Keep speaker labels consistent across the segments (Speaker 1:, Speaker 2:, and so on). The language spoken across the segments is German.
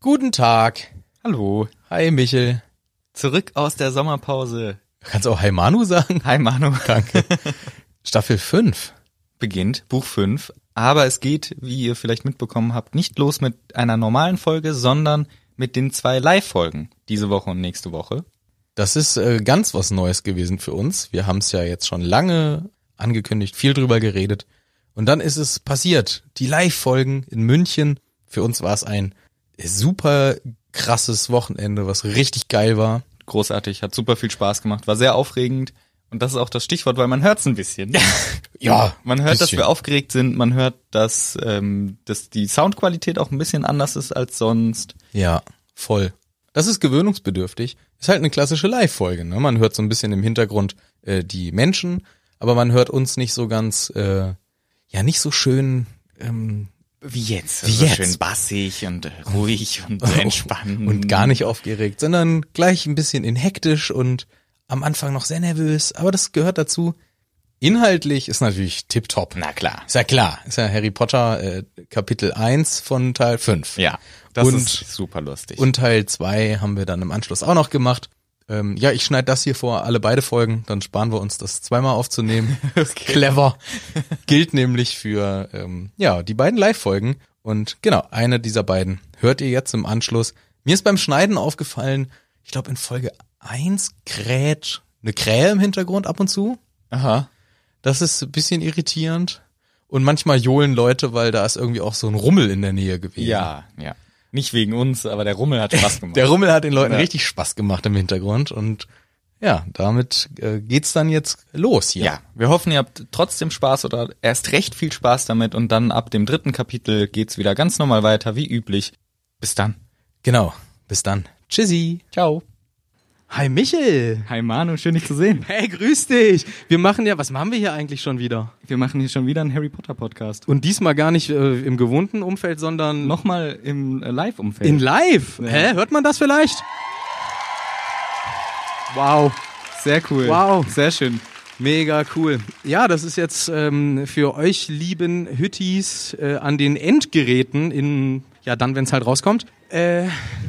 Speaker 1: Guten Tag.
Speaker 2: Hallo.
Speaker 1: Hi Michel.
Speaker 2: Zurück aus der Sommerpause.
Speaker 1: Kannst du auch Hi Manu sagen?
Speaker 2: Hi Manu.
Speaker 1: Danke. Staffel 5.
Speaker 2: Beginnt Buch 5. Aber es geht, wie ihr vielleicht mitbekommen habt, nicht los mit einer normalen Folge, sondern mit den zwei Live-Folgen. Diese Woche und nächste Woche.
Speaker 1: Das ist äh, ganz was Neues gewesen für uns. Wir haben es ja jetzt schon lange angekündigt, viel drüber geredet. Und dann ist es passiert. Die Live-Folgen in München. Für uns war es ein super krasses Wochenende, was richtig geil war.
Speaker 2: Großartig, hat super viel Spaß gemacht, war sehr aufregend. Und das ist auch das Stichwort, weil man hört es ein bisschen.
Speaker 1: Ja,
Speaker 2: Man hört, dass
Speaker 1: bisschen.
Speaker 2: wir aufgeregt sind, man hört, dass, ähm, dass die Soundqualität auch ein bisschen anders ist als sonst.
Speaker 1: Ja, voll. Das ist gewöhnungsbedürftig. Ist halt eine klassische Live-Folge. Ne? Man hört so ein bisschen im Hintergrund äh, die Menschen, aber man hört uns nicht so ganz, äh, ja, nicht so schön ähm,
Speaker 2: Wie jetzt.
Speaker 1: Wie
Speaker 2: Wie jetzt. Oh.
Speaker 1: jetzt.
Speaker 2: bassig und äh, ruhig und entspannt.
Speaker 1: und gar nicht aufgeregt, sondern gleich ein bisschen in hektisch und am Anfang noch sehr nervös. Aber das gehört dazu. Inhaltlich ist natürlich tipptopp.
Speaker 2: Na klar.
Speaker 1: Ist ja klar. Ist ja Harry Potter äh, Kapitel 1 von Teil 5.
Speaker 2: Ja, das
Speaker 1: Und-
Speaker 2: ist super lustig.
Speaker 1: Und Teil 2 haben wir dann im Anschluss auch noch gemacht. Ähm, ja, ich schneide das hier vor, alle beide Folgen, dann sparen wir uns das zweimal aufzunehmen.
Speaker 2: Okay.
Speaker 1: Clever. Gilt nämlich für ähm, ja, die beiden Live-Folgen. Und genau, eine dieser beiden hört ihr jetzt im Anschluss. Mir ist beim Schneiden aufgefallen, ich glaube in Folge 1 kräht eine Krähe im Hintergrund ab und zu.
Speaker 2: Aha.
Speaker 1: Das ist ein bisschen irritierend. Und manchmal johlen Leute, weil da ist irgendwie auch so ein Rummel in der Nähe gewesen.
Speaker 2: Ja, ja. Nicht wegen uns, aber der Rummel hat Spaß gemacht.
Speaker 1: Der Rummel hat den Leuten
Speaker 2: Ja.
Speaker 1: richtig Spaß gemacht im Hintergrund und ja, damit äh, geht's dann jetzt los hier.
Speaker 2: ja, wir hoffen, ihr habt trotzdem Spaß oder erst recht viel Spaß damit und dann ab dem dritten Kapitel geht's wieder ganz normal weiter, wie üblich. Bis dann.
Speaker 1: Genau. Bis dann. Tschüssi.
Speaker 2: Ciao.
Speaker 3: Hi Michel!
Speaker 2: Hi Manu, schön dich zu sehen.
Speaker 3: Hey, grüß dich! Wir machen ja, was machen wir hier eigentlich schon wieder?
Speaker 2: Wir machen hier schon wieder einen Harry Potter Podcast.
Speaker 3: Und diesmal gar nicht äh, im gewohnten Umfeld, sondern
Speaker 2: Nochmal im äh, Live-Umfeld.
Speaker 3: in live.
Speaker 2: Ja.
Speaker 3: Hä, hört man das vielleicht? Wow,
Speaker 2: Sehr cool.
Speaker 3: Wow.
Speaker 2: Sehr schön.
Speaker 3: mega cool. Ja, das ist jetzt ähm, für euch lieben Hüttis äh, an den Endgeräten in, ja dann, wenn es halt rauskommt. Äh,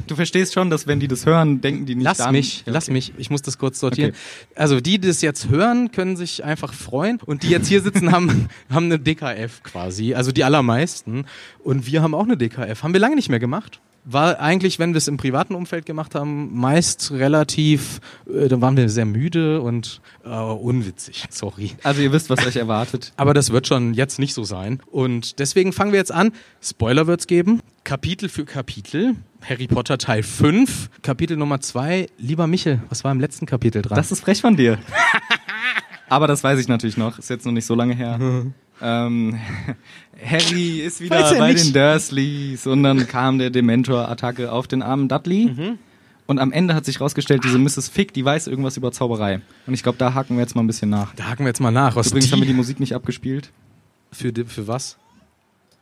Speaker 2: Du verstehst schon, dass wenn die das hören, denken die nicht
Speaker 3: Lass
Speaker 2: daran-
Speaker 3: mich,
Speaker 2: Ja,
Speaker 3: lass
Speaker 2: okay.
Speaker 3: mich. Ich muss das kurz sortieren. Also die, die das jetzt hören, können sich einfach freuen. Und die jetzt hier sitzen, haben, haben eine DKF quasi. Also die allermeisten. Und wir haben auch eine DKF. Haben wir lange nicht mehr gemacht. War eigentlich, wenn wir es im privaten Umfeld gemacht haben, meist relativ, äh, dann waren wir sehr müde und äh, unwitzig. Sorry.
Speaker 2: Also ihr wisst, was euch erwartet.
Speaker 3: Aber das wird schon jetzt nicht so sein. Und deswegen fangen wir jetzt an. Spoiler wird's geben. Kapitel für Kapitel. Harry Potter Teil 5. Kapitel Nummer 2. Lieber Michel, was war im letzten Kapitel dran?
Speaker 2: Das ist frech von dir. Aber das weiß ich natürlich noch. Ist jetzt noch nicht so lange her. ähm, Harry ist wieder
Speaker 3: Weiß er
Speaker 2: bei
Speaker 3: nicht.
Speaker 2: den Dursleys und dann kam der Dementor-Attacke auf den armen Dudley.
Speaker 3: Mhm.
Speaker 2: Und am Ende hat sich rausgestellt, diese Mrs. Fick, die weiß irgendwas über Zauberei. Und ich glaube, da haken wir jetzt mal ein bisschen nach.
Speaker 3: da haken wir jetzt mal nach. Was
Speaker 2: Übrigens
Speaker 3: die-
Speaker 2: haben wir die Musik nicht abgespielt.
Speaker 3: für, die- für was?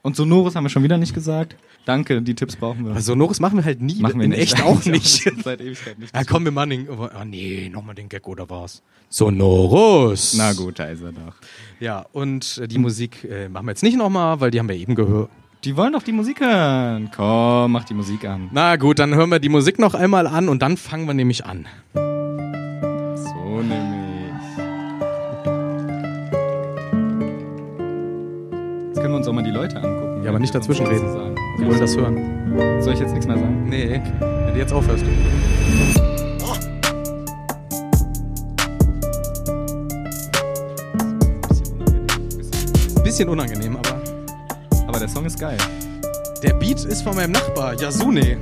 Speaker 2: Und Sonoris haben wir schon wieder nicht gesagt. Danke, die Tipps brauchen wir.
Speaker 3: Also Sonoris machen wir halt nie.
Speaker 2: Machen wir
Speaker 3: In
Speaker 2: nicht.
Speaker 3: echt auch nicht.
Speaker 2: Seit Ewigkeit nicht.
Speaker 3: Ja, komm, wir machen den. Ah, nee, nochmal den Gag oder was? Sonorus.
Speaker 2: Na gut, da ist er doch.
Speaker 3: Ja, und äh, die Musik äh, machen wir jetzt nicht nochmal, weil die haben wir eben gehört.
Speaker 2: Die wollen doch die Musik hören. Komm, mach die Musik an.
Speaker 3: Na gut, dann hören wir die Musik noch einmal an und dann fangen wir nämlich an.
Speaker 2: So nämlich. Jetzt können wir uns auch mal die Leute angucken.
Speaker 3: Ja, aber nicht dazwischen reden. Wir wollen
Speaker 2: Sagen.
Speaker 3: das hören.
Speaker 2: Soll ich jetzt nichts mehr sagen?
Speaker 3: Nee, wenn du jetzt aufhörst. Bisschen unangenehm, aber.
Speaker 2: Aber der Song ist geil.
Speaker 3: Der Beat ist von meinem Nachbar, Yasune.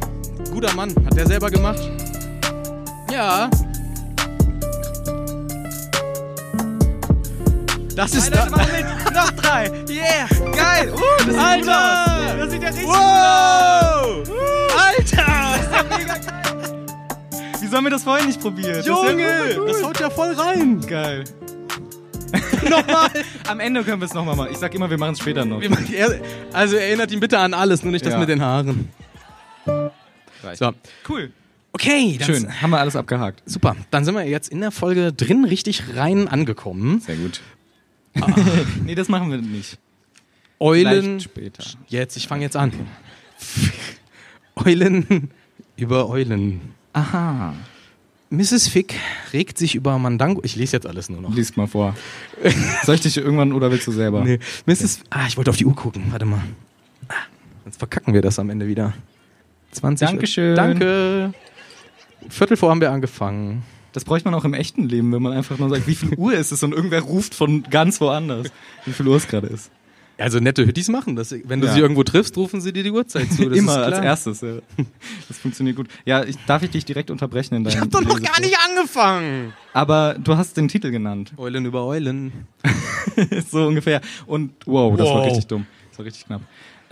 Speaker 3: Guter Mann, hat der selber gemacht. Ja. Das ist da.
Speaker 2: mit! Noch drei! Yeah! Geil! Uh, das
Speaker 3: Alter!
Speaker 2: Das sieht ja richtig
Speaker 3: Wow! Alter!
Speaker 2: Wieso haben wir das vorhin nicht probiert?
Speaker 3: Junge!
Speaker 2: Das
Speaker 3: Das
Speaker 2: ist ja
Speaker 3: haut ja voll rein!
Speaker 2: gut. geil. nochmal! Am Ende können wir es nochmal machen. Ich sag immer, wir machen es später noch.
Speaker 3: Also erinnert ihn bitte an alles, nur nicht das
Speaker 2: Ja.
Speaker 3: mit den Haaren. So.
Speaker 2: Cool.
Speaker 3: Okay, dann
Speaker 2: Schön. Haben wir alles abgehakt.
Speaker 3: Super, dann sind wir jetzt in der Folge drin richtig rein angekommen.
Speaker 2: Sehr gut. nee, das machen wir nicht.
Speaker 3: Eulen.
Speaker 2: Vielleicht später.
Speaker 3: Jetzt, ich fange jetzt an. Eulen über Eulen.
Speaker 2: Aha.
Speaker 3: Mrs. Fick regt sich über Mandango. Ich lese jetzt alles nur noch.
Speaker 2: Lies mal vor. Soll ich dich irgendwann oder willst du selber?
Speaker 3: Nee. Mrs. Ah, ich wollte auf die Uhr gucken. Warte mal. Ah, Sonst verkacken wir das am Ende wieder. 20 Uhr.
Speaker 2: Dankeschön.
Speaker 3: Danke. Viertel vor haben wir angefangen.
Speaker 2: Das bräuchte man auch im echten Leben, wenn man einfach nur sagt, wie viel Uhr ist es und irgendwer ruft von ganz woanders, wie viel Uhr es gerade ist.
Speaker 3: Also nette Hüttis machen das. Wenn du
Speaker 2: Ja.
Speaker 3: sie irgendwo triffst, rufen sie dir die Uhrzeit zu. Das
Speaker 2: Immer
Speaker 3: ist
Speaker 2: als
Speaker 3: klar.
Speaker 2: erstes. Ja. Das funktioniert gut. Ja, ich, darf ich dich direkt unterbrechen in deinem
Speaker 3: Ich hab doch noch
Speaker 2: Leseprogramm?
Speaker 3: gar nicht angefangen.
Speaker 2: Aber du hast den Titel genannt.
Speaker 3: Eulen über Eulen.
Speaker 2: so ungefähr. Und wow, das war
Speaker 3: Wow.
Speaker 2: richtig dumm. Das war richtig knapp.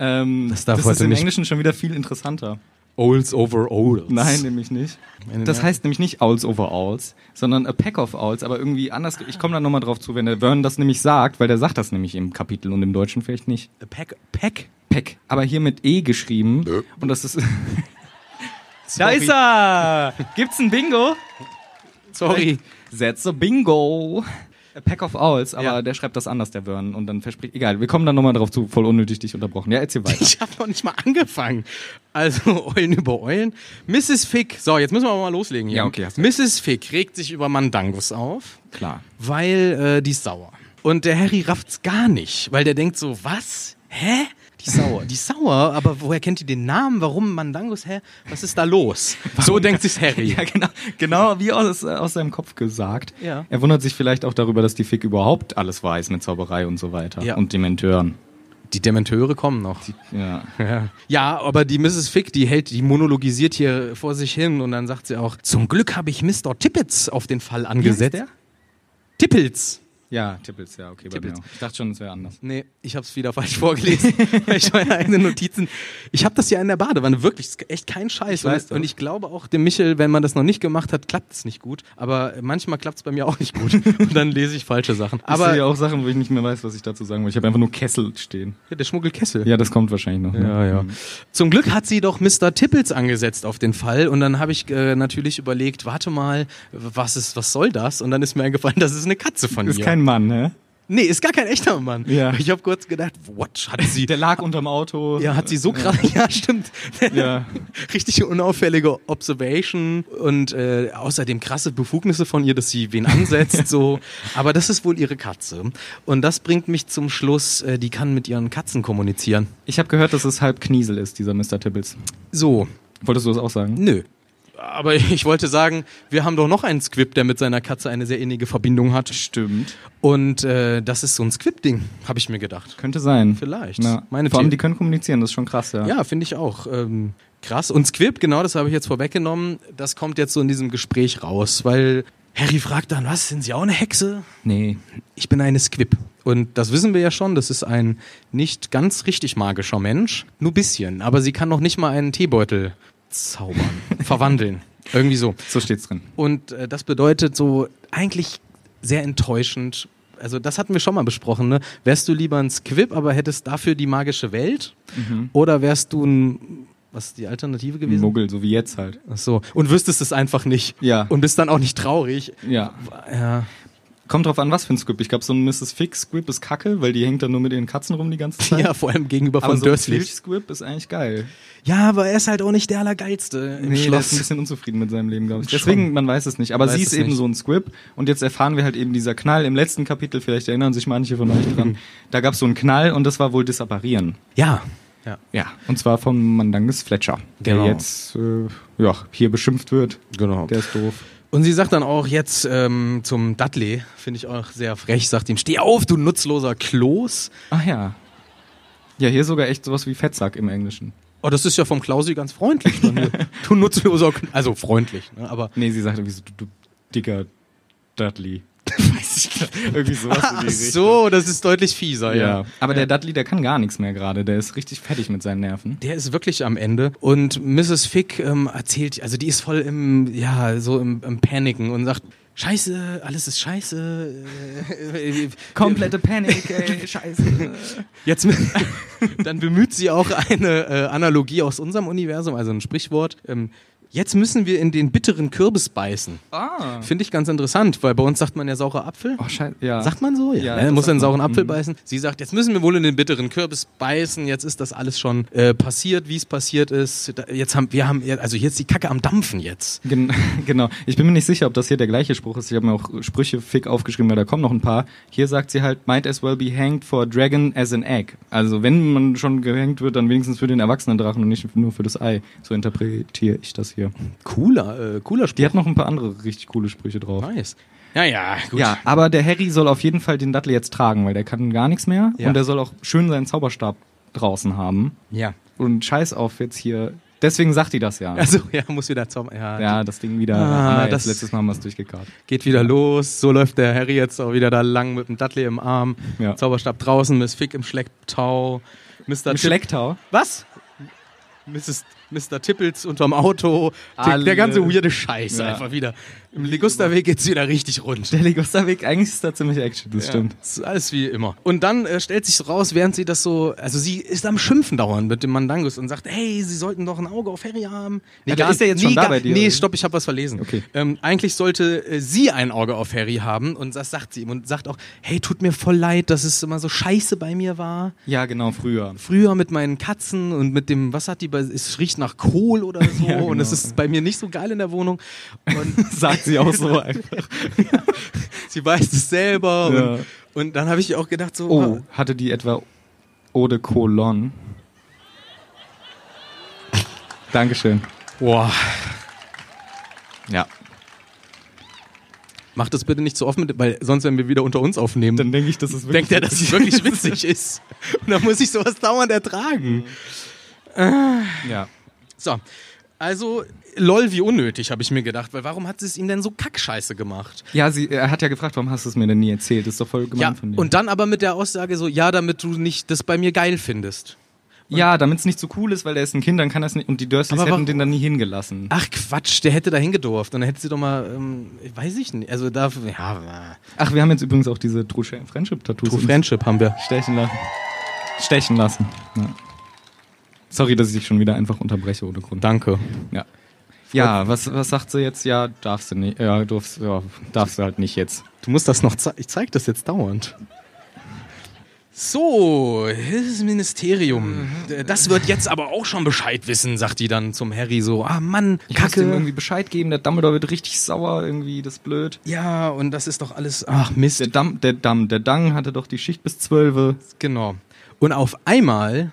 Speaker 2: Ähm,
Speaker 3: Das darf
Speaker 2: ist
Speaker 3: heute
Speaker 2: im
Speaker 3: nicht-
Speaker 2: Englischen schon wieder viel interessanter.
Speaker 3: Owls over Owls.
Speaker 2: Nein, nämlich nicht. Das heißt nämlich nicht Owls over Owls, sondern a pack of Owls, aber irgendwie anders. Ich komme da nochmal drauf zu, wenn der Vern das nämlich sagt, weil der sagt das nämlich im Kapitel und im Deutschen vielleicht nicht.
Speaker 3: Pack, Pack.
Speaker 2: Pack, aber hier mit E geschrieben. Und das ist. da
Speaker 3: Sorry.
Speaker 2: ist er! Gibt's ein Bingo?
Speaker 3: Sorry.
Speaker 2: That's a Bingo! A pack of Owls, aber
Speaker 3: Ja.
Speaker 2: der schreibt das anders, der Vern. Und dann verspricht. Egal, wir kommen da nochmal drauf zu. Voll unnötig dich unterbrochen. Ja, erzähl weiter.
Speaker 3: Ich habe noch nicht mal angefangen. Also Eulen über Eulen. Mrs. Fick. So, jetzt müssen wir aber mal loslegen hier.
Speaker 2: Ja, okay, hast
Speaker 3: Mrs. Fick regt sich über Mandangos auf.
Speaker 2: Klar.
Speaker 3: weil äh, die ist sauer. Und der Harry rafft's gar nicht, weil der denkt so, was? Hä? Die ist sauer. Die ist sauer, aber woher kennt die den Namen? Warum Mandangos? Hä? Was ist da los? so denkt sich's Harry.
Speaker 2: Ja, genau, genau wie aus, aus seinem Kopf gesagt.
Speaker 3: Ja.
Speaker 2: Er wundert sich vielleicht auch darüber, dass die Fick überhaupt alles weiß mit Zauberei und so weiter.
Speaker 3: Ja.
Speaker 2: Und Dementeuren.
Speaker 3: Die Dementeure kommen noch.
Speaker 2: Ja.
Speaker 3: Ja, aber die Mrs. Fick, die hält, die monologisiert hier vor sich hin und dann sagt sie auch, zum Glück habe ich Mr. Tippets auf den Fall angesetzt.
Speaker 2: der?
Speaker 3: Tippels.
Speaker 2: Ja, Tippels, ja, okay. Bei mir
Speaker 3: Tippels.
Speaker 2: auch. Ich dachte schon, es wäre anders.
Speaker 3: Nee, ich hab's wieder falsch vorgelesen. ich meine eigenen Notizen. Ich hab das ja in der Badewanne, wirklich, ist echt kein Scheiß.
Speaker 2: Ich weiß
Speaker 3: und,
Speaker 2: doch.
Speaker 3: und ich glaube auch dem Michel, wenn man das noch nicht gemacht hat, klappt es nicht gut. Aber manchmal klappt's bei mir auch nicht gut. und dann lese ich falsche Sachen.
Speaker 2: ich
Speaker 3: Aber
Speaker 2: sehe auch Sachen, wo ich nicht mehr weiß, was ich dazu sagen will. Ich habe einfach nur Kessel stehen.
Speaker 3: ja, der Schmuggelkessel.
Speaker 2: Ja, das kommt wahrscheinlich noch. ne?
Speaker 3: Ja, ja. Zum Glück hat sie doch Mr. Tippels angesetzt auf den Fall und dann habe ich äh, natürlich überlegt, warte mal, was ist, was soll das? Und dann ist mir eingefallen, das ist eine Katze von
Speaker 2: Ist
Speaker 3: ihr.
Speaker 2: kein Mann, ne?
Speaker 3: nee, ist gar kein echter Mann.
Speaker 2: Ja.
Speaker 3: Ich habe kurz gedacht, what hat sie?
Speaker 2: Der lag unterm Auto.
Speaker 3: ja, hat sie so krass. Ja, stimmt.
Speaker 2: Ja.
Speaker 3: richtig unauffällige Observation und äh, außerdem krasse Befugnisse von ihr, dass sie wen ansetzt. so, aber das ist wohl ihre Katze. Und das bringt mich zum Schluss. Äh, die kann mit ihren Katzen kommunizieren.
Speaker 2: Ich habe gehört, dass es halb Kniesel ist, dieser Mr. Tippels.
Speaker 3: So,
Speaker 2: Wolltest du das auch sagen?
Speaker 3: nö. Aber ich wollte sagen, wir haben doch noch einen Squib, der mit seiner Katze eine sehr innige Verbindung hat.
Speaker 2: Stimmt.
Speaker 3: Und äh, das ist so ein Squib-Ding, habe ich mir gedacht.
Speaker 2: Könnte sein.
Speaker 3: Vielleicht.
Speaker 2: Ja.
Speaker 3: Meine
Speaker 2: Vor allem,
Speaker 3: These.
Speaker 2: die können kommunizieren, das ist schon krass, ja.
Speaker 3: Ja, finde ich auch. Ähm, krass. Und Squib, genau, das habe ich jetzt vorweggenommen, das kommt jetzt so in diesem Gespräch raus, weil Harry fragt dann, was, sind Sie auch eine Hexe?
Speaker 2: Nee.
Speaker 3: Ich bin eine Squib. Und das wissen wir ja schon, das ist ein nicht ganz richtig magischer Mensch. Nur bisschen. Aber sie kann noch nicht mal einen Teebeutel zaubern, verwandeln. Irgendwie so.
Speaker 2: So steht's drin.
Speaker 3: Und äh, das bedeutet so eigentlich sehr enttäuschend. Also das hatten wir schon mal besprochen. Ne? Wärst du lieber ein Squib, aber hättest dafür die magische Welt?
Speaker 2: Mhm.
Speaker 3: Oder wärst du ein was ist die Alternative gewesen?
Speaker 2: Muggel, so wie jetzt halt.
Speaker 3: Ach so. Und wüsstest es einfach nicht.
Speaker 2: Ja.
Speaker 3: Und bist dann auch nicht traurig.
Speaker 2: Ja.
Speaker 3: Ja.
Speaker 2: Kommt drauf an, was für ein Squib. Ich glaube, so ein Mrs. Fix Squib ist kacke, weil die hängt dann nur mit ihren Katzen rum die ganze Zeit.
Speaker 3: ja, vor allem gegenüber
Speaker 2: aber
Speaker 3: von
Speaker 2: so
Speaker 3: Dursley.
Speaker 2: ein Squib ist eigentlich geil.
Speaker 3: Ja, aber er ist halt auch nicht der Allergeilste im
Speaker 2: Nee, der ist ein
Speaker 3: Schloss.
Speaker 2: bisschen unzufrieden mit seinem Leben, glaube ich.
Speaker 3: Schon.
Speaker 2: Deswegen, man weiß es nicht. Aber
Speaker 3: Man
Speaker 2: sie
Speaker 3: weiß
Speaker 2: ist
Speaker 3: es
Speaker 2: eben
Speaker 3: nicht.
Speaker 2: so ein Squib. Und jetzt erfahren wir halt eben dieser Knall im letzten Kapitel, vielleicht erinnern sich manche von euch dran. da gab es so einen Knall und das war wohl Disapparieren.
Speaker 3: Ja. ja.
Speaker 2: Ja. Und zwar von Mandanges Fletcher.
Speaker 3: Genau.
Speaker 2: Der jetzt äh, ja, hier beschimpft wird.
Speaker 3: Genau.
Speaker 2: Der ist doof.
Speaker 3: Und sie sagt dann auch jetzt ähm, zum Dudley, finde ich auch sehr frech, sagt ihm, steh auf, du nutzloser Kloß.
Speaker 2: Ach ja. Ja, hier sogar echt sowas wie Fettsack im Englischen.
Speaker 3: Oh, das ist ja vom Klausi ganz freundlich. von dir. du nutzloser, Kn- also freundlich, ne? aber
Speaker 2: Nee, sie sagte, wieso du, du dicker Dudley. Weiß ich gar nicht. Irgendwie sowas in die
Speaker 3: Ach
Speaker 2: Richtung.
Speaker 3: so, das ist deutlich fieser, ja.
Speaker 2: Ja. Aber der Dudley, der kann gar nichts mehr gerade. Der ist richtig fertig mit seinen Nerven.
Speaker 3: Der ist wirklich am Ende und Mrs. Fick ähm, erzählt, also die ist voll im, ja, so im, im Paniken und sagt, Scheiße, alles ist scheiße. äh, äh,
Speaker 2: Komplette Panik, ey, scheiße.
Speaker 3: Jetzt mit- dann bemüht sie auch eine äh, Analogie aus unserem Universum, also ein Sprichwort. Ähm, Jetzt müssen wir in den bitteren Kürbis beißen.
Speaker 2: Ah.
Speaker 3: Finde ich ganz interessant, weil bei uns sagt man ja saurer Apfel.
Speaker 2: Oh, scheiße. Ja.
Speaker 3: Sagt man so? Ja.
Speaker 2: Ja,
Speaker 3: ne?
Speaker 2: das
Speaker 3: Muss
Speaker 2: sagt
Speaker 3: einen sauren
Speaker 2: man.
Speaker 3: Apfel
Speaker 2: Mhm.
Speaker 3: beißen. Sie sagt, jetzt müssen wir wohl in den bitteren Kürbis beißen. Jetzt ist das alles schon äh, passiert, wie es passiert ist. Da, jetzt haben wir haben also jetzt die Kacke am dampfen jetzt.
Speaker 2: Gen genau. Ich bin mir nicht sicher, ob das hier der gleiche Spruch ist. Ich habe mir auch Sprüche fick aufgeschrieben, weil da kommen noch ein paar. Hier sagt sie halt, might as well be hanged for a dragon as an egg. Also wenn man schon gehängt wird, dann wenigstens für den erwachsenen Drachen und nicht nur für das Ei. So interpretiere ich das hier.
Speaker 3: Cooler, äh, cooler
Speaker 2: Die
Speaker 3: Spruch.
Speaker 2: hat noch ein paar andere richtig coole Sprüche drauf.
Speaker 3: Nice. Naja, gut.
Speaker 2: Ja, aber der Harry soll auf jeden Fall den Dudley jetzt tragen, weil der kann gar nichts mehr.
Speaker 3: Ja.
Speaker 2: Und der soll auch schön seinen Zauberstab draußen haben.
Speaker 3: ja.
Speaker 2: Und scheiß auf jetzt hier. Deswegen sagt die das ja.
Speaker 3: Also, ja, muss wieder zaubern. Ja,
Speaker 2: Ja, das Ding wieder.
Speaker 3: Ah,
Speaker 2: haben wir jetzt
Speaker 3: das-
Speaker 2: letztes Mal haben wir es durchgekarrt.
Speaker 3: Geht wieder los. So läuft der Harry jetzt auch wieder da lang mit dem Dudley im Arm.
Speaker 2: Ja.
Speaker 3: Zauberstab draußen, Miss Fick im Schlecktau. Mr.
Speaker 2: Im
Speaker 3: Tipp-
Speaker 2: Schlecktau.
Speaker 3: Was? Mrs. Mr. Tippels unterm Auto.
Speaker 2: Alle-
Speaker 3: Der ganze weirde Scheiß
Speaker 2: Ja.
Speaker 3: einfach wieder. Im Ligusterweg geht's wieder richtig rund.
Speaker 2: Der Ligusterweg, eigentlich ist da ziemlich Action, das stimmt.
Speaker 3: Ja, ist alles wie immer. Und dann äh, stellt sich raus, während sie das so, also sie ist am Schimpfen dauernd mit dem Mandangus und sagt, hey, sie sollten doch ein Auge auf Harry haben. Nee,
Speaker 2: Ja, der ist ja jetzt schon da
Speaker 3: gar-
Speaker 2: bei dir,
Speaker 3: Nee,
Speaker 2: oder?
Speaker 3: stopp, ich habe was verlesen.
Speaker 2: Okay.
Speaker 3: Ähm, eigentlich sollte äh, sie ein Auge auf Harry haben und das sagt sie ihm und sagt auch, hey, tut mir voll leid, dass es immer so scheiße bei mir war.
Speaker 2: Ja, genau, früher.
Speaker 3: Früher mit meinen Katzen und mit dem, was hat die bei, es riecht nach Kohl oder so
Speaker 2: Ja,
Speaker 3: und
Speaker 2: genau.
Speaker 3: es ist bei mir nicht so geil in der Wohnung. Und
Speaker 2: Sagt sie auch so einfach.
Speaker 3: sie weiß es selber
Speaker 2: Ja.
Speaker 3: und, und dann habe ich auch gedacht so, "Ah,
Speaker 2: Oh, hatte die etwa Eau de Colon? Dankeschön.
Speaker 3: boah.
Speaker 2: Ja.
Speaker 3: Mach das bitte nicht so offen, mit- weil sonst, wenn wir wieder unter uns aufnehmen,
Speaker 2: Dann denke ich, das ist wirklich.
Speaker 3: denkt er, dass es wirklich witzig ist. Und dann muss ich sowas dauernd
Speaker 2: Mhm.
Speaker 3: ertragen.
Speaker 2: ja.
Speaker 3: So, also, lol, wie unnötig, habe ich mir gedacht, weil warum hat sie es ihm denn so kackscheiße gemacht?
Speaker 2: Ja, sie, er hat ja gefragt, warum hast du es mir denn nie erzählt? Das ist doch voll gemein
Speaker 3: Ja,
Speaker 2: von dir.
Speaker 3: und dann aber mit der Aussage so, ja, damit du nicht das bei mir geil findest.
Speaker 2: ja, damit es nicht so cool ist, weil er ist ein Kind, dann kann er es nicht. Und die Dursleys
Speaker 3: Aber
Speaker 2: hätten
Speaker 3: warum-
Speaker 2: den dann nie hingelassen.
Speaker 3: Ach Quatsch, der hätte da hingedurft und dann hätte sie doch mal, ähm, weiß ich nicht, also da, ja,
Speaker 2: Ach, wir haben jetzt übrigens auch diese True Sh- Friendship-Tattoos.
Speaker 3: True
Speaker 2: uns
Speaker 3: Friendship haben wir.
Speaker 2: Stechen lassen. Stechen lassen. Ja. Sorry, dass ich dich schon wieder einfach unterbreche ohne Grund.
Speaker 3: Danke.
Speaker 2: Ja. Ja, was, was sagt sie jetzt? Ja, darfst du nicht. Ja, durfst, ja, darfst du halt nicht jetzt.
Speaker 3: Du musst das noch zeigen. Ich zeig das jetzt dauernd. So, das Ministerium.
Speaker 2: Mhm.
Speaker 3: Das wird jetzt aber auch schon Bescheid wissen, sagt die dann zum Harry so. Ah Mann,
Speaker 2: Ich muss ihm
Speaker 3: Kacke.
Speaker 2: irgendwie Bescheid geben, der Dumbledore wird richtig sauer, irgendwie, das ist blöd.
Speaker 3: Ja, und das ist doch alles. Ach Mist.
Speaker 2: Der Dam, der Dam, der Dang hatte doch die Schicht bis 12.
Speaker 3: Genau. Und auf einmal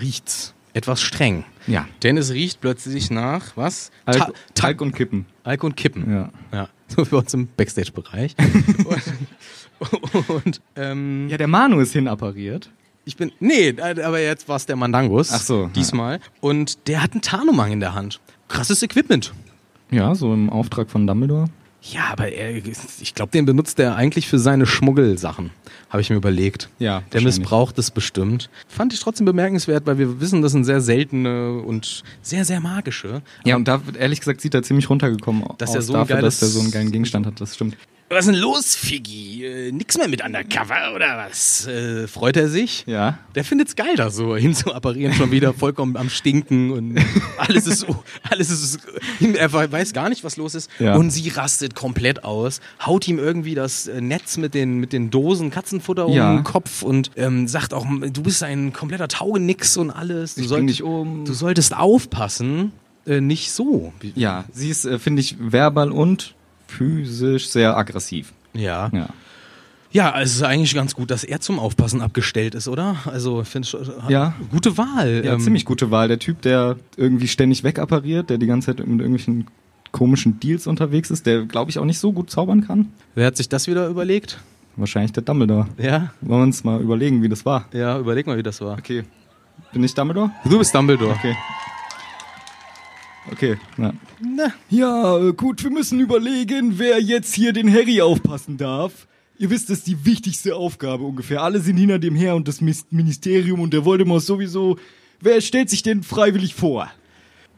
Speaker 3: riecht's etwas streng.
Speaker 2: Ja.
Speaker 3: Denn es riecht plötzlich nach was? Ta-
Speaker 2: Talg,
Speaker 3: Ta-
Speaker 2: Talg und Kippen.
Speaker 3: Alk und Kippen.
Speaker 2: Ja.
Speaker 3: ja. So für uns im Backstage-Bereich. und und ähm,
Speaker 2: Ja, der Manu ist hinappariert.
Speaker 3: Ich bin. Nee, aber jetzt war es der Mandangus.
Speaker 2: Ach so, ja.
Speaker 3: Diesmal. Und der hat einen Tarnumhang in der Hand. Krasses Equipment.
Speaker 2: Ja, so im Auftrag von Dumbledore.
Speaker 3: Ja, aber er, ich glaube, den benutzt er eigentlich für seine Schmuggelsachen. Habe ich mir überlegt.
Speaker 2: Ja,
Speaker 3: Der
Speaker 2: wahrscheinlich.
Speaker 3: missbraucht es bestimmt. Fand ich trotzdem bemerkenswert, weil wir wissen, das sind sehr seltene und sehr, sehr magische.
Speaker 2: Ja, und da, ehrlich gesagt, sieht er ziemlich runtergekommen
Speaker 3: Dass
Speaker 2: aus
Speaker 3: er so ein
Speaker 2: dafür, dass
Speaker 3: geiles-
Speaker 2: er so einen geilen Gegenstand hat, das stimmt.
Speaker 3: Was ist denn los, Figgi? Äh, nix mehr mit Undercover oder was? Äh, freut er sich?
Speaker 2: Ja.
Speaker 3: Der findet's geil, da so hinzuapparieren, schon wieder vollkommen am Stinken und alles ist, so- alles ist, er weiß gar nicht, was los ist.
Speaker 2: Ja.
Speaker 3: Und sie rastet komplett aus, haut ihm irgendwie das äh, Netz mit den, mit den Dosen Katzenfutter um
Speaker 2: Ja.
Speaker 3: den Kopf und ähm, sagt auch, du bist ein kompletter Taugenix und alles. Du,
Speaker 2: Ich bring
Speaker 3: solltest-
Speaker 2: dich um.
Speaker 3: du solltest aufpassen, äh, nicht so.
Speaker 2: Ja, sie ist, äh, finde ich, verbal und physisch sehr aggressiv.
Speaker 3: Ja.
Speaker 2: Ja.
Speaker 3: Ja, also es ist eigentlich ganz gut, dass er zum Aufpassen abgestellt ist, oder? Also, finde ich,
Speaker 2: Ja.
Speaker 3: gute Wahl.
Speaker 2: Ja,
Speaker 3: Ähm,
Speaker 2: ziemlich gute Wahl. Der Typ, der irgendwie ständig wegappariert, der die ganze Zeit mit irgendwelchen komischen Deals unterwegs ist, der, glaube ich, auch nicht so gut zaubern kann.
Speaker 3: Wer hat sich das wieder überlegt?
Speaker 2: Wahrscheinlich der Dumbledore.
Speaker 3: Ja.
Speaker 2: Wollen wir uns mal überlegen, wie das war.
Speaker 3: Ja, überleg mal, wie das war.
Speaker 2: Okay. Bin ich Dumbledore?
Speaker 3: Du bist Dumbledore.
Speaker 2: Okay. Okay, ja.
Speaker 3: Na,
Speaker 2: Ja, äh, gut, wir müssen überlegen, wer jetzt hier den Harry aufpassen darf. Ihr wisst, das ist die wichtigste Aufgabe ungefähr. Alle sind hinter dem her und das Mis- Ministerium und der Voldemort sowieso. Wer stellt sich denn freiwillig vor?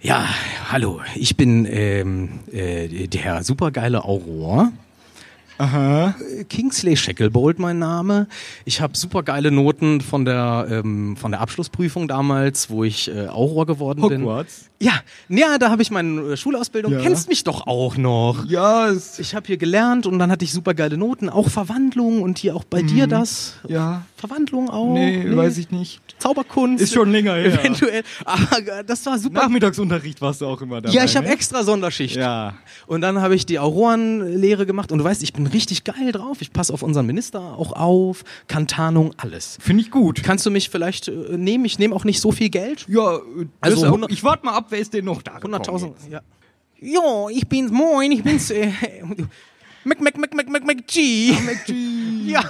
Speaker 3: Ja, hallo, ich bin ähm, äh, der supergeile Auror.
Speaker 2: Aha.
Speaker 3: Kingsley Shacklebolt mein Name. Ich habe super geile Noten von der, ähm, von der Abschlussprüfung damals, wo ich äh, Auror geworden
Speaker 2: Hogwarts.
Speaker 3: bin. Ja, ja, da habe ich meine äh, Schulausbildung.
Speaker 2: Ja.
Speaker 3: Kennst mich doch auch noch.
Speaker 2: Ja, es,
Speaker 3: Ich habe hier gelernt und dann hatte ich super geile Noten. Auch Verwandlung und hier auch bei dir das.
Speaker 2: ja.
Speaker 3: Verwandlung auch.
Speaker 2: nee, weiß ich nicht.
Speaker 3: Zauberkunst.
Speaker 2: Ist schon länger her.
Speaker 3: Eventuell. Aber das war super.
Speaker 2: Nachmittagsunterricht warst du auch immer dabei.
Speaker 3: ja, ich habe
Speaker 2: ne?
Speaker 3: extra Sonderschicht.
Speaker 2: Ja.
Speaker 3: Und dann habe ich die Aurorenlehre gemacht und du weißt, ich bin richtig geil drauf. Ich passe auf unseren Minister auch auf, kann Tarnung, alles.
Speaker 2: Finde ich gut.
Speaker 3: Kannst du mich vielleicht äh, nehmen? Ich nehme auch nicht so viel Geld.
Speaker 2: Ja,
Speaker 3: Also
Speaker 2: also
Speaker 3: hundert-
Speaker 2: ich warte mal ab, wer ist denn noch da? gekommen
Speaker 3: 100.000. Ja. Jo, ich bin's, moin, ich bin's. Äh, Mac, Mac, Mac, Mac, Mac, Mac, G.
Speaker 2: jetzt. Gee.
Speaker 3: Ja,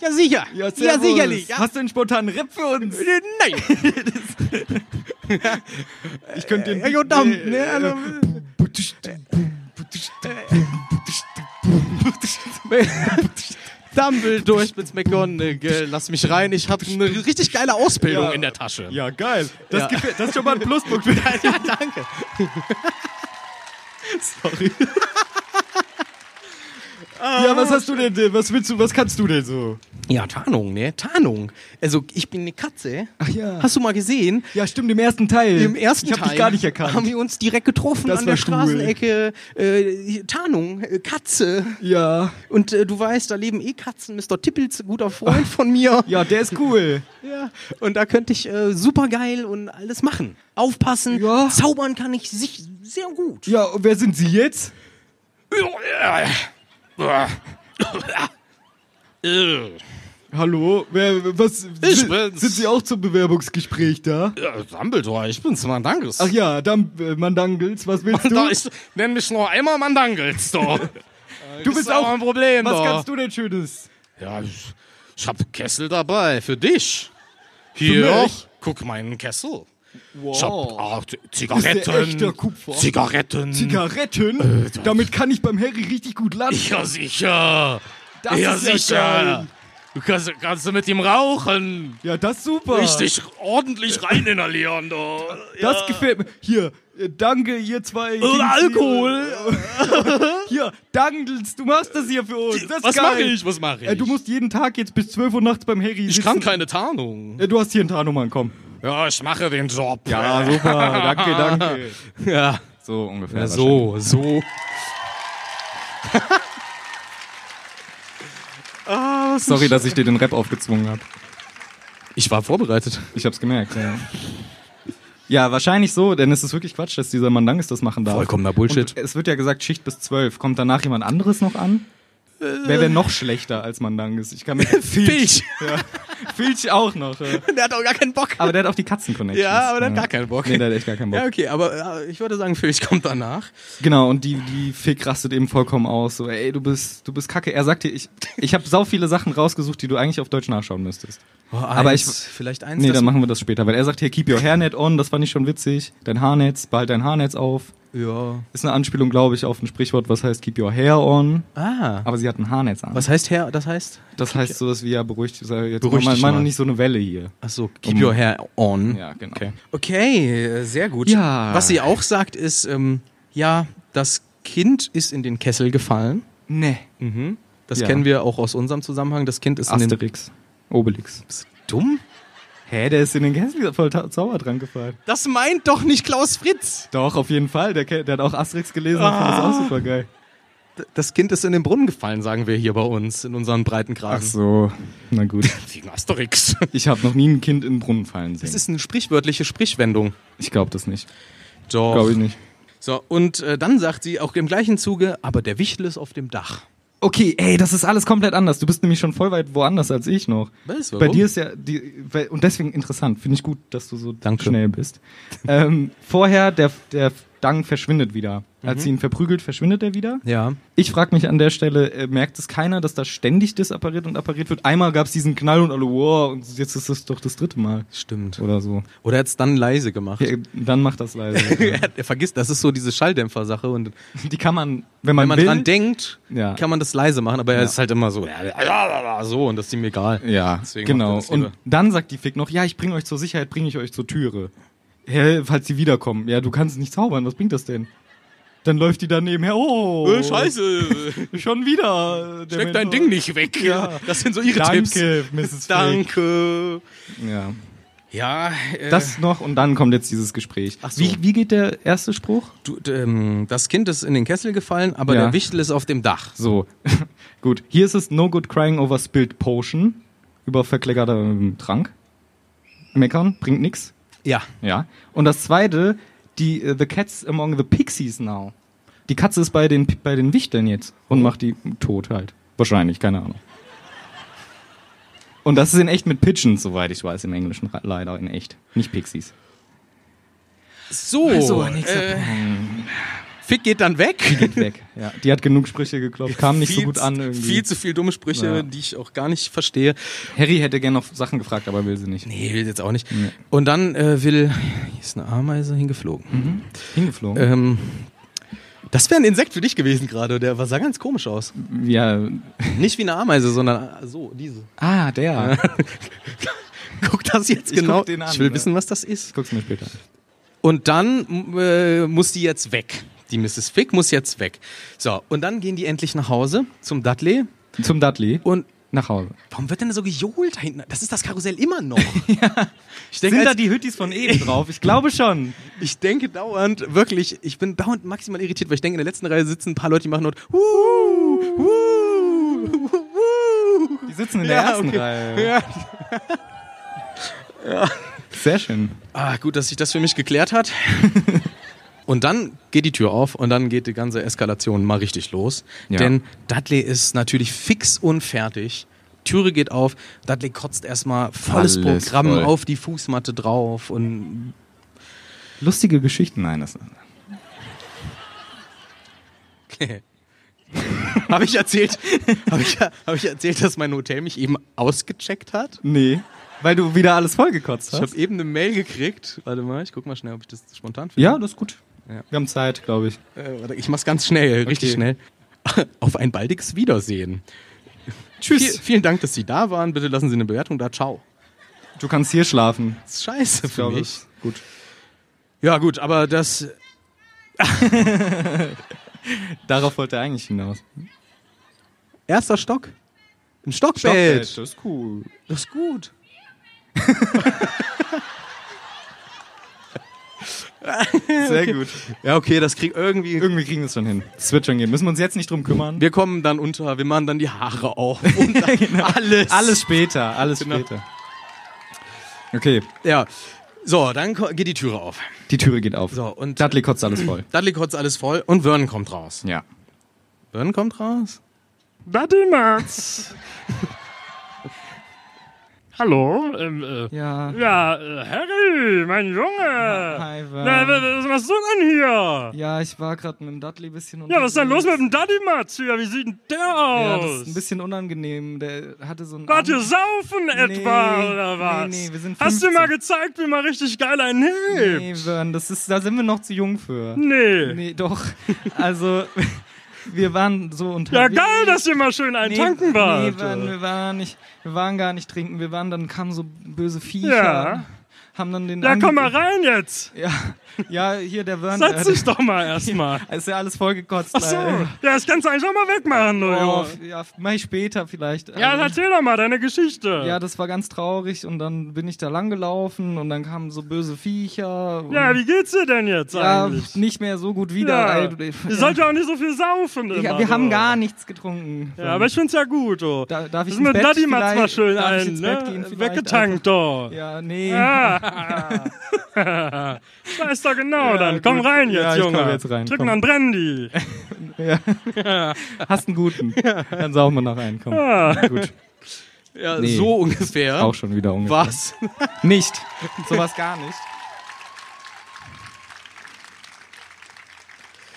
Speaker 3: ja sicher.
Speaker 2: Ja,
Speaker 3: Ja,
Speaker 2: servus.
Speaker 3: sicherlich. Ja.
Speaker 2: Hast du einen spontanen Rap für uns?
Speaker 3: Äh, Nein.
Speaker 2: Ich könnte den.
Speaker 3: Ja, jo, dann, ne, also- Dumbledore, ich bin's McGonagall. Lass mich rein. Ich habe eine richtig geile Ausbildung
Speaker 2: Ja.
Speaker 3: in der Tasche.
Speaker 2: Ja, geil. Das,
Speaker 3: Ja.
Speaker 2: gefällt- das ist schon mal ein Pluspunkt für dich.
Speaker 3: Ja, danke.
Speaker 2: Sorry. ja, was hast du denn? äh, Was willst du? Was kannst du denn so?
Speaker 3: Ja, Tarnung, ne? Tarnung. Also, ich bin eine Katze.
Speaker 2: Ach ja.
Speaker 3: Hast du mal gesehen?
Speaker 2: ja, stimmt, im ersten Teil.
Speaker 3: Im ersten
Speaker 2: ich hab
Speaker 3: Teil
Speaker 2: dich gar nicht erkannt.
Speaker 3: haben wir uns direkt getroffen
Speaker 2: Das
Speaker 3: an
Speaker 2: war
Speaker 3: der
Speaker 2: cool.
Speaker 3: Straßenecke. Äh, Tarnung, äh, Katze.
Speaker 2: ja.
Speaker 3: Und äh, du weißt, da leben eh Katzen. Mr. Tippels, guter Freund von mir.
Speaker 2: Ja, der ist cool.
Speaker 3: Ja. Und da könnte ich äh, super geil und alles machen. Aufpassen,
Speaker 2: Ja.
Speaker 3: zaubern kann ich sich sehr gut.
Speaker 2: Ja, und wer sind Sie jetzt? Hallo, wer, was,
Speaker 3: Ich
Speaker 2: si-
Speaker 3: bin's.
Speaker 2: sind Sie auch zum Bewerbungsgespräch da?
Speaker 3: Dumbledore, ich bin's, Mandangels.
Speaker 2: Ach ja, dann, äh, Mandangels, was willst du?
Speaker 3: nenn mich nur einmal Mandangels, doch.
Speaker 2: du bist auch,
Speaker 3: Problem,
Speaker 2: was kannst du denn Schönes?
Speaker 3: Ja, ich, ich hab Kessel dabei, für dich.
Speaker 2: Für
Speaker 3: Hier,
Speaker 2: mich?
Speaker 3: guck meinen Kessel. Ich hab
Speaker 2: Wow.
Speaker 3: ah, Z-
Speaker 2: Das ist der echte
Speaker 3: Zigaretten.
Speaker 2: Kupfer.
Speaker 3: Zigaretten.
Speaker 2: Zigaretten?
Speaker 3: Hm. Äh, das-
Speaker 2: Damit kann ich beim Harry richtig gut landen.
Speaker 3: ja, sicher.
Speaker 2: Das
Speaker 3: ja,
Speaker 2: ist ja
Speaker 3: sicher.
Speaker 2: geil.
Speaker 3: du kannst, kannst du mit ihm rauchen.
Speaker 2: Ja, das ist super.
Speaker 3: Richtig ordentlich rein inhalieren, da.
Speaker 2: Das gefällt mir. Hier, äh, danke, ihr zwei.
Speaker 3: Und
Speaker 2: Kings-
Speaker 3: Äh, Alkohol.
Speaker 2: Hier, Dangels, du machst das hier für uns. Das ist
Speaker 3: Was
Speaker 2: geil.
Speaker 3: mache ich? Was mache ich?
Speaker 2: Äh, du musst jeden Tag jetzt bis 12 Uhr nachts beim Harry
Speaker 3: ich
Speaker 2: sitzen.
Speaker 3: kann keine Tarnung.
Speaker 2: Äh, du hast hier einen Tarnummern, komm.
Speaker 3: Ja, ich mache den Job.
Speaker 2: Ja, super. danke, danke.
Speaker 3: ja.
Speaker 2: So ungefähr.
Speaker 3: Ja, so, so. Ah,
Speaker 2: Sorry, dass ich dir den Rap aufgezwungen habe.
Speaker 3: Ich war vorbereitet.
Speaker 2: Ich hab's gemerkt, ja. Ja, wahrscheinlich so, denn es ist wirklich Quatsch, dass dieser Mandanges das machen darf.
Speaker 3: Vollkommener Bullshit.
Speaker 2: Und es wird ja gesagt, Schicht bis 12. Kommt danach jemand anderes noch an? Wer wäre noch schlechter als Mandanges? Ich kann mir
Speaker 3: Filch.
Speaker 2: Ja. Filch auch noch. Ja.
Speaker 3: Der hat auch gar keinen Bock.
Speaker 2: Aber der hat auch die Katzen-Connections.
Speaker 3: Ja, aber der hat gar keinen Bock.
Speaker 2: Nee, der hat echt gar keinen Bock.
Speaker 3: Ja, okay, aber äh, ich würde sagen, Filch kommt danach.
Speaker 2: Genau, und die, die Fick rastet eben vollkommen aus. So, ey, du bist, du bist kacke. Er sagt dir, ich, ich habe sau viele Sachen rausgesucht, die du eigentlich auf Deutsch nachschauen müsstest. Aber ich-
Speaker 3: vielleicht Oh, eins.
Speaker 2: Nee,
Speaker 3: das-
Speaker 2: dann machen wir das später. Weil er sagt hier, keep your hairnet on, das fand ich schon witzig. Dein Haarnetz, behalt dein Haarnetz auf.
Speaker 3: ja.
Speaker 2: Ist eine Anspielung, glaube ich, auf ein Sprichwort, was heißt keep your hair on.
Speaker 3: Ah.
Speaker 2: Aber sie hat ein Haarnetz an.
Speaker 3: Was heißt Herr? Das heißt?
Speaker 2: Das heißt so, dass wir ja beruhigt, sei jetzt
Speaker 3: Beruhig
Speaker 2: mal,
Speaker 3: dich
Speaker 2: mal
Speaker 3: mal.
Speaker 2: noch nicht so eine Welle hier.
Speaker 3: Achso, keep your hair on.
Speaker 2: Um- Ja, genau.
Speaker 3: Okay. Okay, äh, sehr gut.
Speaker 2: Ja.
Speaker 3: Was sie auch sagt, ist, ähm, ja, das Kind ist in den Kessel gefallen.
Speaker 2: Nee.
Speaker 3: Das
Speaker 2: Mhm. Ja.
Speaker 3: kennen wir auch aus unserem Zusammenhang. Das Kind ist in den.
Speaker 2: Asterix. Obelix.
Speaker 3: Dumm?
Speaker 2: Hä, der ist in den Kessel voll ta- Zauber dran gefallen.
Speaker 3: Das meint doch nicht Klaus Fritz.
Speaker 2: Doch, auf jeden Fall. Der, ke- der hat auch Asterix gelesen und fand das
Speaker 3: Ah.
Speaker 2: auch super geil.
Speaker 3: D- Das Kind ist in den Brunnen gefallen, sagen wir hier bei uns, in unseren breiten
Speaker 2: Ach
Speaker 3: Graben.
Speaker 2: so, Also, na gut.
Speaker 3: Wegen Asterix.
Speaker 2: Ich habe noch nie ein Kind in den Brunnen fallen sehen.
Speaker 3: Das ist eine sprichwörtliche Sprichwendung.
Speaker 2: ich glaube das nicht.
Speaker 3: Doch.
Speaker 2: Glaube ich nicht.
Speaker 3: So, und äh, dann sagt sie auch im gleichen Zuge, aber der Wichtel ist auf dem Dach.
Speaker 2: Okay, ey, das ist alles komplett anders. Du bist nämlich schon voll weit woanders als ich noch.
Speaker 3: Was?
Speaker 2: Bei dir ist ja die weil- und deswegen interessant. Finde ich gut, dass du so
Speaker 3: Danke.
Speaker 2: schnell bist. ähm, vorher der der Dang verschwindet wieder.
Speaker 3: Mhm.
Speaker 2: Als sie ihn verprügelt, verschwindet er wieder.
Speaker 3: Ja.
Speaker 2: Ich frage mich an der Stelle, äh, merkt es keiner, dass da ständig disappariert und appariert wird? Einmal gab es diesen Knall und alle, wow, und jetzt ist das doch das dritte Mal
Speaker 3: Stimmt.
Speaker 2: oder so.
Speaker 3: Oder hat's dann leise gemacht.
Speaker 2: Ja, dann macht das leise.
Speaker 3: Er, er vergisst, das ist so diese Schalldämpfer-Sache. Und
Speaker 2: Die kann man, wenn man,
Speaker 3: wenn man
Speaker 2: will,
Speaker 3: dran denkt,
Speaker 2: Ja.
Speaker 3: kann man das leise machen, aber er ist halt immer so, ja, ja, ja, ja, so, und das ist ihm egal.
Speaker 2: Ja,
Speaker 3: Deswegen
Speaker 2: genau.
Speaker 3: macht er das lieber.
Speaker 2: Und dann sagt die Fick noch, ja, ich bringe euch zur Sicherheit, bringe ich euch zur Türe. Hä, falls sie wiederkommen. Ja, du kannst nicht zaubern, was bringt das denn? Dann läuft die dann nebenher, oh,
Speaker 3: Äh, scheiße,
Speaker 2: schon wieder. äh, der
Speaker 3: steck dein
Speaker 2: Mentor.
Speaker 3: Ding nicht weg.
Speaker 2: Ja.
Speaker 3: Das sind so ihre Tipps.
Speaker 2: Danke, Mrs. Danke.
Speaker 3: Danke.
Speaker 2: Ja.
Speaker 3: Ja, äh,
Speaker 2: Das noch und dann kommt jetzt dieses Gespräch.
Speaker 3: Ach so.
Speaker 2: wie, wie geht der erste Spruch?
Speaker 3: du, d- ähm, das Kind ist in den Kessel gefallen, aber
Speaker 2: Ja.
Speaker 3: der Wichtel ist auf dem Dach.
Speaker 2: So, gut. Hier ist es No Good Crying Over Spilled Potion. Über verkleckertem Trank. Meckern, bringt nix.
Speaker 3: Ja.
Speaker 2: Ja. Und das zweite, die äh, The Cats Among the Pixies Now. Die Katze ist bei den, bei den Wichteln jetzt und macht die tot halt. Wahrscheinlich, keine Ahnung. Und das ist in echt mit Pigeons, soweit ich weiß, im Englischen ra- leider in echt. Nicht Pixies.
Speaker 3: So,
Speaker 2: So, Also,
Speaker 3: äh,
Speaker 2: nächster
Speaker 3: Fick geht dann weg.
Speaker 2: Geht weg. Ja, die hat genug Sprüche geklopft, kam nicht so
Speaker 3: Viel
Speaker 2: gut
Speaker 3: zu-
Speaker 2: an irgendwie.
Speaker 3: Viel zu viel dumme Sprüche,
Speaker 2: Ja.
Speaker 3: die ich auch gar nicht verstehe.
Speaker 2: Harry hätte gerne noch Sachen gefragt, aber will sie nicht.
Speaker 3: Nee, will jetzt auch nicht. Und dann äh, will. Hier ist eine Ameise hingeflogen.
Speaker 2: Mhm. Hingeflogen.
Speaker 3: Ähm, das wäre ein Insekt für dich gewesen gerade. Der war- sah ganz komisch aus.
Speaker 2: Äh. Ja.
Speaker 3: Nicht wie eine Ameise, sondern äh, so, diese.
Speaker 2: Ah, der.
Speaker 3: Guck das jetzt
Speaker 2: Ich
Speaker 3: genau.
Speaker 2: guck den an,
Speaker 3: ich will
Speaker 2: ne?
Speaker 3: wissen, was das ist.
Speaker 2: Guck's mir später an.
Speaker 3: Und dann m- äh, muss die jetzt weg. Die Mrs. Fick muss jetzt weg. So, und dann gehen die endlich nach Hause zum Dudley.
Speaker 2: Zum Dudley.
Speaker 3: Und
Speaker 2: Nach Hause.
Speaker 3: warum wird denn so gejohlt da hinten? Das ist das Karussell immer noch. ich
Speaker 2: Sind
Speaker 3: denke,
Speaker 2: da
Speaker 3: als,
Speaker 2: die Hüttis von eben drauf? Ich glaube schon.
Speaker 3: ich denke dauernd, wirklich, ich bin dauernd maximal irritiert, weil ich denke, in der letzten Reihe sitzen ein paar Leute, die machen dort. Wuh, wuh, wuh.
Speaker 2: Die sitzen in der
Speaker 3: Ja,
Speaker 2: ersten
Speaker 3: okay.
Speaker 2: Reihe. Sehr schön.
Speaker 3: Ah, gut, dass sich das für mich geklärt hat. und dann geht die Tür auf und dann geht die ganze Eskalation mal richtig los.
Speaker 2: Ja.
Speaker 3: Denn Dudley ist natürlich fix und fertig. Türe geht auf, Dudley kotzt erstmal volles
Speaker 2: Alles
Speaker 3: Programm
Speaker 2: voll.
Speaker 3: auf die Fußmatte drauf und
Speaker 2: Lustige Geschichten. Nein, das
Speaker 3: habe ich erzählt, habe ich, hab ich erzählt, dass mein Hotel mich eben ausgecheckt hat?
Speaker 2: Nee. Weil du wieder alles vollgekotzt
Speaker 3: Ich habe
Speaker 2: hast.
Speaker 3: eben eine Mail gekriegt. Warte mal, ich guck mal schnell, ob ich das spontan finde.
Speaker 2: Ja, das ist gut.
Speaker 3: Ja.
Speaker 2: Wir haben Zeit, glaube ich.
Speaker 3: Äh, warte, ich mach's ganz schnell, richtig
Speaker 2: Okay.
Speaker 3: schnell. Auf ein baldiges Wiedersehen. Viel,
Speaker 2: Tschüss.
Speaker 3: vielen Dank, dass Sie da waren. Bitte lassen Sie eine Bewertung da. Ciao.
Speaker 2: Du kannst hier schlafen.
Speaker 3: Das ist scheiße
Speaker 2: Ich
Speaker 3: für
Speaker 2: glaube,
Speaker 3: mich.
Speaker 2: es- Gut.
Speaker 3: Ja, gut, aber das. äh,
Speaker 2: Darauf wollte er eigentlich hinaus.
Speaker 3: Erster Stock? Ein Stockbett.
Speaker 2: Stockbett, Das ist cool.
Speaker 3: Das ist gut.
Speaker 2: Sehr gut.
Speaker 3: Ja, okay, das krieg irgendwie.
Speaker 2: Irgendwie kriegen wir es schon hin. Es wird schon gehen. Müssen wir uns jetzt nicht drum kümmern.
Speaker 3: Wir kommen dann unter, wir machen dann die Haare auf. Und dann Alles.
Speaker 2: Alles später, alles
Speaker 3: Genau.
Speaker 2: später. Okay,
Speaker 3: Ja. So, dann ko- geht die Türe auf.
Speaker 2: die Türe geht auf.
Speaker 3: So, und
Speaker 2: Dudley kotzt alles voll.
Speaker 3: Dudley kotzt alles voll und Vernon kommt raus.
Speaker 2: Ja.
Speaker 3: Vernon kommt raus.
Speaker 4: Daddy Nerds. Hallo? Ähm, äh,
Speaker 2: Ja.
Speaker 4: ja, äh, Harry, mein Junge.
Speaker 2: Hi, Vern.
Speaker 4: Na, wa- wa- was machst du denn hier?
Speaker 2: Ja, ich war gerade mit dem Dudley ein bisschen
Speaker 4: Ja, was ist denn los mit dem Daddy Matz hier? Wie sieht denn der
Speaker 2: Ja, das
Speaker 4: aus?
Speaker 2: ist ein bisschen unangenehm. Der hatte so einen.
Speaker 4: Wart ihr
Speaker 2: Abend-
Speaker 4: saufen etwa
Speaker 2: Nee,
Speaker 4: oder
Speaker 2: nee,
Speaker 4: was?
Speaker 2: nee, wir sind
Speaker 4: Hast du
Speaker 2: 15.
Speaker 4: mal gezeigt, wie man richtig geil einen
Speaker 2: Nee,
Speaker 4: hebt?
Speaker 2: Vern, das ist, da sind wir noch zu jung für.
Speaker 4: Nee.
Speaker 2: Nee, doch. Also, wir waren so
Speaker 4: Ja,
Speaker 2: unterwegs.
Speaker 4: geil, dass ihr mal schön einen
Speaker 2: Nee,
Speaker 4: tanken wart.
Speaker 2: Nee, Vern, wir waren nicht, wir waren gar nicht trinken. Wir waren dann kamen so böse Viecher.
Speaker 4: Ja.
Speaker 2: Haben dann den.
Speaker 4: ja,
Speaker 2: ange-
Speaker 4: komm mal rein jetzt.
Speaker 2: Ja, ja, hier der Vern.
Speaker 4: Setz
Speaker 2: der-
Speaker 4: dich doch mal erstmal.
Speaker 2: Ist ja alles vollgekotzt.
Speaker 4: Ach so. Ja, das kannst du eigentlich auch mal wegmachen, du
Speaker 2: Oh,
Speaker 4: Junge.
Speaker 2: f- ja, f- mach ich später vielleicht.
Speaker 4: Ja,
Speaker 2: Also,
Speaker 4: dann erzähl doch mal deine Geschichte.
Speaker 2: ja, das war ganz traurig und dann bin ich da lang gelaufen und dann kamen so böse Viecher. Und
Speaker 4: ja wie geht's dir denn jetzt
Speaker 2: ja,
Speaker 4: eigentlich?
Speaker 2: nicht mehr so gut wieder.
Speaker 4: ja.
Speaker 2: Ey, du-
Speaker 4: Ihr sollt ja auch nicht so viel saufen.
Speaker 2: ja,
Speaker 4: immer,
Speaker 2: wir haben
Speaker 4: so.
Speaker 2: gar nichts getrunken.
Speaker 4: Ja, aber ich find's ja gut, oh.
Speaker 2: Da- darf ich
Speaker 4: Das
Speaker 2: ins
Speaker 4: mit
Speaker 2: Bett
Speaker 4: Bloody Mats mal
Speaker 2: vielleicht?
Speaker 4: schön
Speaker 2: Darf ich
Speaker 4: ein,
Speaker 2: ins Bett gehen
Speaker 4: ne?
Speaker 2: vielleicht? Also,
Speaker 4: Weggetankt, doch.
Speaker 2: Ja, nee.
Speaker 4: Da ist doch genau,
Speaker 2: Ja,
Speaker 4: dann komm
Speaker 2: gut.
Speaker 4: rein
Speaker 2: Ja,
Speaker 4: jetzt,
Speaker 2: ich komm
Speaker 4: Junge.
Speaker 2: jetzt rein,
Speaker 4: Drück
Speaker 2: komm.
Speaker 4: mal einen Brandy.
Speaker 2: Hast einen guten. Dann saugen wir noch einen. Komm. Gut.
Speaker 3: Ja,
Speaker 2: Nee.
Speaker 3: so ungefähr.
Speaker 2: Auch schon wieder ungefähr.
Speaker 3: Was?
Speaker 2: Nicht. Sowas gar nicht.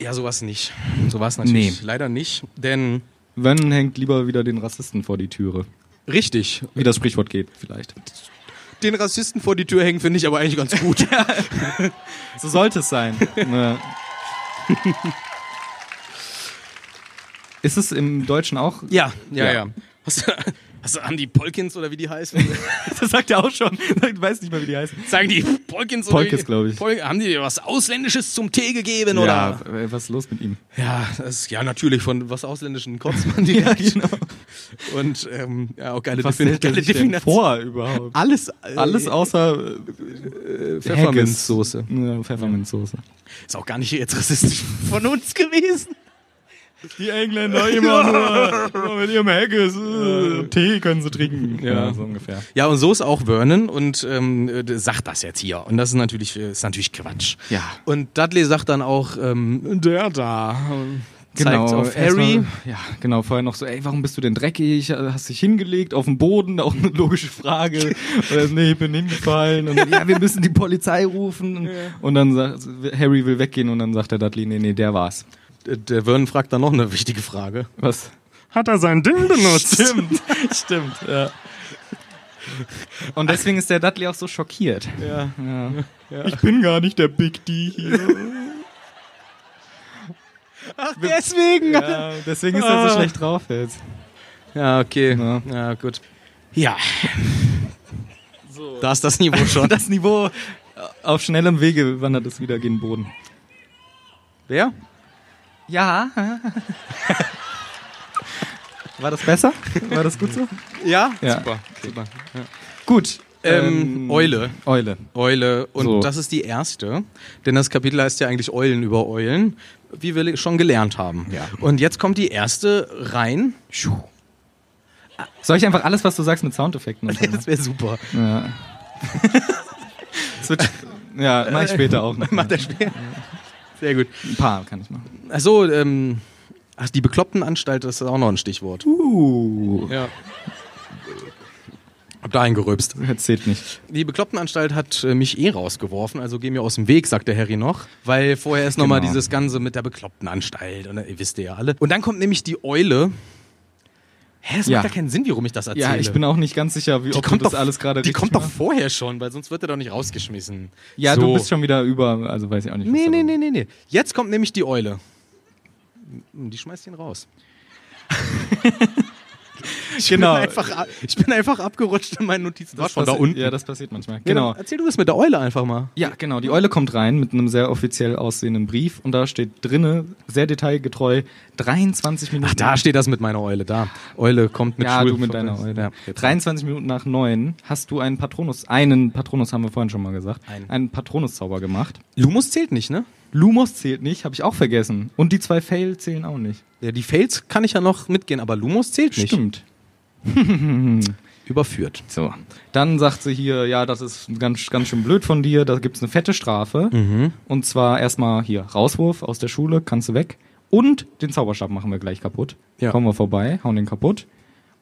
Speaker 3: Ja, sowas nicht. Sowas natürlich
Speaker 2: Nee.
Speaker 3: leider nicht. Denn
Speaker 2: Wenn hängt lieber wieder den Rassisten vor die Türe.
Speaker 3: richtig,
Speaker 2: Wie das Sprichwort geht, vielleicht.
Speaker 3: den Rassisten vor die Tür hängen finde ich aber eigentlich ganz gut.
Speaker 2: So sollte es sein. Ne. Ist es im Deutschen auch?
Speaker 3: Ja, ja, ja.
Speaker 2: Ja.
Speaker 3: Hast, du- Also haben die Polkins oder wie die heißen?
Speaker 2: Das sagt er auch schon. Ich weiß nicht mehr, wie die heißen.
Speaker 3: Sagen die Polkins oder
Speaker 2: Polkis,
Speaker 3: wie-
Speaker 2: glaub ich.
Speaker 3: Pol haben die dir was Ausländisches zum Tee gegeben
Speaker 2: Ja,
Speaker 3: oder?
Speaker 2: äh, was ist los mit ihm?
Speaker 3: Ja, das ist ja natürlich von was Ausländischen kotzt man die
Speaker 2: genau.
Speaker 3: und ähm, ja auch geile,
Speaker 2: Was
Speaker 3: Defin
Speaker 2: stellt er
Speaker 3: geile
Speaker 2: sich denn
Speaker 3: Definition.
Speaker 2: vor überhaupt?
Speaker 3: Alles, äh,
Speaker 2: Alles außer äh,
Speaker 3: Pfefferminzsoße.
Speaker 2: Haggis. Ja, Pfefferminzsoße.
Speaker 3: ist auch gar nicht jetzt rassistisch von uns gewesen.
Speaker 2: Die Engländer immer nur mit ihrem Haggis. äh, Tee können sie trinken. Ja, so ungefähr.
Speaker 3: Ja, und so ist auch Vernon und ähm, äh, sagt das jetzt hier. Und das ist natürlich, äh, ist natürlich Quatsch.
Speaker 2: Ja.
Speaker 3: Und Dudley sagt dann auch, ähm, der da. und zeigt auf Harry.
Speaker 2: erstmal- Genau, ja, genau, vorher noch so, ey, warum bist du denn dreckig? äh, Hast dich hingelegt auf den Boden? Auch eine logische Frage. Oder, nee, ich bin hingefallen. Und, ja, wir müssen die Polizei rufen. Und, und dann sagt, Harry will weggehen und dann sagt der Dudley, nee, nee, der war's.
Speaker 3: Äh, Der Vernon fragt dann noch eine wichtige Frage.
Speaker 2: Was?
Speaker 4: Hat er sein Ding benutzt?
Speaker 2: Stimmt, ja. Und deswegen ist der Dudley auch so schockiert.
Speaker 3: Ja.
Speaker 2: Ich bin gar nicht der Big D hier.
Speaker 3: Ach, deswegen. Ja,
Speaker 2: Ja, deswegen ist er so schlecht drauf jetzt.
Speaker 3: okay. Ja.
Speaker 2: Ja.
Speaker 3: gut. Ja. Da ist das Niveau schon.
Speaker 2: Das Niveau äh, auf schnellem Wege wandert es wieder gegen den Boden.
Speaker 3: Wer?
Speaker 2: Ja. War das besser? War das gut so?
Speaker 3: Ja?
Speaker 2: Ja.
Speaker 3: Super. Super.
Speaker 2: Gut.
Speaker 3: Ähm, Eule.
Speaker 2: Eule.
Speaker 3: Eule. Und
Speaker 2: So.
Speaker 3: das ist die erste. Denn das Kapitel heißt ja eigentlich Eulen über Eulen, wie wir schon gelernt haben.
Speaker 2: Ja.
Speaker 3: Und jetzt kommt die erste rein.
Speaker 2: Soll ich einfach alles, was du sagst, mit Soundeffekten untermalen?
Speaker 3: Das wäre super.
Speaker 2: Ja. Das wird- ja, mach ich später auch noch.
Speaker 3: Macht der Spiel. Sehr gut.
Speaker 2: Ein paar kann ich machen.
Speaker 3: Achso, ähm, ach, die Beklopptenanstalt, das ist auch noch ein Stichwort.
Speaker 2: Uh.
Speaker 3: Ja. Hab dahin gerülpst.
Speaker 2: Erzählt nicht.
Speaker 3: Die Beklopptenanstalt hat äh, mich eh rausgeworfen, also geh mir aus dem Weg, sagt der Harry noch. Weil vorher ist nochmal
Speaker 2: Genau.
Speaker 3: dieses Ganze mit der Beklopptenanstalt und äh, ihr wisst ihr ja alle. Und dann kommt nämlich die Eule. Hä, es
Speaker 2: Ja.
Speaker 3: macht ja keinen Sinn, warum ich das erzähle.
Speaker 2: Ja, ich bin auch nicht ganz sicher, wie
Speaker 3: die
Speaker 2: ob du
Speaker 3: kommt
Speaker 2: das
Speaker 3: doch,
Speaker 2: alles gerade
Speaker 3: Die
Speaker 2: richtig
Speaker 3: kommt doch
Speaker 2: machst.
Speaker 3: vorher schon, weil sonst wird er doch nicht rausgeschmissen.
Speaker 2: Ja,
Speaker 3: So.
Speaker 2: du bist schon wieder über, also weiß ich auch nicht. was
Speaker 3: Nee,
Speaker 2: da
Speaker 3: nee,
Speaker 2: los
Speaker 3: nee, nee, nee. Jetzt kommt nämlich die Eule. Die schmeißt ihn raus.
Speaker 2: ist.
Speaker 3: Ich bin
Speaker 2: Genau.
Speaker 3: einfach, ab- ich bin einfach abgerutscht in meinen Notizen. Das
Speaker 2: passi- Ja, das passiert manchmal. Genau.
Speaker 3: Erzähl du das mit der Eule einfach mal.
Speaker 2: Ja, genau. Die Eule kommt rein mit einem sehr offiziell aussehenden Brief und da steht drinne, sehr detailgetreu, 23 Minuten.
Speaker 3: Ach, da steht das mit meiner Eule, da. Eule kommt mit
Speaker 2: ja,
Speaker 3: Schul
Speaker 2: du mit deiner Eule.
Speaker 3: Ja.
Speaker 2: 23 Minuten nach neun hast du einen Patronus, einen Patronus haben wir vorhin schon mal gesagt,
Speaker 3: Einen.
Speaker 2: einen Patronuszauber gemacht.
Speaker 3: Lumus zählt nicht, ne?
Speaker 2: Lumos zählt nicht, habe ich auch vergessen. Und die zwei Fail zählen auch nicht.
Speaker 3: Ja, die Fails kann ich ja noch mitgehen, aber Lumus zählt nicht.
Speaker 2: Stimmt.
Speaker 3: Überführt.
Speaker 2: So. Dann sagt sie hier, ja, das ist ganz, ganz schön blöd von dir, da gibt's eine fette Strafe.
Speaker 3: Mhm.
Speaker 2: Und zwar erstmal hier, Rauswurf aus der Schule, kannst du weg. Und den Zauberstab machen wir gleich kaputt.
Speaker 3: Ja.
Speaker 2: Kommen wir vorbei, hauen den kaputt.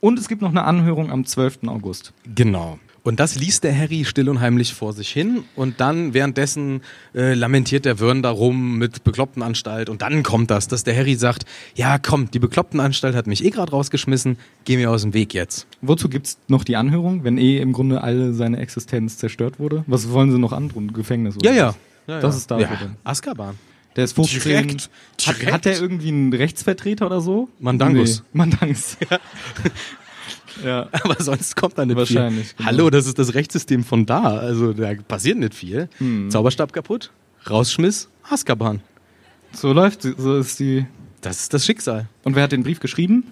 Speaker 2: Und es gibt noch eine Anhörung am 12. August.
Speaker 3: Genau. Und das liest der Harry still und heimlich vor sich hin und dann währenddessen äh, lamentiert der Wörn darum mit Beklopptenanstalt und dann kommt das, dass der Harry sagt, ja komm, die Beklopptenanstalt hat mich eh gerade rausgeschmissen, geh mir aus dem Weg jetzt.
Speaker 2: Wozu gibt's noch die Anhörung, wenn eh im Grunde alle seine Existenz zerstört wurde? Was wollen sie noch anderen? Gefängnis oder was? Das ist dafür
Speaker 3: ja.
Speaker 2: dann.
Speaker 3: Azkaban.
Speaker 2: Der ist 15.
Speaker 3: Direkt.
Speaker 2: Hat,
Speaker 3: Direkt.
Speaker 2: hat der irgendwie einen Rechtsvertreter oder so?
Speaker 3: Mandangus.
Speaker 2: Nee. Mandangus. ja.
Speaker 3: Aber sonst kommt da nicht
Speaker 2: Wahrscheinlich,
Speaker 3: viel.
Speaker 2: genau.
Speaker 3: Hallo, das ist das Rechtssystem von da. Also da passiert nicht viel.
Speaker 2: Hm.
Speaker 3: Zauberstab kaputt, Rausschmiss, Azkaban.
Speaker 2: So läuft sie, so ist die.
Speaker 3: Das ist das Schicksal.
Speaker 2: Und wer hat den Brief geschrieben?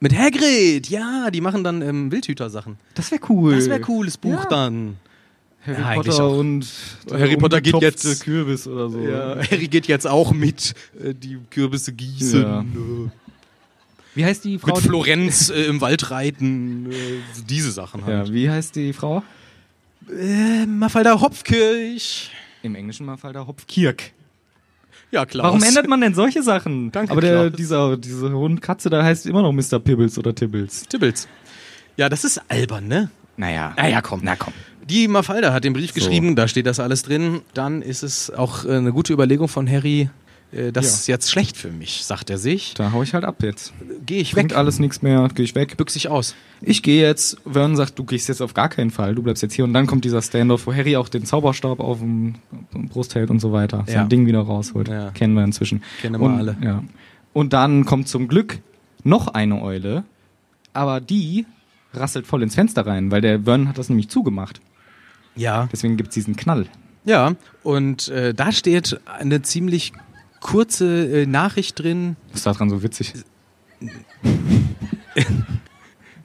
Speaker 3: Mit Hagrid, ja, die machen dann ähm, Wildhüter-Sachen.
Speaker 2: Das wäre cool.
Speaker 3: Das wäre cooles Buch
Speaker 2: Ja.
Speaker 3: dann.
Speaker 2: Harry
Speaker 3: Ja, eigentlich
Speaker 2: Potter
Speaker 3: auch.
Speaker 2: und der
Speaker 3: Harry Potter geht
Speaker 2: umgetopfte
Speaker 3: jetzt-
Speaker 2: Kürbis oder so.
Speaker 3: Harry geht jetzt auch mit, äh, die Kürbisse gießen,
Speaker 2: Ja.
Speaker 3: äh,
Speaker 2: Wie heißt die Frau?
Speaker 3: mit Florenz äh, im Wald reiten, äh, diese Sachen halt.
Speaker 2: ja, wie heißt die Frau?
Speaker 3: Äh, Mafalda Hopfkirch.
Speaker 2: Im Englischen mal Falter Hopfkirk.
Speaker 3: Ja, klar.
Speaker 2: Warum ändert man denn solche Sachen?
Speaker 3: Danke,
Speaker 2: Aber der,
Speaker 3: Klaus.
Speaker 2: dieser, diese Hund Katze, da heißt immer noch Mr. Pibbles oder Tibbles.
Speaker 3: Tibbles. Ja, das ist albern, ne?
Speaker 2: Naja.
Speaker 3: Naja, komm.
Speaker 2: Na komm.
Speaker 3: Die Mafalda hat den Brief geschrieben, da steht das alles drin. Dann ist es auch äh, eine gute Überlegung von Harry, äh, das
Speaker 2: Ja.
Speaker 3: ist jetzt schlecht für mich, sagt er sich.
Speaker 2: Da hau ich halt ab jetzt.
Speaker 3: Gehe ich
Speaker 2: Bringt
Speaker 3: weg,
Speaker 2: alles nichts mehr, geh ich weg.
Speaker 3: büchse ich aus.
Speaker 2: Ich gehe jetzt. Vern sagt, du gehst jetzt auf gar keinen Fall, du bleibst jetzt hier. Und dann kommt dieser Standoff, wo Harry auch den Zauberstab auf dem Brust hält und so weiter. Sein
Speaker 3: Ja.
Speaker 2: Ding wieder rausholt.
Speaker 3: Ja.
Speaker 2: Kennen wir inzwischen.
Speaker 3: Kennen wir
Speaker 2: und,
Speaker 3: alle.
Speaker 2: Ja. Und dann kommt zum Glück noch eine Eule, aber die rasselt voll ins Fenster rein, weil der Vernon hat das nämlich zugemacht.
Speaker 3: Ja.
Speaker 2: Deswegen gibt's diesen Knall.
Speaker 3: Ja, und äh, da steht eine ziemlich kurze äh, Nachricht drin.
Speaker 2: Was ist daran so witzig?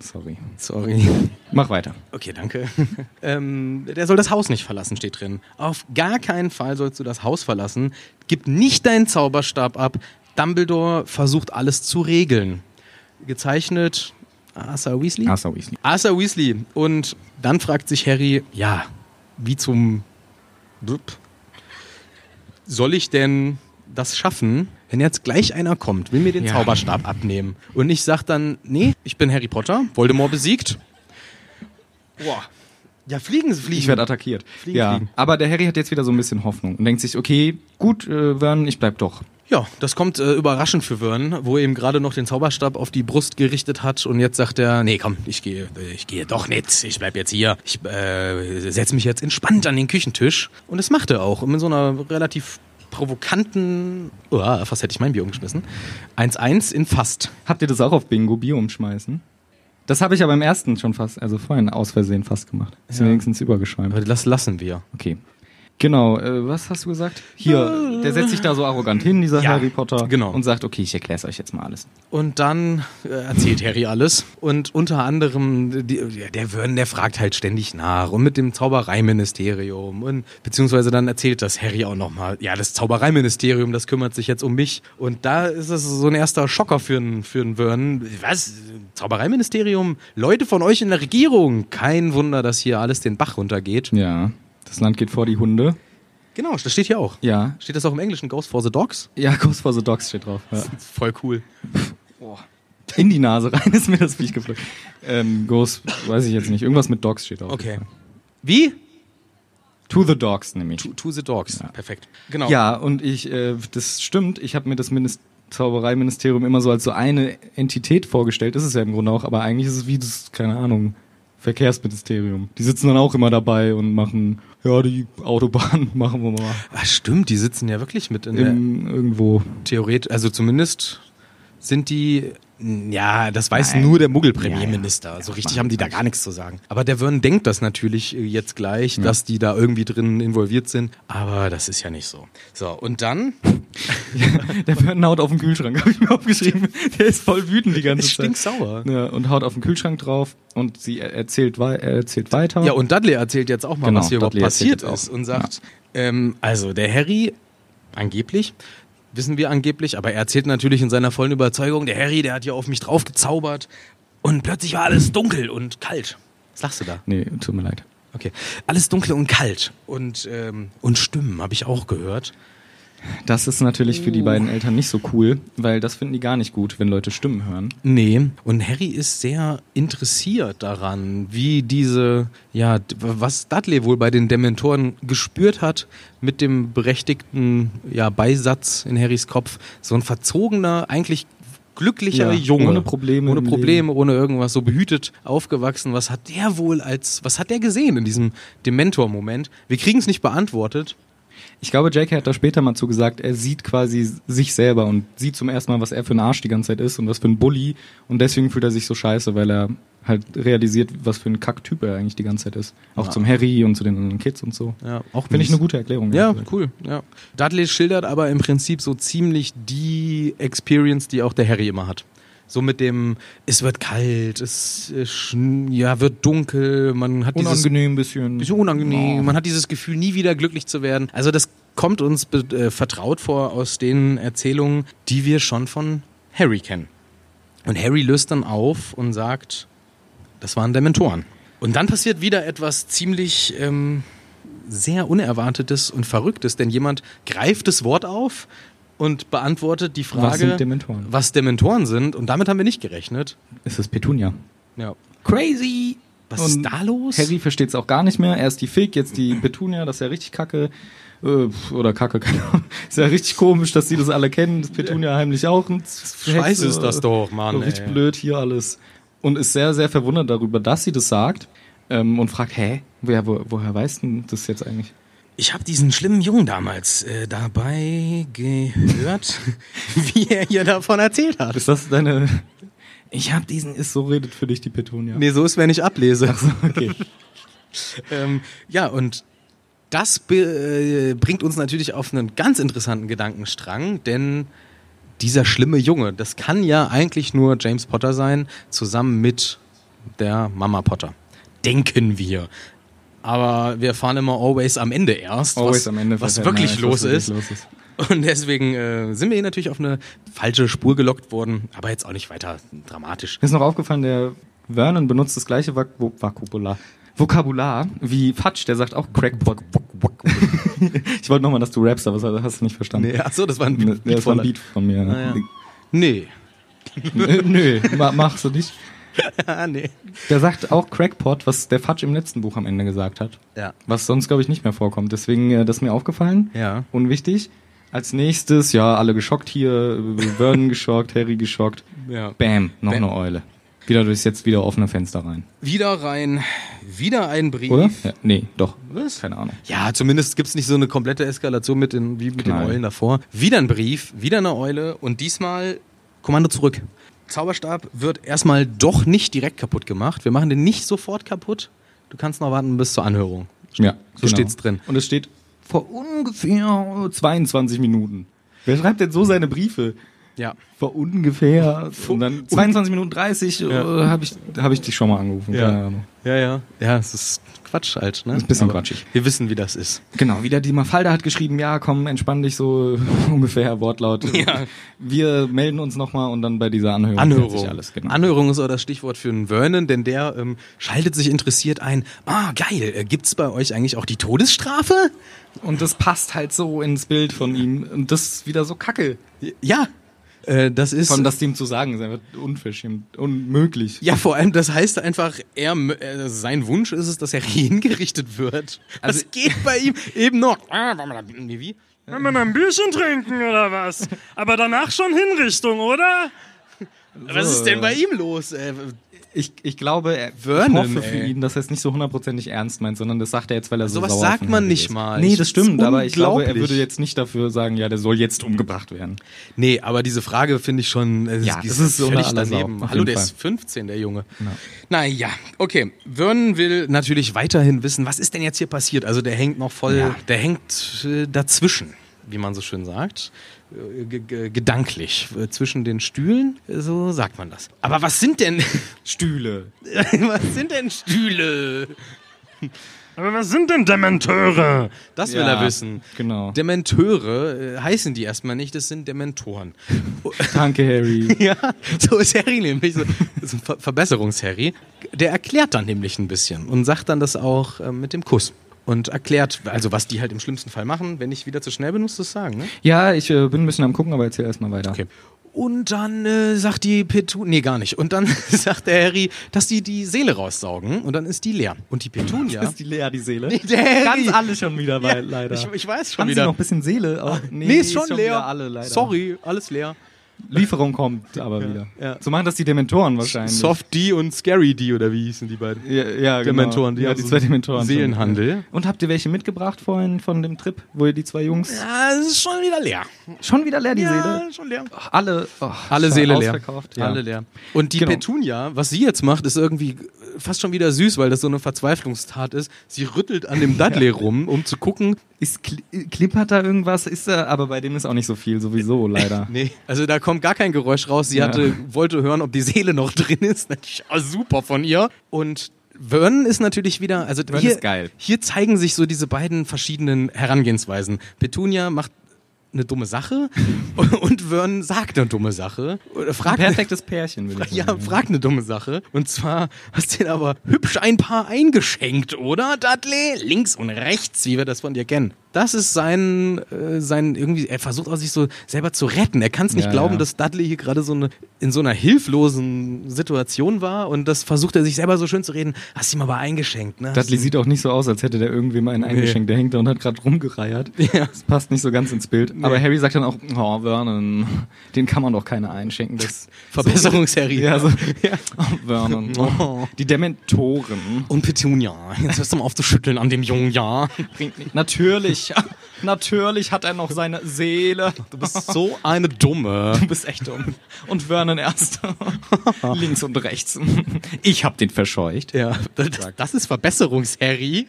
Speaker 2: Sorry.
Speaker 3: Sorry.
Speaker 2: Mach weiter.
Speaker 3: Okay, danke. ähm, der soll das Haus nicht verlassen, steht drin. Auf gar keinen Fall sollst du das Haus verlassen. Gib nicht deinen Zauberstab ab. Dumbledore versucht alles zu regeln. Gezeichnet Arthur Weasley.
Speaker 2: Arthur Weasley.
Speaker 3: Arthur Weasley. Und dann fragt sich Harry, ja, wie zum... Blub. Soll ich denn das schaffen, wenn jetzt gleich einer kommt, will mir den
Speaker 2: Ja.
Speaker 3: Zauberstab abnehmen. Und ich sag dann, nee, ich bin Harry Potter, Voldemort besiegt. Boah. Ja, fliegen sie fliegen.
Speaker 2: Ich werde attackiert.
Speaker 3: Fliegen,
Speaker 2: ja,
Speaker 3: fliegen.
Speaker 2: aber der Harry hat jetzt wieder so ein bisschen Hoffnung und denkt sich, okay, gut, äh, Vernon, ich bleib doch.
Speaker 3: ja, das kommt äh, überraschend für Vernon, wo er eben gerade noch den Zauberstab auf die Brust gerichtet hat und jetzt sagt er, nee, komm, ich gehe, äh, ich gehe doch nicht, ich bleib jetzt hier. Ich äh, setze mich jetzt entspannt an den Küchentisch und das macht er auch in so einer relativ provokanten, uah, fast hätte ich mein Bier umgeschmissen. 1-1 in fast.
Speaker 2: Habt ihr das auch auf Bingo Bier umschmeißen? Das habe ich aber im ersten schon fast, also vorhin aus Versehen fast gemacht. Ist mir wenigstens übergeschäumt.
Speaker 3: Aber das lassen wir.
Speaker 2: Okay. Genau, äh, was hast du gesagt? Hier, der setzt sich da so arrogant hin, dieser
Speaker 3: Äh. Ja,
Speaker 2: Harry Potter,
Speaker 3: genau.
Speaker 2: und sagt, okay, ich erkläre es euch jetzt mal alles.
Speaker 3: Und dann äh, erzählt Harry alles. Und unter anderem, die, der Vernon, der fragt halt ständig nach. Und mit dem Zaubereiministerium. Und beziehungsweise dann erzählt das Harry auch nochmal. Ja, das Zaubereiministerium, das kümmert sich jetzt um mich. Und da ist es so ein erster Schocker für einen für einen Vernon. Was? Zaubereiministerium? Leute von euch in der Regierung? Kein Wunder, dass hier alles den Bach runtergeht.
Speaker 2: Ja, das Land geht vor die Hunde.
Speaker 3: Genau, das steht hier auch.
Speaker 2: Ja,
Speaker 3: Steht das auch im Englischen? Goes for the Dogs?
Speaker 2: ja, Ghost for the Dogs steht drauf. Ja.
Speaker 3: Voll cool.
Speaker 2: In die Nase rein ist mir das Viech geflogen. Ähm, Ghost, weiß ich jetzt nicht, irgendwas mit Dogs steht drauf.
Speaker 3: Okay. Wie?
Speaker 2: To the Dogs nämlich.
Speaker 3: To the Dogs. Perfekt. Genau.
Speaker 2: Ja, und ich, äh, das stimmt. Ich habe mir das Minis- Zaubereiministerium immer so als so eine Entität vorgestellt. Ist es ja im Grunde auch, aber eigentlich ist es wie das, keine Ahnung, Verkehrsministerium. Die sitzen dann auch immer dabei und machen, ja, die Autobahn machen wir mal
Speaker 3: Ah, stimmt, die sitzen ja wirklich mit in
Speaker 2: im, irgendwo.
Speaker 3: der Theoret, also zumindest sind die ja, das weiß
Speaker 2: Nein.
Speaker 3: nur der Muggel-Premierminister.
Speaker 2: Ja, ja.
Speaker 3: So
Speaker 2: Ja,
Speaker 3: richtig
Speaker 2: Mann,
Speaker 3: haben die da gar nichts zu sagen. Aber der Vernon denkt das natürlich äh, jetzt gleich, dass die da irgendwie drin involviert sind. Aber das ist ja nicht so. So, und dann
Speaker 2: Der Vernon haut auf den Kühlschrank, habe ich mir aufgeschrieben. Der ist voll wütend die ganze
Speaker 3: ist
Speaker 2: Zeit.
Speaker 3: stinksauer.
Speaker 2: Ja, und haut auf den Kühlschrank drauf und sie er- erzählt, wei er erzählt weiter.
Speaker 3: Ja, und Dudley erzählt jetzt auch mal,
Speaker 2: Genau,
Speaker 3: was hier überhaupt
Speaker 2: Dudley erzählt
Speaker 3: passiert
Speaker 2: jetzt
Speaker 3: ist
Speaker 2: auch.
Speaker 3: und sagt, ähm, also der Harry, angeblich, wissen wir angeblich, aber er erzählt natürlich in seiner vollen Überzeugung, der Harry, der hat ja auf mich drauf gezaubert und plötzlich war alles dunkel und kalt. Was lachst du da?
Speaker 2: nee, tut mir leid.
Speaker 3: Okay. Alles dunkel und kalt und, ähm, und Stimmen habe ich auch gehört.
Speaker 2: Das ist natürlich
Speaker 3: Oh.
Speaker 2: für die beiden Eltern nicht so cool, weil das finden die gar nicht gut, wenn Leute Stimmen hören.
Speaker 3: Nee. Und Harry ist sehr interessiert daran, wie diese, ja, d- was Dudley wohl bei den Dementoren gespürt hat, mit dem berechtigten ja, Beisatz in Harrys Kopf. So ein verzogener, eigentlich glücklicher
Speaker 2: Ja,
Speaker 3: Junge.
Speaker 2: ohne Probleme
Speaker 3: Ohne
Speaker 2: im
Speaker 3: Probleme, ohne irgendwas, so behütet aufgewachsen. Was hat der wohl als, was hat der gesehen in diesem Dementor-Moment? Wir kriegen es nicht beantwortet.
Speaker 2: Ich glaube, J.K. hat da später mal zu gesagt, er sieht quasi sich selber und sieht zum ersten Mal, was er für ein Arsch die ganze Zeit ist und was für ein Bully. Und deswegen fühlt er sich so scheiße, weil er halt realisiert, was für ein Kacktyp er eigentlich die ganze Zeit ist. Auch zum Harry und zu den anderen Kids und so.
Speaker 3: Ja, auch
Speaker 2: Finde ich
Speaker 3: mies.
Speaker 2: eine gute Erklärung.
Speaker 3: Ja,
Speaker 2: ehrlich gesagt.
Speaker 3: cool. Ja. Dudley schildert aber im Prinzip so ziemlich die Experience, die auch der Harry immer hat. So mit dem, es wird kalt, es äh, schn- ja, wird dunkel, man hat dieses
Speaker 2: Unangenehm ein bisschen.
Speaker 3: bisschen unangenehm, man hat dieses Gefühl, nie wieder glücklich zu werden. Also das kommt uns be- äh, vertraut vor aus den Erzählungen, die wir schon von Harry kennen. Und Harry löst dann auf und sagt, das waren Dementoren. Und dann passiert wieder etwas ziemlich ähm, sehr Unerwartetes und Verrücktes, denn jemand greift das Wort auf und beantwortet die Frage,
Speaker 2: Was sind Dementoren?
Speaker 3: was Dementoren sind. Und damit haben wir nicht gerechnet.
Speaker 2: Es ist Petunia.
Speaker 3: Ja. Crazy! Was ist
Speaker 2: Und
Speaker 3: da los?
Speaker 2: Harry versteht es auch gar nicht mehr. Erst die Fig, jetzt die Petunia, das ist ja richtig kacke. Äh, pf, oder kacke, keine Ahnung. Ist ja richtig komisch, dass die das alle kennen. Das Petunia heimlich auch. Und äh,
Speaker 3: Scheiße ist das doch, Mann,
Speaker 2: Richtig
Speaker 3: ey.
Speaker 2: blöd hier alles. Und ist sehr, sehr verwundert darüber, dass sie das sagt. Ähm, und fragt, hä? Woher, wo, woher weißt denn das jetzt eigentlich?
Speaker 3: Ich habe diesen schlimmen Jungen damals äh, dabei gehört, wie er hier davon erzählt hat.
Speaker 2: Ist das deine Ich hab diesen ist so redet für dich die Petunia.
Speaker 3: Nee, so ist, wenn ich ablese.
Speaker 2: Okay.
Speaker 3: Ähm, ja, und das be- äh, bringt uns natürlich auf einen ganz interessanten Gedankenstrang, denn dieser schlimme Junge, das kann ja eigentlich nur James Potter sein, zusammen mit der Mama Potter. Denken wir. Aber wir erfahren immer always am Ende erst,
Speaker 2: Oh,
Speaker 3: was, was
Speaker 2: verfällt
Speaker 3: wirklich
Speaker 2: man,
Speaker 3: los
Speaker 2: was wirklich
Speaker 3: ist.
Speaker 2: los ist.
Speaker 3: Und deswegen äh, sind wir hier natürlich auf eine falsche Spur gelockt worden, aber jetzt auch nicht weiter dramatisch.
Speaker 2: Mir ist noch aufgefallen, der Vernon benutzt das gleiche Vak Vo- Vokabular. Vokabular wie Fatsch, der sagt auch Crackpot. ich wollte nochmal, dass du rappst, aber das hast du nicht verstanden.
Speaker 3: Nee, achso, das war ein
Speaker 2: Nee,
Speaker 3: Beat.
Speaker 2: das war ein Beat von mir.
Speaker 3: Ah, ja. Nee.
Speaker 2: Nö, Nö, ma machst du nicht.
Speaker 3: Ah, nee.
Speaker 2: Der sagt auch Crackpot, was der Fatsch im letzten Buch am Ende gesagt hat.
Speaker 3: Ja.
Speaker 2: Was sonst, glaube ich, nicht mehr vorkommt. Deswegen, äh, das ist mir aufgefallen.
Speaker 3: Ja.
Speaker 2: Unwichtig. Als nächstes, ja, alle geschockt hier, äh, Vernon geschockt, Harry geschockt.
Speaker 3: ja.
Speaker 2: Bam, noch
Speaker 3: Bam.
Speaker 2: eine Eule. Wieder durchs jetzt wieder offene Fenster rein.
Speaker 3: Wieder rein, wieder ein Brief.
Speaker 2: Oder? Ja, nee, doch.
Speaker 3: Was?
Speaker 2: Keine Ahnung.
Speaker 3: Ja, zumindest gibt's nicht so eine komplette Eskalation mit den, wie mit
Speaker 2: Knall.
Speaker 3: den Eulen davor. Wieder ein Brief, wieder eine Eule und diesmal Kommando zurück. Zauberstab wird erstmal doch nicht direkt kaputt gemacht. Wir machen den nicht sofort kaputt. Du kannst noch warten bis zur Anhörung.
Speaker 2: Ja, genau.
Speaker 3: So steht's drin.
Speaker 2: Und es steht vor ungefähr 22 Minuten. Wer schreibt denn so seine Briefe?
Speaker 3: Ja.
Speaker 2: Vor ungefähr. Und dann 22 Minuten 30 äh, habe ich, hab ich dich schon mal angerufen. Keine Ahnung.
Speaker 3: ja, ja. Ja, es ist Quatsch halt, ne?
Speaker 2: Ist ein bisschen quatschig.
Speaker 3: Wir wissen, wie das ist.
Speaker 2: Genau, wieder die Mafalda hat geschrieben, ja, komm, entspann dich so äh, ungefähr Wortlaut.
Speaker 3: Ja.
Speaker 2: Wir melden uns nochmal und dann bei dieser Anhörung. klärt
Speaker 3: Anhörung.
Speaker 2: sich Alles, genau.
Speaker 3: Anhörung ist auch das Stichwort für einen Vernon, denn der ähm, schaltet sich interessiert ein. Ah, geil, äh, gibt's bei euch eigentlich auch die Todesstrafe?
Speaker 2: und das passt halt so ins Bild von ihm. Und das ist wieder so kacke.
Speaker 3: Ja, äh, das ist.
Speaker 2: Vor allem das dem zu sagen, ist einfach unverschämt, unmöglich.
Speaker 3: ja, vor allem, das heißt einfach, er, mö- äh, sein Wunsch ist es, dass er hingerichtet wird. Also,
Speaker 2: Also-
Speaker 3: das geht bei ihm eben noch. Ah, wollen wir da- nee, wie?
Speaker 4: Wenn wir ein Bierchen trinken oder was? Aber danach schon Hinrichtung, oder?
Speaker 3: Was ist denn bei ihm los? Äh,
Speaker 2: Ich, ich glaube, er,
Speaker 3: Vernon,
Speaker 2: ich hoffe für
Speaker 3: ey.
Speaker 2: ihn, dass er es nicht so hundertprozentig ernst meint, sondern das sagt er jetzt, weil er so
Speaker 3: Sowas
Speaker 2: sauer
Speaker 3: sagt
Speaker 2: auf ihn
Speaker 3: man
Speaker 2: ist.
Speaker 3: nicht mal.
Speaker 2: Nee,
Speaker 3: Ich-
Speaker 2: das stimmt,
Speaker 3: das ist
Speaker 2: aber ich glaube, er
Speaker 3: unglaublich.
Speaker 2: würde jetzt nicht dafür sagen, ja, der soll jetzt umgebracht werden.
Speaker 3: nee, aber diese Frage finde ich schon. Äh,
Speaker 2: Ja,
Speaker 3: die
Speaker 2: das ist so eine
Speaker 3: völlig
Speaker 2: Allersau,
Speaker 3: daneben.
Speaker 2: auf
Speaker 3: Hallo,
Speaker 2: jeden
Speaker 3: der
Speaker 2: Fall.
Speaker 3: ist 15, der Junge. Naja, okay. Vernon will natürlich weiterhin wissen, was ist denn jetzt hier passiert? Also, der hängt noch voll.
Speaker 2: Ja.
Speaker 3: Der hängt äh, dazwischen, wie man so schön sagt. Äh, ge- ge- Gedanklich. Äh, Zwischen den Stühlen, äh, so sagt man das. Aber was sind denn.
Speaker 2: Stühle.
Speaker 3: Was sind denn Stühle?
Speaker 4: Aber was sind denn Dementeure?
Speaker 3: Das will
Speaker 2: Ja,
Speaker 3: er wissen.
Speaker 2: genau.
Speaker 3: Dementeure äh, heißen die erstmal nicht, das sind Dementoren.
Speaker 2: Danke, Harry.
Speaker 3: ja, so ist Harry nämlich, so, so ein Ver Verbesserungs-Harry. Der erklärt dann nämlich ein bisschen und sagt dann das auch äh, mit dem Kuss. Und erklärt, also was die halt im schlimmsten Fall machen, wenn ich wieder zu schnell bin, musst du es sagen, ne?
Speaker 2: ja, ich äh, bin ein bisschen am gucken, aber erzähl erstmal weiter.
Speaker 3: Okay. Und dann äh, sagt die Petunia, nee, gar nicht. Und dann sagt der Harry, dass die die Seele raussaugen und dann ist die leer. Und die Petunia.
Speaker 2: Ist die leer, die Seele?
Speaker 3: der Harry.
Speaker 2: Ganz alle schon wieder, weil, leider.
Speaker 3: Ich, ich weiß schon
Speaker 2: Haben Sie
Speaker 3: wieder. Ah.
Speaker 2: noch ein bisschen Seele? Oh, nee,
Speaker 3: nee, ist schon, leer.
Speaker 2: wieder Alle, leider.
Speaker 3: Sorry, alles leer.
Speaker 2: Lieferung kommt aber wieder.
Speaker 3: ja.
Speaker 2: So machen das die Dementoren wahrscheinlich.
Speaker 3: Soft D und Scary D oder wie hießen die beiden?
Speaker 2: Ja, ja genau.
Speaker 3: Dementoren, die
Speaker 2: ja,
Speaker 3: haben
Speaker 2: die
Speaker 3: so
Speaker 2: zwei Dementoren.
Speaker 3: Seelenhandel.
Speaker 2: Und habt ihr welche mitgebracht vorhin von dem Trip, wo ihr die zwei Jungs
Speaker 3: Ah, es ist schon wieder leer.
Speaker 2: schon wieder leer die Seele?
Speaker 3: schon leer.
Speaker 2: Ach, Alle, oh,
Speaker 3: Alle
Speaker 2: schade,
Speaker 3: Seele leer.
Speaker 2: ausverkauft, Ja.
Speaker 3: Alle leer. Und die
Speaker 2: Genau.
Speaker 3: Petunia, was sie jetzt macht, ist irgendwie fast schon wieder süß, weil das so eine Verzweiflungstat ist. Sie rüttelt an dem Dudley rum, um zu gucken.
Speaker 2: Ist kli- klippert da irgendwas? Ist da, aber bei dem ist auch nicht so viel sowieso leider.
Speaker 3: Nee, also da kommt gar kein Geräusch raus. Sie
Speaker 2: Ja.
Speaker 3: hatte, wollte hören, ob die Seele noch drin ist. Natürlich ah, super von ihr. Und Vernon ist natürlich wieder, also
Speaker 2: Vernon
Speaker 3: hier,
Speaker 2: ist geil.
Speaker 3: hier zeigen sich so diese beiden verschiedenen Herangehensweisen. Petunia macht eine dumme Sache und Vernon sagt eine dumme Sache. Oder
Speaker 2: Ein
Speaker 3: fragt
Speaker 2: perfektes Pärchen, würde ich
Speaker 3: Ja,
Speaker 2: sagen.
Speaker 3: frag eine dumme Sache. Und zwar hast du dir aber hübsch ein paar eingeschenkt, oder, Dudley? Links und rechts, wie wir das von dir kennen. Das ist sein, äh, sein irgendwie, er versucht auch sich so selber zu retten. Er kann es nicht
Speaker 2: Ja,
Speaker 3: glauben,
Speaker 2: ja.
Speaker 3: dass Dudley hier gerade so eine, in so einer hilflosen Situation war. Und das versucht er sich selber so schön zu reden. Hast ihm aber eingeschenkt, ne?
Speaker 2: Dudley sieht auch nicht so aus, als hätte der irgendwem einen eingeschenkt. Der hängt da und hat gerade rumgereiert.
Speaker 3: Ja.
Speaker 2: Das passt nicht so ganz ins Bild. Aber Harry sagt dann auch, oh, Vernon, den kann man doch keine einschenken. Das
Speaker 3: Verbesserungsserie.
Speaker 2: Ja, so. Oh, Vernon. Oh. Die Dementoren.
Speaker 3: Und Petunia, jetzt hörst du mal auf zu schütteln an dem jungen Jahr.
Speaker 2: Natürlich, natürlich, natürlich hat er noch seine Seele.
Speaker 3: Du bist so eine Dumme.
Speaker 2: Du bist echt dumm. Und Vernon erst. Links und rechts. Ich hab den verscheucht.
Speaker 3: Ja, das, das ist Verbesserungs-Harry.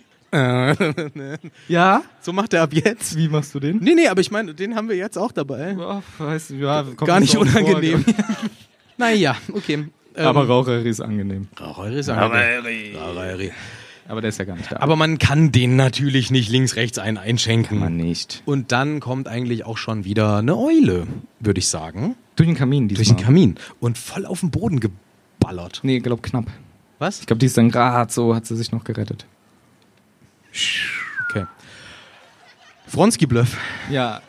Speaker 2: Ja?
Speaker 3: So macht er ab jetzt.
Speaker 2: Wie machst du den?
Speaker 3: Nee, nee, aber ich meine, den haben wir jetzt auch dabei.
Speaker 2: Oh, weiß, ja, kommt
Speaker 3: Gar nicht
Speaker 2: so
Speaker 3: unangenehm. naja, okay. Ähm,
Speaker 2: Vor. Aber Raucher ist angenehm.
Speaker 3: Harry.
Speaker 2: Aber der ist ja gar nicht da.
Speaker 3: Aber man kann den natürlich nicht links, rechts einen einschenken.
Speaker 2: man nicht.
Speaker 3: Und dann kommt eigentlich auch schon wieder eine Eule, würde ich sagen.
Speaker 2: Durch den Kamin diesmal.
Speaker 3: Durch den Kamin. Und voll auf den Boden geballert.
Speaker 2: Nee, glaub knapp.
Speaker 3: Was?
Speaker 2: Ich glaube, die ist dann gerade so, hat sie sich noch gerettet.
Speaker 3: Okay. Fronski-Bluff.
Speaker 2: Ja.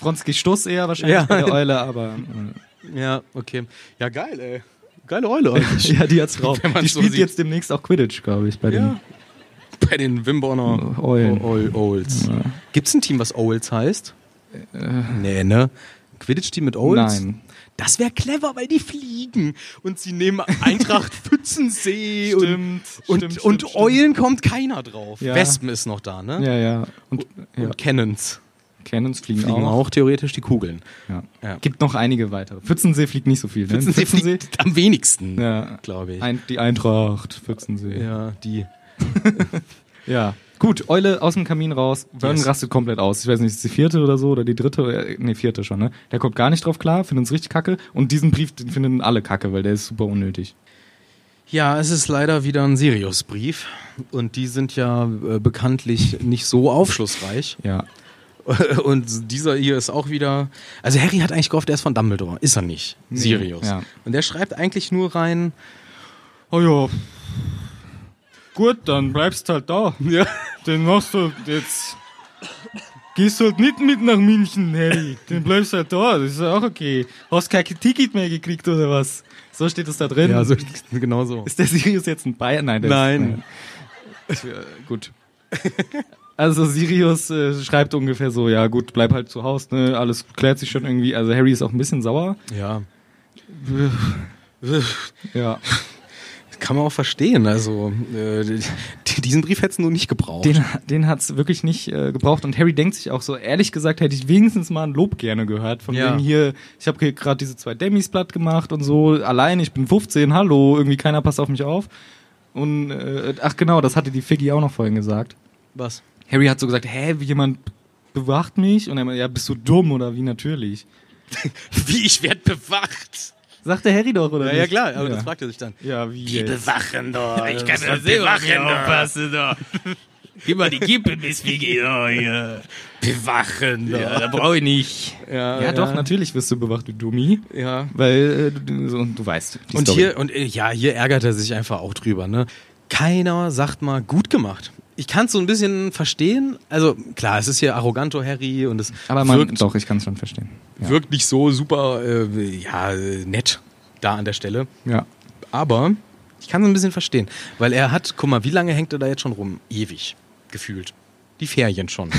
Speaker 2: Fronski stoß eher wahrscheinlich
Speaker 3: Ja.
Speaker 2: bei der Eule, aber. äh,
Speaker 3: Ja, okay. Ja, geil, ey. Geile Eule eigentlich.
Speaker 2: ja, die hat's drauf.
Speaker 3: Wenn man's
Speaker 2: Die
Speaker 3: so
Speaker 2: spielt
Speaker 3: sieht.
Speaker 2: jetzt demnächst auch Quidditch, glaube ich, bei
Speaker 3: Ja.
Speaker 2: den
Speaker 3: Bei den Wimborner
Speaker 2: Eulen.
Speaker 3: Owl- Owls. Gibt's ein Team, was Owls heißt? nee, ne? Ein Quidditch-Team mit Owls?
Speaker 2: Äh. Nein.
Speaker 3: Das wäre clever, weil die fliegen. Und sie nehmen Eintracht Pfützensee
Speaker 2: Stimmt,
Speaker 3: und, und,
Speaker 2: stimmt,
Speaker 3: und
Speaker 2: stimmt, stimmt.
Speaker 3: Eulen kommt keiner drauf.
Speaker 2: Ja.
Speaker 3: Wespen ist noch da, ne?
Speaker 2: Ja, ja. Und, ja.
Speaker 3: Und Cannons.
Speaker 2: Cannons fliegen,
Speaker 3: Fliegen
Speaker 2: auch.
Speaker 3: auch theoretisch die Kugeln.
Speaker 2: Ja.
Speaker 3: Ja.
Speaker 2: Gibt noch einige weitere. Pfützensee fliegt nicht so viel. Ne?
Speaker 3: Pfützensee fliegt am wenigsten,
Speaker 2: Ja.
Speaker 3: glaube ich.
Speaker 2: Ein, die Eintracht, Pfützensee. Ja.
Speaker 3: ja, die.
Speaker 2: Gut, Eule aus dem Kamin raus. Vernon
Speaker 3: Yes.
Speaker 2: rastet komplett aus. Ich weiß nicht, ist die vierte oder so oder die dritte? Äh, Nee, vierte schon, ne? Der kommt gar nicht drauf klar, findet uns richtig kacke. Und diesen Brief, den finden alle kacke, weil der ist super unnötig.
Speaker 3: Ja, es ist leider wieder ein Sirius-Brief. Und die sind ja äh, bekanntlich nicht so aufschlussreich.
Speaker 2: Ja.
Speaker 3: Und dieser hier ist auch wieder. Also, Harry hat eigentlich gehofft, er ist von Dumbledore. Ist er nicht. Sirius.
Speaker 2: ja.
Speaker 3: Und der schreibt eigentlich nur rein.
Speaker 2: Oh ja. Gut, dann bleibst halt da.
Speaker 3: Ja.
Speaker 2: Den machst du jetzt. Gehst halt nicht mit nach München, Harry. Den bleibst halt da, das ist auch okay. Hast kein Ticket mehr gekriegt oder was? So steht das da drin.
Speaker 3: Ja, so, genau so.
Speaker 2: Ist der Sirius jetzt ein Bayern? Nein. Der
Speaker 3: Nein.
Speaker 2: Ist, nein. Äh, gut. Also Sirius äh, schreibt ungefähr so, ja gut, bleib halt zu Hause, ne? alles klärt sich schon irgendwie. Also Harry ist auch ein bisschen sauer.
Speaker 3: Ja.
Speaker 2: Ja.
Speaker 3: Kann man auch verstehen. Also, äh, die- diesen Brief hättest du nur nicht gebraucht.
Speaker 2: Den, den hat's wirklich nicht äh, gebraucht. Und Harry denkt sich auch so, ehrlich gesagt, hätte ich wenigstens mal ein Lob gerne gehört. Von
Speaker 3: Ja.
Speaker 2: wegen hier, ich habe hier gerade diese zwei Demis platt gemacht und so, allein, ich bin 15, hallo, irgendwie keiner passt auf mich auf. Und, äh, ach genau, das hatte die Figgy auch noch vorhin gesagt.
Speaker 3: Was?
Speaker 2: Harry hat so gesagt, hä, wie jemand bewacht mich? Und er meinte, ja, bist du dumm oder wie natürlich?
Speaker 3: Wie ich werd bewacht.
Speaker 2: Sagte Harry doch, oder
Speaker 3: Ja,
Speaker 2: nicht?
Speaker 3: ja, klar. Aber
Speaker 2: ja.
Speaker 3: das fragt er sich dann.
Speaker 2: Ja, wie
Speaker 5: Die
Speaker 2: jetzt?
Speaker 5: bewachen da. Ich kann das bewachen da. Aufpassen da. Gib mal die Kippe, Miss Piggy. da, ja. Bewachen da. Ja, da brauche ich nicht.
Speaker 2: Ja, doch,
Speaker 3: ne?
Speaker 2: natürlich wirst du bewacht, du Dummi.
Speaker 3: Ja.
Speaker 2: Weil, äh, du, so, du weißt. die
Speaker 3: Und
Speaker 2: Story.
Speaker 3: hier, und äh, ja, hier ärgert er sich einfach auch drüber, ne? Keiner sagt mal gut gemacht. Ich kann es so ein bisschen verstehen. Also klar, es ist hier arroganto Harry und es
Speaker 2: Aber man,
Speaker 3: wirkt,
Speaker 2: doch, ich kann es schon verstehen. Ja.
Speaker 3: wirkt nicht so super äh, ja, äh, nett da an der Stelle.
Speaker 2: ja.
Speaker 3: Aber ich kann es ein bisschen verstehen. Weil er hat, guck mal, wie lange hängt er da jetzt schon rum? Ewig. Gefühlt. Die Ferien schon.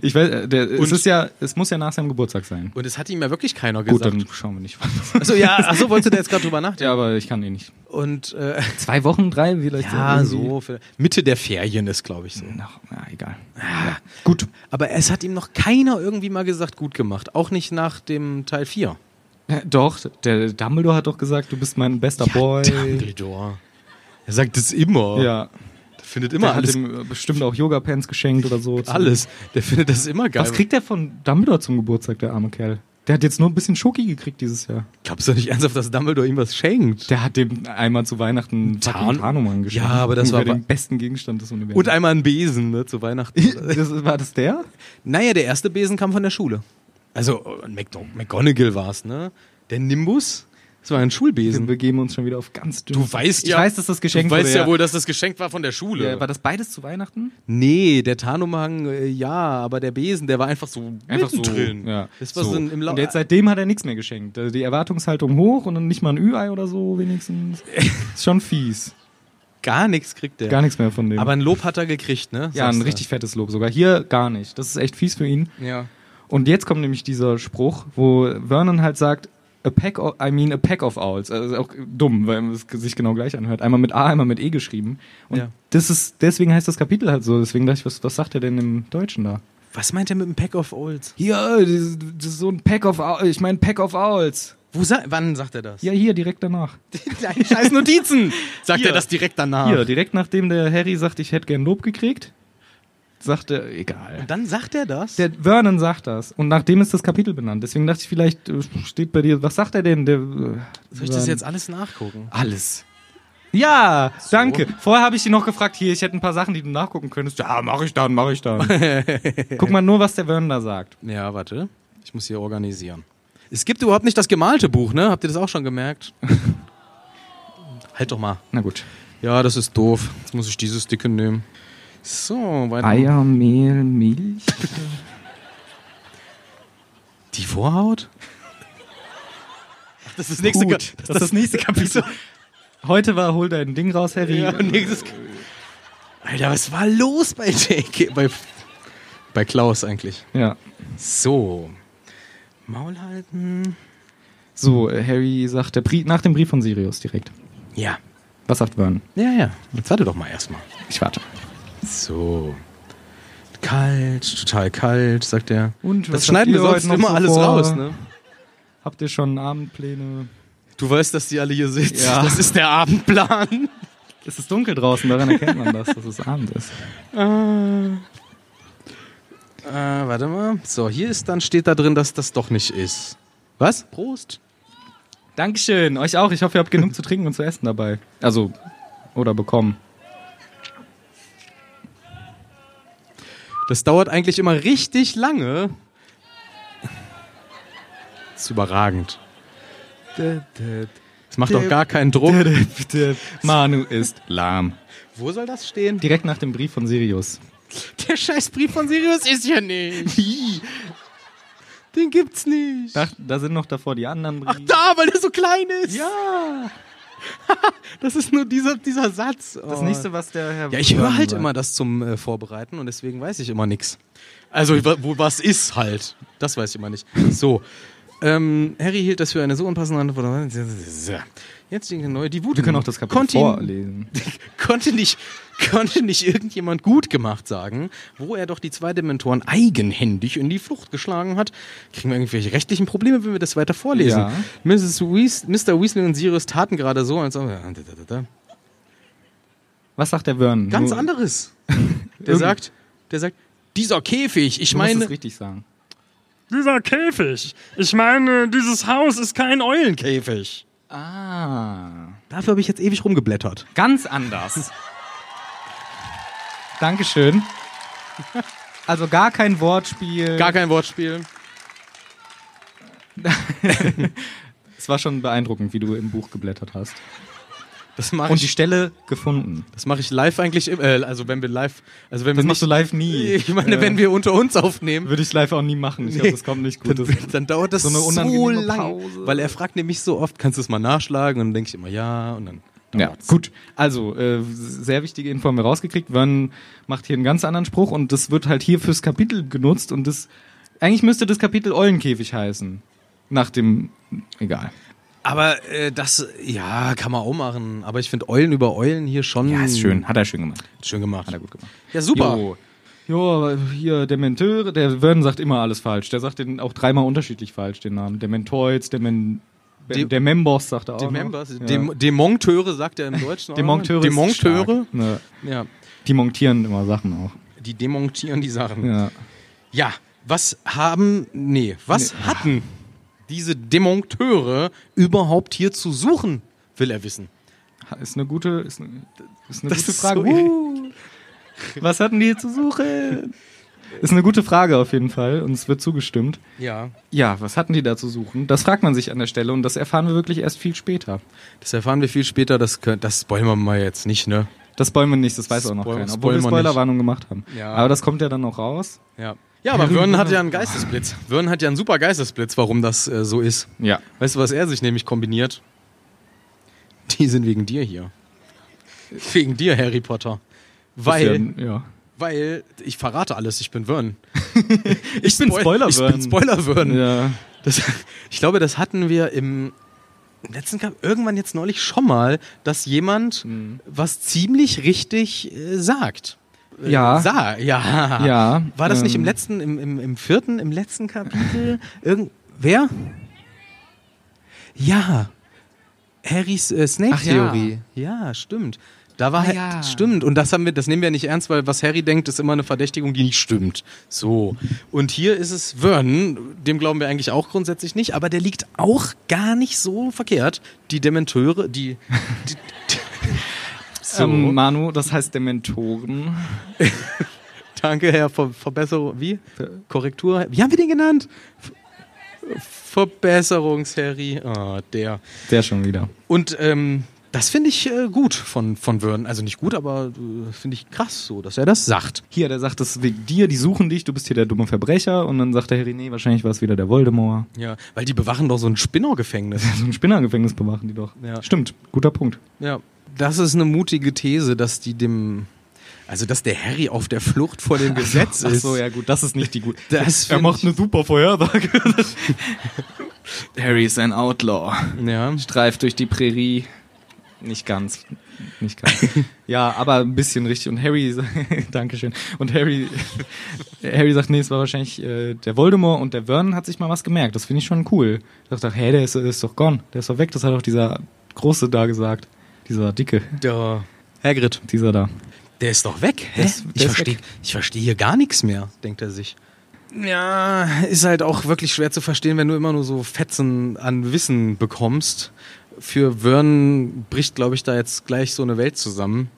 Speaker 2: Ich weiß, äh, der, es
Speaker 3: Und-
Speaker 2: ist ja, es muss ja nach seinem Geburtstag sein.
Speaker 3: Und es hat ihm ja wirklich keiner
Speaker 2: Gut,
Speaker 3: gesagt.
Speaker 2: dann schauen wir nicht.
Speaker 3: Achso, ja, achso, wolltest du da jetzt gerade drüber nachdenken?
Speaker 2: ja, aber ich kann eh nicht.
Speaker 3: Und äh,
Speaker 2: Zwei Wochen, drei vielleicht?
Speaker 3: ja, Mhm.
Speaker 2: irgendwie.
Speaker 3: so. für- Mitte der Ferien ist, glaube ich, so.
Speaker 2: Ach, na, egal.
Speaker 3: Ah, Gut. Aber es hat ihm noch keiner irgendwie mal gesagt, gut gemacht. Auch nicht nach dem Teil 4.
Speaker 2: Äh, Doch, der Dumbledore hat doch gesagt, du bist mein bester Boy.
Speaker 3: Dumbledore. Er sagt es immer.
Speaker 2: Ja,
Speaker 3: Der findet
Speaker 2: der
Speaker 3: immer
Speaker 2: hat
Speaker 3: alles.
Speaker 2: ihm äh, bestimmt auch Yoga-Pants geschenkt oder so.
Speaker 3: Alles. Der findet das immer geil.
Speaker 2: Was kriegt er von Dumbledore zum Geburtstag, der arme Kerl? Der hat jetzt nur ein bisschen Schoki gekriegt dieses Jahr.
Speaker 3: Glaubst du nicht ernsthaft, dass Dumbledore ihm was schenkt?
Speaker 2: Der hat dem einmal zu Weihnachten
Speaker 3: Tarn-
Speaker 2: fucking Tarnumann geschenkt.
Speaker 3: Ja, aber das war-
Speaker 2: der den besten Gegenstand des Universums.
Speaker 3: Und einmal einen Besen, ne, zu Weihnachten.
Speaker 2: das, war das der?
Speaker 3: naja, der erste Besen kam von der Schule. Also, äh, McDo- McGonagall war es, ne? Der Nimbus, das war ein
Speaker 2: Wir
Speaker 3: Schulbesen.
Speaker 2: begeben uns schon wieder auf ganz dünn.
Speaker 3: weißt
Speaker 2: Ich weiß, dass das Geschenk
Speaker 3: Du weißt
Speaker 2: wurde,
Speaker 3: ja
Speaker 2: ja.
Speaker 3: wohl, dass das Geschenk war von der Schule.
Speaker 2: War das beides zu Weihnachten?
Speaker 3: Nee, der Tarnumhang, äh, ja, aber der Besen, der war einfach so mittendrin.
Speaker 2: Ja.
Speaker 3: Das war so, ein- im Lau-
Speaker 2: und jetzt seitdem hat er nichts mehr geschenkt. Also die Erwartungshaltung hoch und dann nicht mal ein Ü-Ei oder so wenigstens. ist schon fies.
Speaker 3: gar nichts kriegt der.
Speaker 2: Gar nichts mehr von dem.
Speaker 3: aber ein Lob hat er gekriegt, ne?
Speaker 2: ja, ein
Speaker 3: Sagst du.
Speaker 2: richtig fettes Lob sogar. Hier gar nicht. Das ist echt fies für ihn.
Speaker 3: Ja.
Speaker 2: Und jetzt kommt nämlich dieser Spruch, wo Vernon halt sagt, A pack of, I mean a pack of owls. Also auch dumm, weil es sich genau gleich anhört. Einmal mit A, einmal mit E geschrieben. Und
Speaker 3: Ja.
Speaker 2: das ist, deswegen heißt das Kapitel halt so. Deswegen dachte ich, was, was sagt er denn im Deutschen da?
Speaker 3: Was meint er mit dem Pack of Olds?
Speaker 2: Ja, das ist, das ist so ein Pack of Owls. Ich meine Pack of Owls.
Speaker 3: Wo sa wann sagt er das?
Speaker 2: Ja, hier, direkt danach.
Speaker 3: Deine scheiß Notizen! Sagt
Speaker 2: Hier.
Speaker 3: er das direkt danach.
Speaker 2: Hier, direkt nachdem der Harry sagt, ich hätte gern Lob gekriegt, sagt er, egal.
Speaker 3: Und dann sagt er das?
Speaker 2: Der Vernon sagt das. Und nachdem ist das Kapitel benannt. Deswegen dachte ich, vielleicht äh, steht bei dir, was sagt er denn? Der, äh,
Speaker 3: Soll ich das jetzt alles nachgucken?
Speaker 2: Alles. Ja, danke. Vorher habe ich ihn noch gefragt, hier, ich hätte ein paar Sachen, die du nachgucken könntest. Ja, mach ich dann, mach ich dann. Guck mal nur, was der Vernon da sagt.
Speaker 3: Ja, warte. Ich muss hier organisieren. Es gibt überhaupt nicht das gemalte Buch, ne? Habt ihr das auch schon gemerkt? halt doch mal.
Speaker 2: Na gut.
Speaker 3: Ja, das ist doof. Jetzt muss ich dieses dicke nehmen. So, weiter.
Speaker 2: Ähm. Eier, Mehl, Milch.
Speaker 3: Die Vorhaut? Ach, das ist das nächste, Ka-
Speaker 2: Gut, das ist das nächste Kapitel. Heute war, hol dein Ding raus, Harry.
Speaker 3: Ja, nächstes Ka- Alter, was war los bei JK? Bei, bei Klaus eigentlich.
Speaker 2: ja.
Speaker 3: So. Maul halten.
Speaker 2: So, äh, Harry sagt, der Brief, nach dem Brief von Sirius direkt.
Speaker 3: Ja.
Speaker 2: Was sagt Vernon?
Speaker 3: Ja, ja. Jetzt warte doch mal erstmal.
Speaker 2: Ich warte.
Speaker 3: So. Kalt, total kalt, sagt er.
Speaker 2: Und was
Speaker 3: das schneiden
Speaker 2: habt
Speaker 3: wir
Speaker 2: ihr
Speaker 3: sonst
Speaker 2: heute noch
Speaker 3: immer
Speaker 2: so
Speaker 3: alles
Speaker 2: vor?
Speaker 3: raus, ne?
Speaker 2: Habt ihr schon Abendpläne?
Speaker 3: Du weißt, dass die alle hier sitzen.
Speaker 2: Ja.
Speaker 3: Das ist der Abendplan.
Speaker 2: Es ist dunkel draußen, daran erkennt man das, dass es Abend ist. Ah.
Speaker 3: Äh, warte mal. So, hier ist dann steht da drin, dass das doch nicht ist. Was? Prost.
Speaker 2: Dankeschön, euch auch. Ich hoffe, ihr habt genug zu trinken und zu essen dabei. Also, oder bekommen.
Speaker 3: Das dauert eigentlich immer richtig lange. Das ist überragend. Das macht doch gar keinen Druck.
Speaker 2: Manu ist lahm.
Speaker 3: Wo soll das stehen?
Speaker 2: Direkt nach dem Brief von Sirius.
Speaker 3: Der Scheißbrief von Sirius ist ja nicht. Den gibt's nicht.
Speaker 2: Da, da sind noch davor die anderen Briefe.
Speaker 3: Da, weil der so klein ist.
Speaker 2: ja!
Speaker 3: Das ist nur dieser, dieser Satz. Oh.
Speaker 2: Das nächste, was der Herr.
Speaker 3: Ja, ich höre
Speaker 2: Vernon
Speaker 3: halt
Speaker 2: sagt.
Speaker 3: immer das zum äh, Vorbereiten und deswegen weiß ich immer nichts. Also, wa- wo was ist halt? Das weiß ich immer nicht. So. Ähm, Harry hielt das für eine so unpassende Antwort. Jetzt ging eine neue. Die Wut.
Speaker 2: Wir können auch das Kapitel
Speaker 3: konnte, ihn-
Speaker 2: vorlesen.
Speaker 3: konnte, nicht, konnte nicht irgendjemand gut gemacht sagen, wo er doch die zwei Dementoren eigenhändig in die Flucht geschlagen hat. Kriegen wir irgendwelche rechtlichen Probleme, wenn wir das weiter vorlesen?
Speaker 2: Ja.
Speaker 3: Mrs. Weas Mr. Weasley und Sirius taten gerade so, als ob.
Speaker 2: Was sagt der Vernon?
Speaker 3: Ganz
Speaker 2: Nur-
Speaker 3: anderes. Der
Speaker 2: Irgend-
Speaker 3: sagt, der sagt, dieser Käfig, ich
Speaker 2: Du musst
Speaker 3: meine.
Speaker 2: es richtig sagen.
Speaker 4: Dieser Käfig. Ich meine, dieses Haus ist kein Eulenkäfig.
Speaker 2: Ah.
Speaker 3: Dafür habe ich jetzt ewig rumgeblättert.
Speaker 2: Ganz anders. Dankeschön. Also gar kein Wortspiel.
Speaker 3: Äh. Gar kein Wortspiel.
Speaker 2: es war schon beeindruckend, wie du im Buch geblättert hast.
Speaker 3: Das mache
Speaker 2: Und die
Speaker 3: ich,
Speaker 2: Stelle gefunden.
Speaker 3: das mach ich live eigentlich, im- äh, also wenn wir live, also wenn
Speaker 2: Das
Speaker 3: wir nicht,
Speaker 2: machst du live nie. Äh,
Speaker 3: ich meine, wenn wir unter uns aufnehmen,
Speaker 2: Würde ich live auch nie machen. Ich
Speaker 3: Nee.
Speaker 2: glaube, das kommt nicht gut.
Speaker 3: dann,
Speaker 2: Das,
Speaker 3: dann dauert das
Speaker 2: so
Speaker 3: so,
Speaker 2: eine unangenehme
Speaker 3: lang,
Speaker 2: Pause.
Speaker 3: weil er fragt nämlich so oft, kannst du es mal nachschlagen? Und dann denke ich immer ja und dann.
Speaker 2: ja, gut. Also, äh, sehr wichtige Info haben wir rausgekriegt. Vernon macht hier einen ganz anderen Spruch und das wird halt hier fürs Kapitel genutzt und das, eigentlich müsste das Kapitel Eulenkäfig heißen. Nach dem, egal.
Speaker 3: Aber äh, das, ja, kann man auch machen. Aber ich finde Eulen über Eulen hier schon
Speaker 2: Hat er schön gemacht.
Speaker 3: schön gemacht.
Speaker 2: Hat er gut gemacht.
Speaker 3: Ja, super.
Speaker 2: Mm. Jo. Jo, aber hier der Menteure, der Vernon sagt immer alles falsch. Der sagt den auch dreimal unterschiedlich falsch, den Namen. Der Mentoids, der Men...
Speaker 3: Die-
Speaker 2: der Membos sagt er auch.
Speaker 3: Die
Speaker 2: noch.
Speaker 3: Members,
Speaker 2: Ja.
Speaker 3: Dem- Demonteure sagt er im Deutschen.
Speaker 2: Die Monkteure.
Speaker 3: Die
Speaker 2: ist
Speaker 3: Monkteure.
Speaker 2: stark. Ne.
Speaker 3: Ja.
Speaker 2: Die montieren immer Sachen auch.
Speaker 3: Die demontieren die Sachen. Ja.
Speaker 2: Ja.
Speaker 3: was haben, nee, was hatten diese Demonteure überhaupt hier zu suchen, will er wissen.
Speaker 2: Ist eine gute, ist eine, ist eine
Speaker 3: Das
Speaker 2: gute
Speaker 3: ist
Speaker 2: Frage.
Speaker 3: so-
Speaker 2: uh, was hatten die hier zu suchen? Ist eine gute Frage auf jeden Fall und es wird zugestimmt.
Speaker 3: Ja.
Speaker 2: Ja, was hatten die da zu suchen? Das fragt man sich an der Stelle und das erfahren wir wirklich erst viel später.
Speaker 3: Das erfahren wir viel später, das, kö- das spoilern wir mal jetzt nicht, ne?
Speaker 2: Das wollen wir nicht, das weiß auch noch
Speaker 3: Spoil-
Speaker 2: keiner. Obwohl wir
Speaker 3: spoilern wir nicht.
Speaker 2: Spoilerwarnung gemacht haben.
Speaker 3: Ja.
Speaker 2: Aber das kommt ja dann noch raus.
Speaker 3: Ja. Ja, aber Vernon hat ja einen Geistesblitz. Vernon hat ja einen super Geistesblitz, warum das äh, so ist.
Speaker 2: Ja.
Speaker 3: Weißt du, was er sich nämlich kombiniert? Die sind wegen dir hier. Wegen dir, Harry Potter. Weil,
Speaker 2: ja.
Speaker 3: weil ich verrate alles, ich bin Vern.
Speaker 2: Ich bin
Speaker 3: Spoil- Ich bin Spoiler Vern.
Speaker 2: Ja.
Speaker 3: Das, ich glaube, das hatten wir im letzten Kampf irgendwann jetzt neulich schon mal, dass jemand
Speaker 2: Mhm.
Speaker 3: was ziemlich richtig äh, sagt. Äh,
Speaker 2: Ja.
Speaker 3: Sah, ja.
Speaker 2: Ja,
Speaker 3: War das nicht im
Speaker 2: ähm.
Speaker 3: letzten, im, im, im vierten, im letzten Kapitel? Irgend, wer? Ja. Harrys äh, Snape-Theorie. Ja. stimmt. Da war
Speaker 2: Ah,
Speaker 3: Ha-
Speaker 2: ja.
Speaker 3: stimmt und das haben wir, das nehmen wir nicht ernst, weil was Harry denkt, ist immer eine Verdächtigung, die nicht stimmt. So und hier ist es Vernon, dem glauben wir eigentlich auch grundsätzlich nicht, aber der liegt auch gar nicht so verkehrt. Die Dementeure, die, die, die so.
Speaker 2: Ähm, Manu, das heißt Dementoren.
Speaker 3: Danke, Herr Ver Verbesserung. Wie? Korrektur. Wie haben wir den genannt? Ver- Verbesserungsherry. Ah, der.
Speaker 2: Der schon wieder.
Speaker 3: Und ähm, das finde ich äh, gut von, von Vernon. Also nicht gut, aber äh, finde ich krass so, dass er das sagt.
Speaker 2: Hier, der sagt, das ist wegen dir, die suchen dich, du bist hier der dumme Verbrecher. Und dann sagt der Harry, nee, wahrscheinlich war es wieder der Voldemort.
Speaker 3: Ja, weil die bewachen doch so ein Spinnergefängnis.
Speaker 2: So ein Spinnergefängnis bewachen die doch.
Speaker 3: Ja.
Speaker 2: Stimmt, guter Punkt.
Speaker 3: ja, das ist eine mutige These, dass die dem. Also, dass der Harry auf der Flucht vor dem Gesetz ist.
Speaker 2: ja gut, das ist nicht die gute.
Speaker 3: Das
Speaker 2: er
Speaker 3: find
Speaker 2: macht
Speaker 3: ich-
Speaker 2: eine super Vorhersage. Harry ist ein Outlaw.
Speaker 3: ja.
Speaker 2: Streift durch die Prärie. Nicht ganz. Nicht ganz. ja, aber ein bisschen richtig. Und Harry, Dankeschön. Und Harry, Harry sagt, nee, es war wahrscheinlich äh, der Voldemort und der Vernon hat sich mal was gemerkt. Das finde ich schon cool. Ich dachte, ach, hey, der ist, der ist doch gone. Der ist doch weg. Das hat doch dieser Große da gesagt. Dieser Dicke.
Speaker 3: Der Hagrid.
Speaker 2: Dieser da.
Speaker 3: Der ist doch weg. Hä?
Speaker 2: Der ist- der
Speaker 3: ich
Speaker 2: ist
Speaker 3: verstehe
Speaker 2: weg.
Speaker 3: versteh hier gar nichts mehr, denkt er sich. Ja, ist halt auch wirklich schwer zu verstehen, wenn du immer nur so Fetzen an Wissen bekommst. Für Vernon bricht, glaube ich, da jetzt gleich so eine Welt zusammen.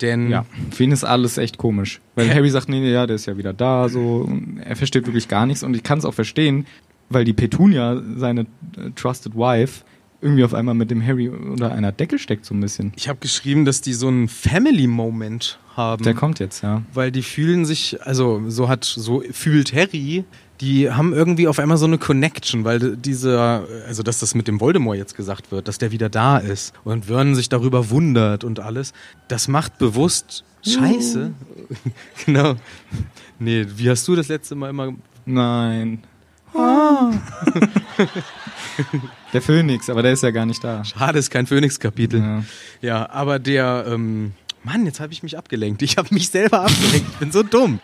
Speaker 3: Denn
Speaker 2: Ja, für ihn ist alles echt komisch. Weil Harry sagt, nee, nee, ja, der ist ja wieder da, so. Und Er versteht wirklich gar nichts und ich kann es auch verstehen, weil die Petunia, seine äh, Trusted Wife, irgendwie auf einmal mit dem Harry unter einer Decke steckt so ein bisschen.
Speaker 3: ich habe geschrieben, dass die so einen Family-Moment haben.
Speaker 2: Der kommt jetzt, ja.
Speaker 3: weil die fühlen sich, also so hat, so fühlt Harry, die haben irgendwie auf einmal so eine Connection, weil dieser, also dass das mit dem Voldemort jetzt gesagt wird, dass der wieder da ist und Vernon sich darüber wundert und alles, das macht bewusst Scheiße. genau. Nee, wie hast du das letzte Mal immer
Speaker 2: Nein. der Phönix, aber der ist ja gar nicht da.
Speaker 3: Schade, ist kein Phoenix-Kapitel. Ja.
Speaker 2: Ja.
Speaker 3: aber der, ähm, Mann, jetzt habe ich mich abgelenkt. Ich habe mich selber abgelenkt. Ich bin so dumm.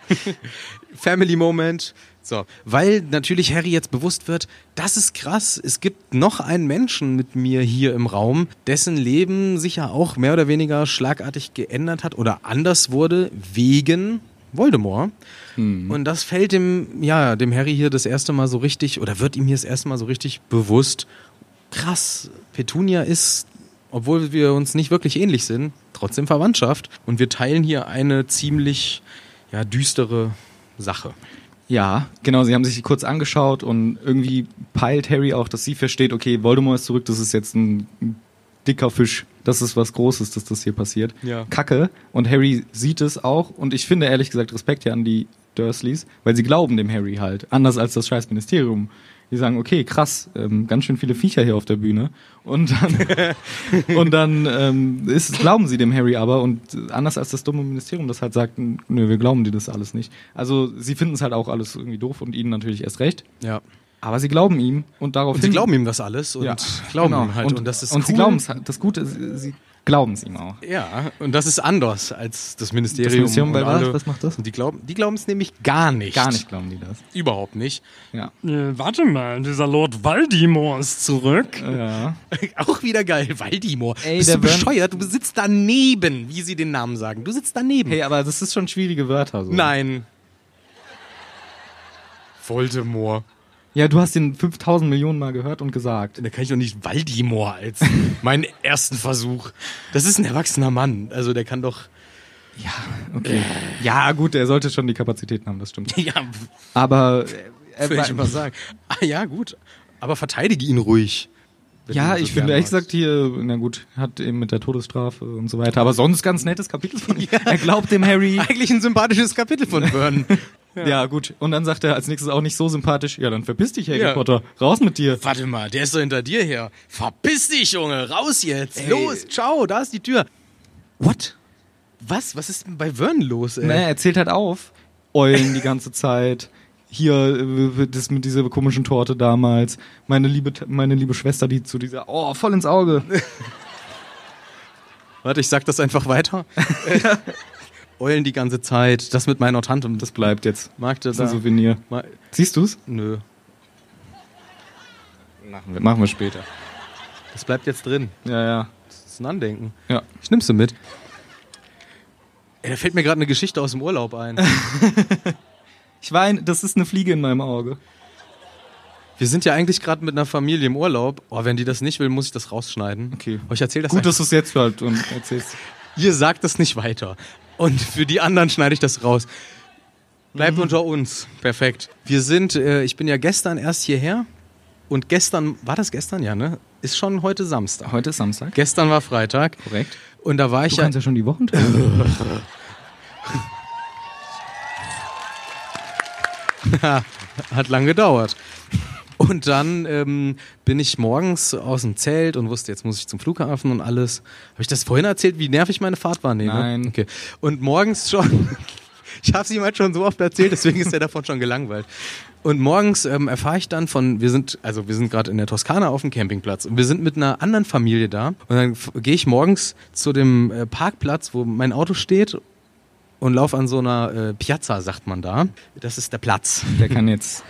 Speaker 3: Family Moment. So, weil natürlich Harry jetzt bewusst wird, das ist krass. Es gibt noch einen Menschen mit mir hier im Raum, dessen Leben sich ja auch mehr oder weniger schlagartig geändert hat oder anders wurde wegen Voldemort. Und das fällt dem, ja, dem Harry hier das erste Mal so richtig oder wird ihm hier das erste Mal so richtig bewusst, krass, Petunia ist, obwohl wir uns nicht wirklich ähnlich sind, trotzdem Verwandtschaft. Und wir teilen hier eine ziemlich ja, düstere Sache.
Speaker 2: Ja, genau, sie haben sich die kurz angeschaut und irgendwie peilt Harry auch, dass sie versteht, okay, Voldemort ist zurück, das ist jetzt ein dicker Fisch. Das ist was Großes, dass das hier passiert.
Speaker 3: Ja.
Speaker 2: Kacke. Und Harry sieht es auch. Und ich finde ehrlich gesagt Respekt hier an die Dursleys, weil sie glauben dem Harry halt. Anders als das scheiß Ministerium. Die sagen, okay, krass, ähm, ganz schön viele Viecher hier auf der Bühne. Und dann, und dann ähm, ist, glauben sie dem Harry aber. Und anders als das dumme Ministerium, das halt sagt, nö, wir glauben dir das alles nicht. Also sie finden es halt auch alles irgendwie doof und ihnen natürlich erst recht.
Speaker 3: Ja.
Speaker 2: Aber sie glauben ihm und daraufhin...
Speaker 3: Und sie glauben ihm das alles und
Speaker 2: Ja,
Speaker 3: glauben
Speaker 2: genau.
Speaker 3: ihm halt. Und, das ist
Speaker 2: Und sie
Speaker 3: cool.
Speaker 2: glauben es halt. Das Gute ist, sie glauben es ihm auch.
Speaker 3: Ja, und das ist anders als das Ministerium.
Speaker 2: Das Ministerium,
Speaker 3: und
Speaker 2: weil
Speaker 3: alle.
Speaker 2: was, was macht das?
Speaker 3: Und die glauben die glauben es nämlich gar nicht.
Speaker 2: Gar nicht glauben die das.
Speaker 3: Überhaupt nicht.
Speaker 2: Ja.
Speaker 4: Äh, warte mal, dieser Lord Valdimor ist zurück.
Speaker 5: Äh,
Speaker 2: ja.
Speaker 3: Auch wieder geil. Waldimor.
Speaker 2: Ey,
Speaker 3: Bist
Speaker 2: der
Speaker 3: du
Speaker 2: Bern-
Speaker 3: bescheuert? Du sitzt daneben, wie sie den Namen sagen. Du sitzt daneben.
Speaker 2: Hey, aber das ist schon schwierige Wörter. So.
Speaker 3: Nein. Voldemort.
Speaker 2: Ja, du hast den 5000 Millionen Mal gehört und gesagt.
Speaker 3: Da kann ich doch nicht Waldimor als meinen ersten Versuch. Das ist ein erwachsener Mann. Also der kann doch.
Speaker 2: Okay. Ja, gut, er sollte schon die Kapazitäten haben, das stimmt.
Speaker 3: Ja,
Speaker 2: Aber. äh, er
Speaker 3: würde
Speaker 2: war-
Speaker 3: ich mal sagen. Ah ja, gut. Aber verteidige ihn ruhig. wenn du
Speaker 2: Ja,
Speaker 3: ihn so
Speaker 2: ich finde
Speaker 3: gern
Speaker 2: ehrlich
Speaker 3: magst.
Speaker 2: gesagt hier, na gut, hat eben mit der Todesstrafe und so weiter, aber sonst ganz nettes Kapitel von ihm. Er glaubt dem Harry.
Speaker 3: Eigentlich ein sympathisches Kapitel von Vernon.
Speaker 2: Ja. gut. Und dann sagt er als nächstes auch nicht so sympathisch, ja, dann verpiss dich, Harry
Speaker 3: Ja.
Speaker 2: Potter, raus mit dir.
Speaker 3: Warte mal, der ist doch hinter dir her. Verpiss dich, Junge. Raus jetzt. Los, ciao, da ist die Tür. What? Was? Was ist denn bei Vernon los, ey?
Speaker 2: Ne, er zählt halt auf. Eulen die ganze Zeit. hier äh, das mit dieser komischen Torte damals, meine liebe, T- meine liebe Schwester, die zu dieser, oh, voll ins Auge.
Speaker 3: Warte, ich sag das einfach weiter. Eulen die ganze Zeit, das mit meiner Tante, das
Speaker 2: Das bleibt jetzt.
Speaker 3: mag das.
Speaker 2: Das ist ein Souvenir. Siehst du's?
Speaker 3: Nö,
Speaker 2: Machen wir, machen wir später.
Speaker 3: das bleibt jetzt drin.
Speaker 2: Ja, ja.
Speaker 3: Das ist ein Andenken.
Speaker 2: Ja.
Speaker 3: Ich nimm's mit. Ey, da fällt mir gerade eine Geschichte aus dem Urlaub ein.
Speaker 2: Ich weine, das ist eine Fliege in meinem Auge.
Speaker 3: Wir sind ja eigentlich gerade mit einer Familie im Urlaub. Oh, wenn die das nicht will, muss ich das rausschneiden.
Speaker 2: Okay.
Speaker 3: Aber ich erzähl das
Speaker 2: Gut, dass du es jetzt halt und erzählst.
Speaker 3: ihr sagt es nicht weiter. Und für die anderen schneide ich das raus. Bleibt unter uns. Perfekt. Wir sind, äh, ich bin ja gestern erst hierher und gestern, war das gestern? Ja, ne? Ist schon heute Samstag.
Speaker 2: Heute ist Samstag.
Speaker 3: Gestern war Freitag
Speaker 2: Korrekt.
Speaker 3: und da war ich
Speaker 2: Du
Speaker 3: ja.
Speaker 2: kannst ja schon die Wochentage.
Speaker 3: Hat lang gedauert. Und dann ähm, bin ich morgens aus dem Zelt und wusste, jetzt muss ich zum Flughafen und alles. Habe ich das vorhin erzählt, wie nervig meine Fahrt war? Nee,
Speaker 2: Nein.
Speaker 3: Ne? Okay. Und morgens schon, ich habe es ihm halt schon so oft erzählt, deswegen ist er davon schon gelangweilt. Und morgens ähm, erfahre ich dann von, wir sind, also wir sind gerade in der Toskana auf dem Campingplatz und wir sind mit einer anderen Familie da. Und dann f- gehe ich morgens zu dem äh, Parkplatz, wo mein Auto steht und laufe an so einer äh, Piazza, sagt man da. Das ist der Platz.
Speaker 2: Der kann jetzt.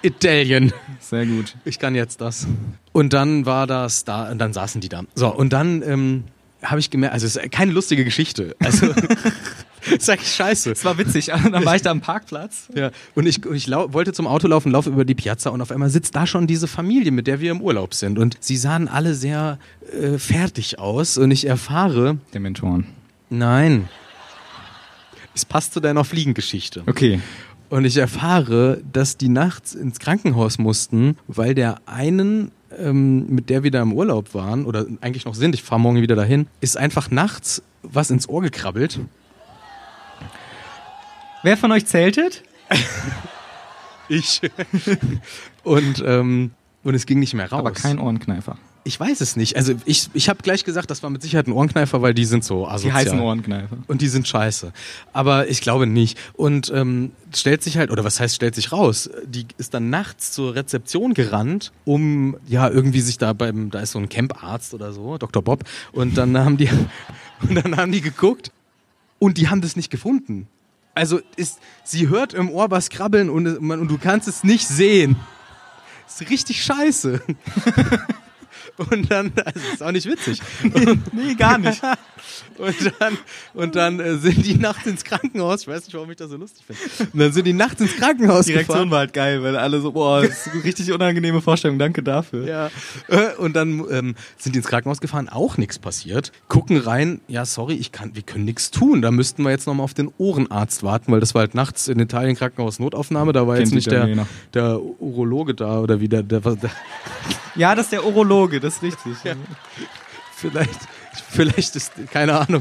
Speaker 3: Italien.
Speaker 2: Sehr gut.
Speaker 3: Ich kann jetzt das. Und dann war das da, und dann saßen die da. So, und dann ähm, habe ich gemerkt, also es ist keine lustige Geschichte. Also, ist eigentlich scheiße.
Speaker 2: Es war witzig. Dann war ich da am Parkplatz.
Speaker 3: Ja. Und ich, und ich lau wollte zum Auto laufen, laufe über die Piazza und auf einmal sitzt da schon diese Familie, mit der wir im Urlaub sind. Und sie sahen alle sehr äh, fertig aus und ich erfahre,
Speaker 2: Der Mentoren.
Speaker 3: nein, es passt zu deiner Fliegengeschichte.
Speaker 2: Okay.
Speaker 3: Und ich erfahre, dass die nachts ins Krankenhaus mussten, weil der einen, ähm, mit der wir da im Urlaub waren, oder eigentlich noch sind, ich fahre morgen wieder dahin, ist einfach nachts was ins Ohr gekrabbelt.
Speaker 2: Wer von euch zeltet?
Speaker 3: Ich. und, ähm, und es ging nicht mehr raus.
Speaker 2: Aber kein Ohrenkneifer.
Speaker 3: ich weiß es nicht. Also ich, ich habe gleich gesagt, das war mit Sicherheit ein Ohrenkneifer, weil die sind so asozial.
Speaker 2: Die heißen Ohrenkneifer.
Speaker 3: Und die sind scheiße. Aber ich glaube nicht. Und ähm, stellt sich halt, oder was heißt, stellt sich raus? Die ist dann nachts zur Rezeption gerannt, um ja irgendwie sich da beim, da ist so ein Camparzt oder so, Dr. Bob. Und dann haben die, und dann haben die geguckt und die haben das nicht gefunden. Also ist, sie hört im Ohr was krabbeln und, es- man- und du kannst es nicht sehen. Ist richtig scheiße. Und dann, also ist auch nicht witzig.
Speaker 2: Nee, gar nicht.
Speaker 3: Und dann, und dann äh, sind die nachts ins Krankenhaus. Ich weiß nicht, warum ich das so lustig finde. Und dann sind die nachts ins Krankenhaus
Speaker 2: Die Reaktion
Speaker 3: gefahren.
Speaker 2: war halt geil, weil alle so, boah, das ist eine richtig unangenehme Vorstellung, danke dafür.
Speaker 3: Ja. Äh, Und dann ähm, sind die ins Krankenhaus gefahren, auch nichts passiert. Gucken rein, ja, sorry, ich kann, wir können nichts tun. Da müssten wir jetzt nochmal auf den Ohrenarzt warten, weil das war halt nachts in Italien Krankenhaus Notaufnahme. Da war
Speaker 2: Kennt
Speaker 3: jetzt nicht der,
Speaker 2: Italiener.
Speaker 3: der Urologe da oder wie der, der, was- der
Speaker 2: Ja, das ist der Urologe, das ist richtig.
Speaker 3: vielleicht, vielleicht ist, keine Ahnung.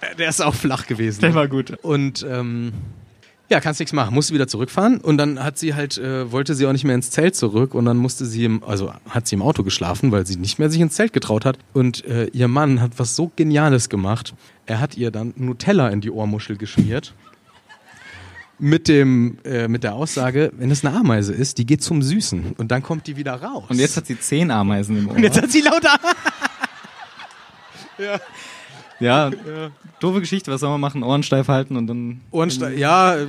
Speaker 3: Äh, Der ist auch flach gewesen.
Speaker 2: Der war gut.
Speaker 3: Und ähm, ja, kannst nichts machen, musste wieder zurückfahren und dann hat sie halt, äh, wollte sie auch nicht mehr ins Zelt zurück und dann musste sie im, also hat sie im Auto geschlafen, weil sie nicht mehr sich ins Zelt getraut hat und äh, ihr Mann hat was so Geniales gemacht. Er hat ihr dann Nutella in die Ohrmuschel geschmiert. Mit, dem, äh, mit der Aussage, wenn es eine Ameise ist, die geht zum Süßen und dann kommt die wieder raus.
Speaker 2: Und jetzt hat sie zehn Ameisen im Ohr.
Speaker 3: jetzt hat sie lauter
Speaker 2: Ja, doofe Geschichte, was soll man machen? Ohren steif halten und dann.
Speaker 3: Ohrenstein, ja. ähm,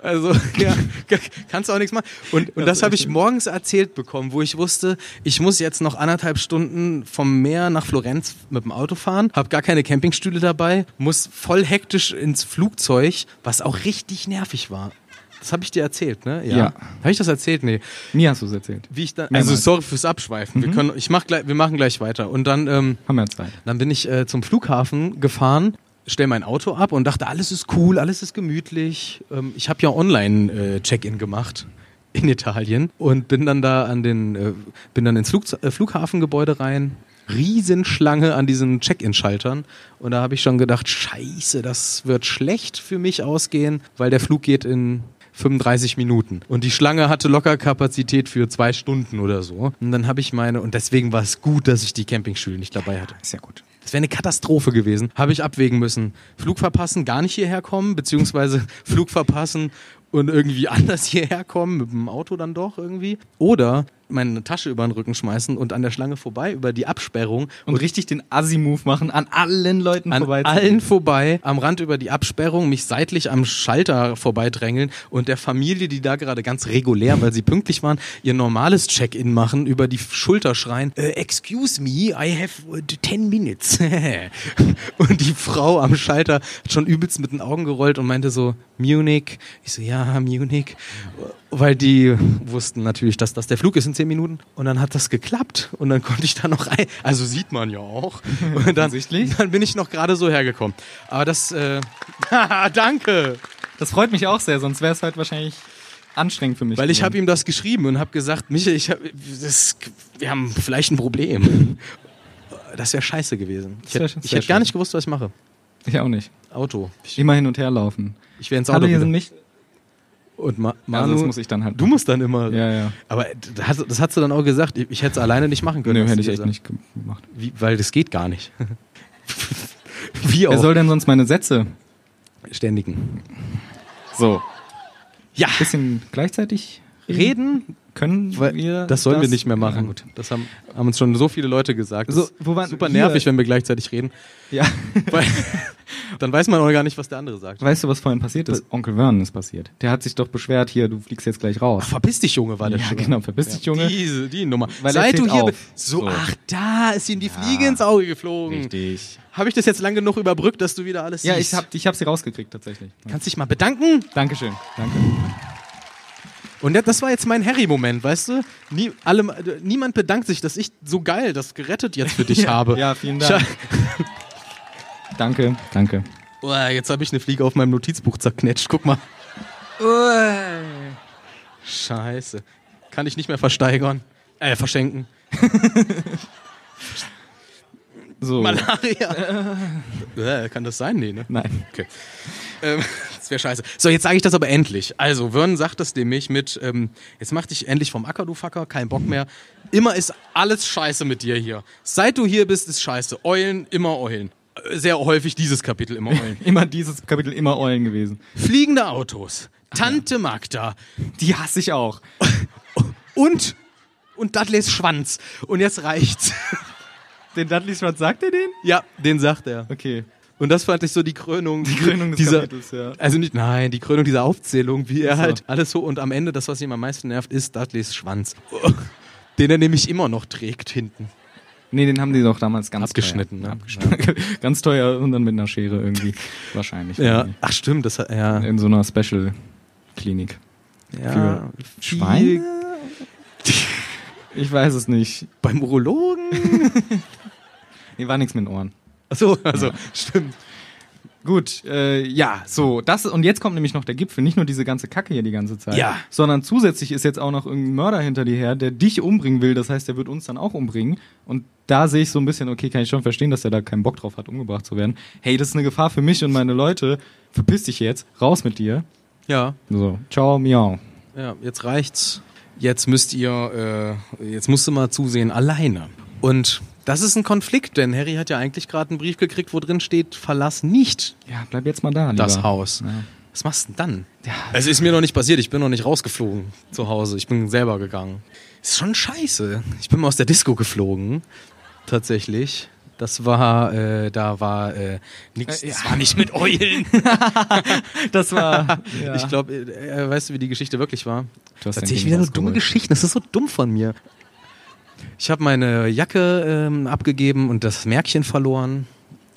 Speaker 3: Also, ja, k- kannst auch nichts machen. Und, und das habe ich morgens erzählt bekommen, wo ich wusste, ich muss jetzt noch anderthalb Stunden vom Meer nach Florenz mit dem Auto fahren, habe gar keine Campingstühle dabei, muss voll hektisch ins Flugzeug, was auch richtig nervig war. Das habe ich dir erzählt, ne?
Speaker 2: Ja.
Speaker 3: Habe ich das erzählt? Nee
Speaker 2: Mir hast du es erzählt.
Speaker 3: wie ich dann.
Speaker 2: Mehrmals.
Speaker 3: Also sorry fürs Abschweifen. Wir können, ich mach gleich, wir machen gleich weiter. Und dann, ähm,
Speaker 2: Haben wir Zeit.
Speaker 3: dann bin ich äh, zum Flughafen gefahren, stell mein Auto ab und dachte, alles ist cool, alles ist gemütlich. Ähm, ich habe ja online äh, Check-in gemacht in Italien und bin dann da an den, äh, bin dann ins Flugz- äh, Flughafengebäude rein. Riesenschlange an diesen Check-in-Schaltern und da habe ich schon gedacht, scheiße, das wird schlecht für mich ausgehen, weil der Flug geht in 35 Minuten. Und die Schlange hatte locker Kapazität für zwei Stunden oder so. Und dann habe ich meine, und deswegen war es gut, dass ich die Campingstühle nicht dabei hatte.
Speaker 2: Ist ja gut.
Speaker 3: Das wäre eine Katastrophe gewesen. Habe ich abwägen müssen. Flug verpassen, gar nicht hierher kommen, beziehungsweise Flug verpassen und irgendwie anders hierher kommen, mit dem Auto dann doch irgendwie. Oder meine Tasche über den Rücken schmeißen und an der Schlange vorbei, über die Absperrung
Speaker 2: Und richtig den Assi-Move machen, an allen Leuten
Speaker 3: an
Speaker 2: vorbei.
Speaker 3: allen vorbei, am Rand über die Absperrung, mich seitlich am Schalter vorbeidrängeln und der Familie, die da gerade ganz regulär, weil sie pünktlich waren, ihr normales Check-in machen, über die Schulter schreien, äh, excuse me, I have uh, 10 minutes. und die Frau am Schalter hat schon übelst mit den Augen gerollt und meinte so, Munich. Ich so, ja, Munich. Weil die wussten natürlich, dass das der Flug ist in 10 Minuten. Und dann hat das geklappt. Und dann konnte ich da noch ein, also sieht man ja auch. Und dann,
Speaker 2: Offensichtlich.
Speaker 3: dann bin ich noch gerade so hergekommen. Aber das, äh, haha, danke.
Speaker 2: Das freut mich auch sehr, sonst wäre es halt wahrscheinlich anstrengend für mich.
Speaker 3: Weil ich
Speaker 2: geworden.
Speaker 3: habe ihm das geschrieben und habe gesagt, Michael, ich hab, das, wir haben vielleicht ein Problem. Das wäre scheiße gewesen. Ich
Speaker 2: Das wär
Speaker 3: hätte
Speaker 2: schon
Speaker 3: ich
Speaker 2: sehr
Speaker 3: hätt gar
Speaker 2: schön.
Speaker 3: nicht gewusst, was ich mache.
Speaker 2: Ich auch nicht.
Speaker 3: Auto.
Speaker 2: Immer hin und her laufen.
Speaker 3: Ich wäre ins Auto
Speaker 2: Hallo, hier sind
Speaker 3: wieder.
Speaker 2: mich.
Speaker 3: Und Ma Manu,
Speaker 2: Also das muss ich dann halt.
Speaker 3: du musst dann immer.
Speaker 2: Ja, ja.
Speaker 3: Aber das hat, das hat sie dann auch gesagt, ich, ich hätte es alleine nicht machen können.
Speaker 2: Nö,
Speaker 3: hat sie
Speaker 2: hätte ich echt
Speaker 3: gesagt.
Speaker 2: nicht gemacht.
Speaker 3: Wie, weil das geht gar nicht. Wie auch
Speaker 2: Wer soll denn sonst meine Sätze?
Speaker 3: ständigen.
Speaker 2: So.
Speaker 3: Ja,
Speaker 2: Bisschen gleichzeitig
Speaker 3: reden,
Speaker 2: können
Speaker 3: weil
Speaker 2: wir.
Speaker 3: das sollen wir nicht mehr machen.
Speaker 2: Ja, gut.
Speaker 3: Das haben, haben uns schon so viele Leute gesagt. Das
Speaker 2: So,
Speaker 3: ist
Speaker 2: wo waren-
Speaker 3: super
Speaker 2: hier-
Speaker 3: nervig, wenn wir gleichzeitig reden.
Speaker 2: Ja.
Speaker 3: Weil, dann weiß man auch gar nicht, was der andere sagt.
Speaker 2: Weißt du, was vorhin passiert ist? Onkel Vernon ist passiert. Der hat sich doch beschwert, hier, du fliegst jetzt gleich raus.
Speaker 3: Verpiss dich, Junge, war der
Speaker 2: ja,
Speaker 3: schon.
Speaker 2: genau, verpiss dich, Junge.
Speaker 3: Diese, die Nummer.
Speaker 2: Weil er
Speaker 3: Seit du
Speaker 2: steht
Speaker 3: hier
Speaker 2: auf.
Speaker 3: bist. So,
Speaker 2: So.
Speaker 3: ach, da ist ihm die Fliege ins Auge geflogen.
Speaker 2: Richtig.
Speaker 3: Habe ich das jetzt lang genug überbrückt, dass du wieder alles
Speaker 2: Ja,
Speaker 3: siehst?
Speaker 2: ich hab, ich hab sie rausgekriegt tatsächlich. Ja.
Speaker 3: Kannst dich mal bedanken?
Speaker 2: Dankeschön. Danke.
Speaker 3: Und das war jetzt mein Harry-Moment, weißt du? Nie, alle, niemand bedankt sich, dass ich so geil das gerettet jetzt für dich habe.
Speaker 2: Ja, vielen Dank. Danke, danke.
Speaker 3: Boah, Oh, jetzt habe ich eine Fliege auf meinem Notizbuch zerknetscht. Guck mal. Scheiße. Kann ich nicht mehr versteigern. Äh, verschenken.
Speaker 2: So.
Speaker 3: Malaria. äh, kann das sein? Nee, ne?
Speaker 2: Nein.
Speaker 3: Okay. Ähm, das wäre scheiße. So, jetzt sage ich das aber endlich. Also, Vernon sagt das nämlich mit, ähm, jetzt mach dich endlich vom Acker, du Facker, kein Bock mehr. Immer ist alles scheiße mit dir hier. Seit du hier bist, ist scheiße. Eulen, immer Eulen. Äh, Sehr häufig dieses Kapitel, immer Eulen.
Speaker 2: Immer dieses Kapitel, immer Eulen gewesen.
Speaker 3: Fliegende Autos. Ah, Tante Magda.
Speaker 2: Die hasse ich auch.
Speaker 3: Und, und Dudleys Schwanz. Und jetzt reicht's.
Speaker 2: Den Dudley Schwarz, sagt ihr den?
Speaker 3: ja, den sagt er.
Speaker 2: Okay.
Speaker 3: Und das fand ich so die Krönung, die
Speaker 2: Krönung des
Speaker 3: dieser,
Speaker 2: Kapitels, ja.
Speaker 3: also nicht, nein, die Krönung dieser Aufzählung, wie er
Speaker 2: so.
Speaker 3: halt alles so und am Ende das, was ihm am meisten nervt, ist Dudleys Schwanz, den er nämlich immer noch trägt hinten.
Speaker 2: Nee, den haben die doch damals ganz
Speaker 3: Abgeschnitten,
Speaker 2: teuer.
Speaker 3: ne?
Speaker 2: Abgeschnitten. ganz teuer und dann mit einer Schere irgendwie. Wahrscheinlich.
Speaker 3: ach stimmt, das hat ja,
Speaker 2: In so einer Special-Klinik.
Speaker 3: ja
Speaker 2: Schwein? Ich weiß es nicht.
Speaker 3: beim Urologen.
Speaker 2: Hier war nichts mit den Ohren.
Speaker 3: Ach so, also stimmt.
Speaker 2: Gut, äh, ja, so, das und jetzt kommt nämlich noch der Gipfel, nicht nur diese ganze Kacke hier die ganze Zeit,
Speaker 3: Ja.
Speaker 2: sondern zusätzlich ist jetzt auch noch irgendein Mörder hinter dir her, der dich umbringen will, das heißt, der wird uns dann auch umbringen und da sehe ich so ein bisschen, okay, kann ich schon verstehen, dass er da keinen Bock drauf hat, umgebracht zu werden. Hey, das ist eine Gefahr für mich und meine Leute. Verpiss dich jetzt, raus mit dir.
Speaker 3: Ja,
Speaker 2: So, ciao, miau.
Speaker 3: ja, jetzt reicht's. Jetzt müsst ihr, äh, jetzt musst du mal zusehen, alleine. Und das ist ein Konflikt, denn Harry hat ja eigentlich gerade einen Brief gekriegt, wo drin steht, verlass nicht
Speaker 2: Ja, bleib jetzt mal da, lieber.
Speaker 3: das Haus.
Speaker 2: Ja.
Speaker 3: Was machst du denn dann? Es ist mir noch nicht passiert, ich bin noch nicht rausgeflogen zu Hause. Ich bin selber gegangen. Ist schon scheiße. Ich bin mal aus der Disco geflogen. Tatsächlich. Das war, äh, da war äh, nichts. Das war nicht mit Eulen.
Speaker 2: Das war ja.
Speaker 3: Ich glaube, äh, äh, weißt du, wie die Geschichte wirklich war?
Speaker 2: Du hast
Speaker 3: Da
Speaker 2: dein
Speaker 3: erzähl ich
Speaker 2: Ding
Speaker 3: wieder nur dumme
Speaker 2: rausgeholt.
Speaker 3: Geschichten. Das ist so dumm von mir. Ich habe meine Jacke ähm, abgegeben und das Märkchen verloren.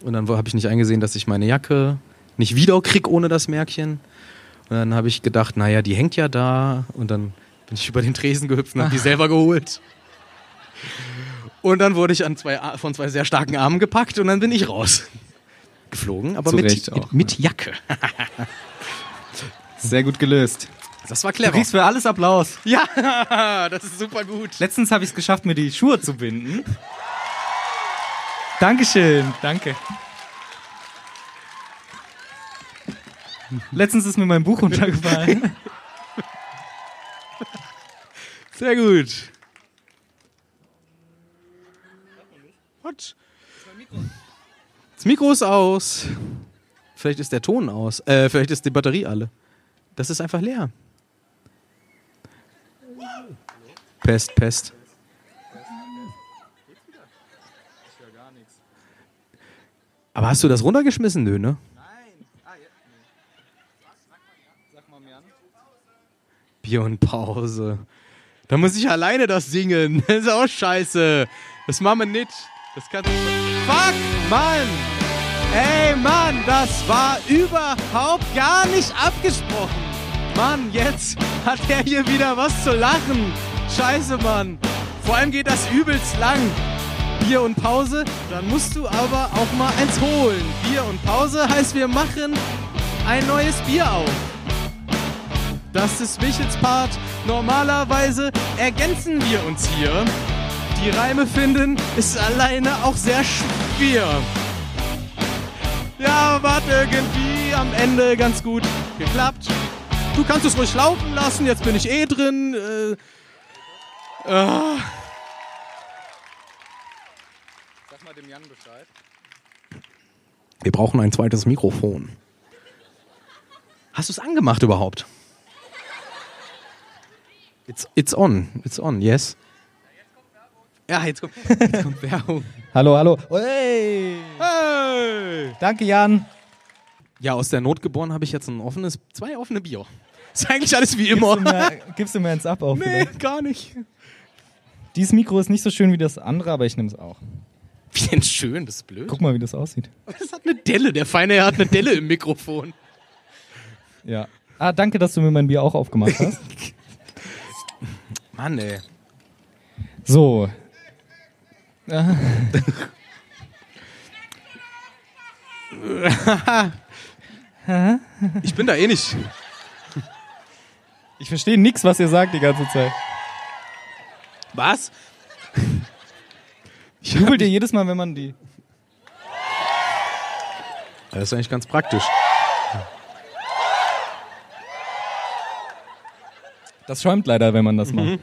Speaker 3: Und dann habe ich nicht eingesehen, dass ich meine Jacke nicht wieder krieg ohne das Märkchen. Und dann habe ich gedacht, naja, die hängt ja da. Und dann bin ich über den Tresen gehüpft und
Speaker 2: Ah.
Speaker 3: habe die selber geholt. Und dann wurde ich an zwei, Ar- von zwei sehr starken Armen gepackt und dann bin ich raus. Geflogen, aber
Speaker 2: Zu
Speaker 3: mit,
Speaker 2: Recht auch, ne?
Speaker 3: mit, mit Jacke.
Speaker 2: sehr gut gelöst.
Speaker 3: Das war
Speaker 2: Du
Speaker 3: clever.
Speaker 2: kriegst für alles Applaus.
Speaker 3: Ja, das ist super gut.
Speaker 2: Letztens habe ich es geschafft, mir die Schuhe zu binden. Dankeschön, danke. Letztens ist mir mein Buch runtergefallen.
Speaker 3: Sehr gut. What? Das Mikro ist aus. Vielleicht ist der Ton aus. Äh, vielleicht ist die Batterie alle. Das ist einfach leer. Pest, Pest. Aber hast du das runtergeschmissen? Nö, ne? Bier und Pause. Da muss ich alleine das singen. Das ist auch scheiße. Das machen wir nicht. Das kann. Fuck, Mann! Ey, Mann, das war überhaupt gar nicht abgesprochen. Mann, jetzt hat er hier wieder was zu lachen. Scheiße, Mann. Vor allem geht das übelst lang. Bier und Pause, dann musst du aber auch mal eins holen. Bier und Pause heißt, wir machen ein neues Bier auf. Das ist Michels Part. Normalerweise ergänzen wir uns hier. Die Reime finden ist alleine auch sehr schwer. Ja, aber hat irgendwie am Ende ganz gut geklappt. Du kannst es ruhig laufen lassen, jetzt bin ich eh drin. Äh, ah.
Speaker 6: Sag mal dem Jan Bescheid.
Speaker 3: Wir brauchen ein zweites Mikrofon. Hast du es angemacht überhaupt? It's, it's on, it's on, yes. Ja, jetzt kommt, jetzt kommt Werbung.
Speaker 2: Hallo, hallo. Hey.
Speaker 3: Hey!
Speaker 2: Danke, Jan.
Speaker 3: Ja, aus der Not geboren habe ich jetzt ein offenes, zwei offene Bier. Ist eigentlich alles wie
Speaker 2: Gibst du
Speaker 3: immer.
Speaker 2: mir, gibst du mir eins ab auch
Speaker 3: Nee,
Speaker 2: vielleicht?
Speaker 3: gar nicht.
Speaker 2: Dieses Mikro ist nicht so schön wie das andere, aber ich nehme es auch.
Speaker 3: Wie denn schön, das ist blöd.
Speaker 2: Guck mal, wie das aussieht.
Speaker 3: Das hat eine Delle, der Feine Herr hat eine Delle im Mikrofon.
Speaker 2: Ja. Ah, danke, dass du mir mein Bier auch aufgemacht hast.
Speaker 3: Mann, ey.
Speaker 2: So.
Speaker 3: Ich bin da eh nicht.
Speaker 2: Ich verstehe nichts, was ihr sagt die ganze Zeit.
Speaker 3: Was? Ich
Speaker 2: Jubelt ihr jedes Mal, wenn man die.
Speaker 3: Das ist eigentlich ganz praktisch.
Speaker 2: Das schäumt leider, wenn man das
Speaker 3: Mhm.
Speaker 2: macht.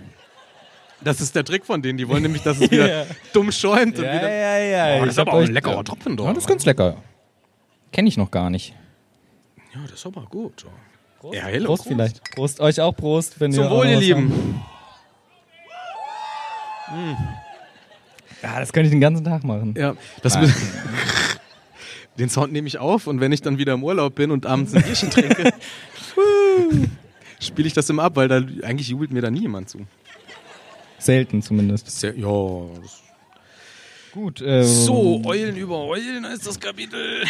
Speaker 3: Das ist der Trick von denen. Die wollen nämlich, dass es wieder dumm schäumt. Und wieder
Speaker 2: ja, ja.
Speaker 3: Oh,
Speaker 2: ich
Speaker 3: das ist
Speaker 2: hab
Speaker 3: aber auch
Speaker 2: euch-
Speaker 3: ein leckerer Tropfen doch.
Speaker 2: Ja, Oh, das ist ganz lecker. Kenne ich noch gar nicht.
Speaker 3: ja, das ist aber gut. Ja, hello.
Speaker 2: Prost, vielleicht. Prost euch auch Prost, wenn
Speaker 3: Zum
Speaker 2: ihr.
Speaker 3: Wohl,
Speaker 2: auch
Speaker 3: ihr
Speaker 2: was habt.
Speaker 3: Lieben.
Speaker 2: Ja, das könnte ich den ganzen Tag machen.
Speaker 3: Ja, das Den Sound nehme ich auf und wenn ich dann wieder im Urlaub bin und abends ein Bierchen trinke, spiele ich das immer ab, weil da eigentlich jubelt mir da nie jemand zu.
Speaker 2: Selten zumindest.
Speaker 3: Sehr, ja.
Speaker 2: Gut. Ähm,
Speaker 3: So, Eulen über Eulen heißt das Kapitel.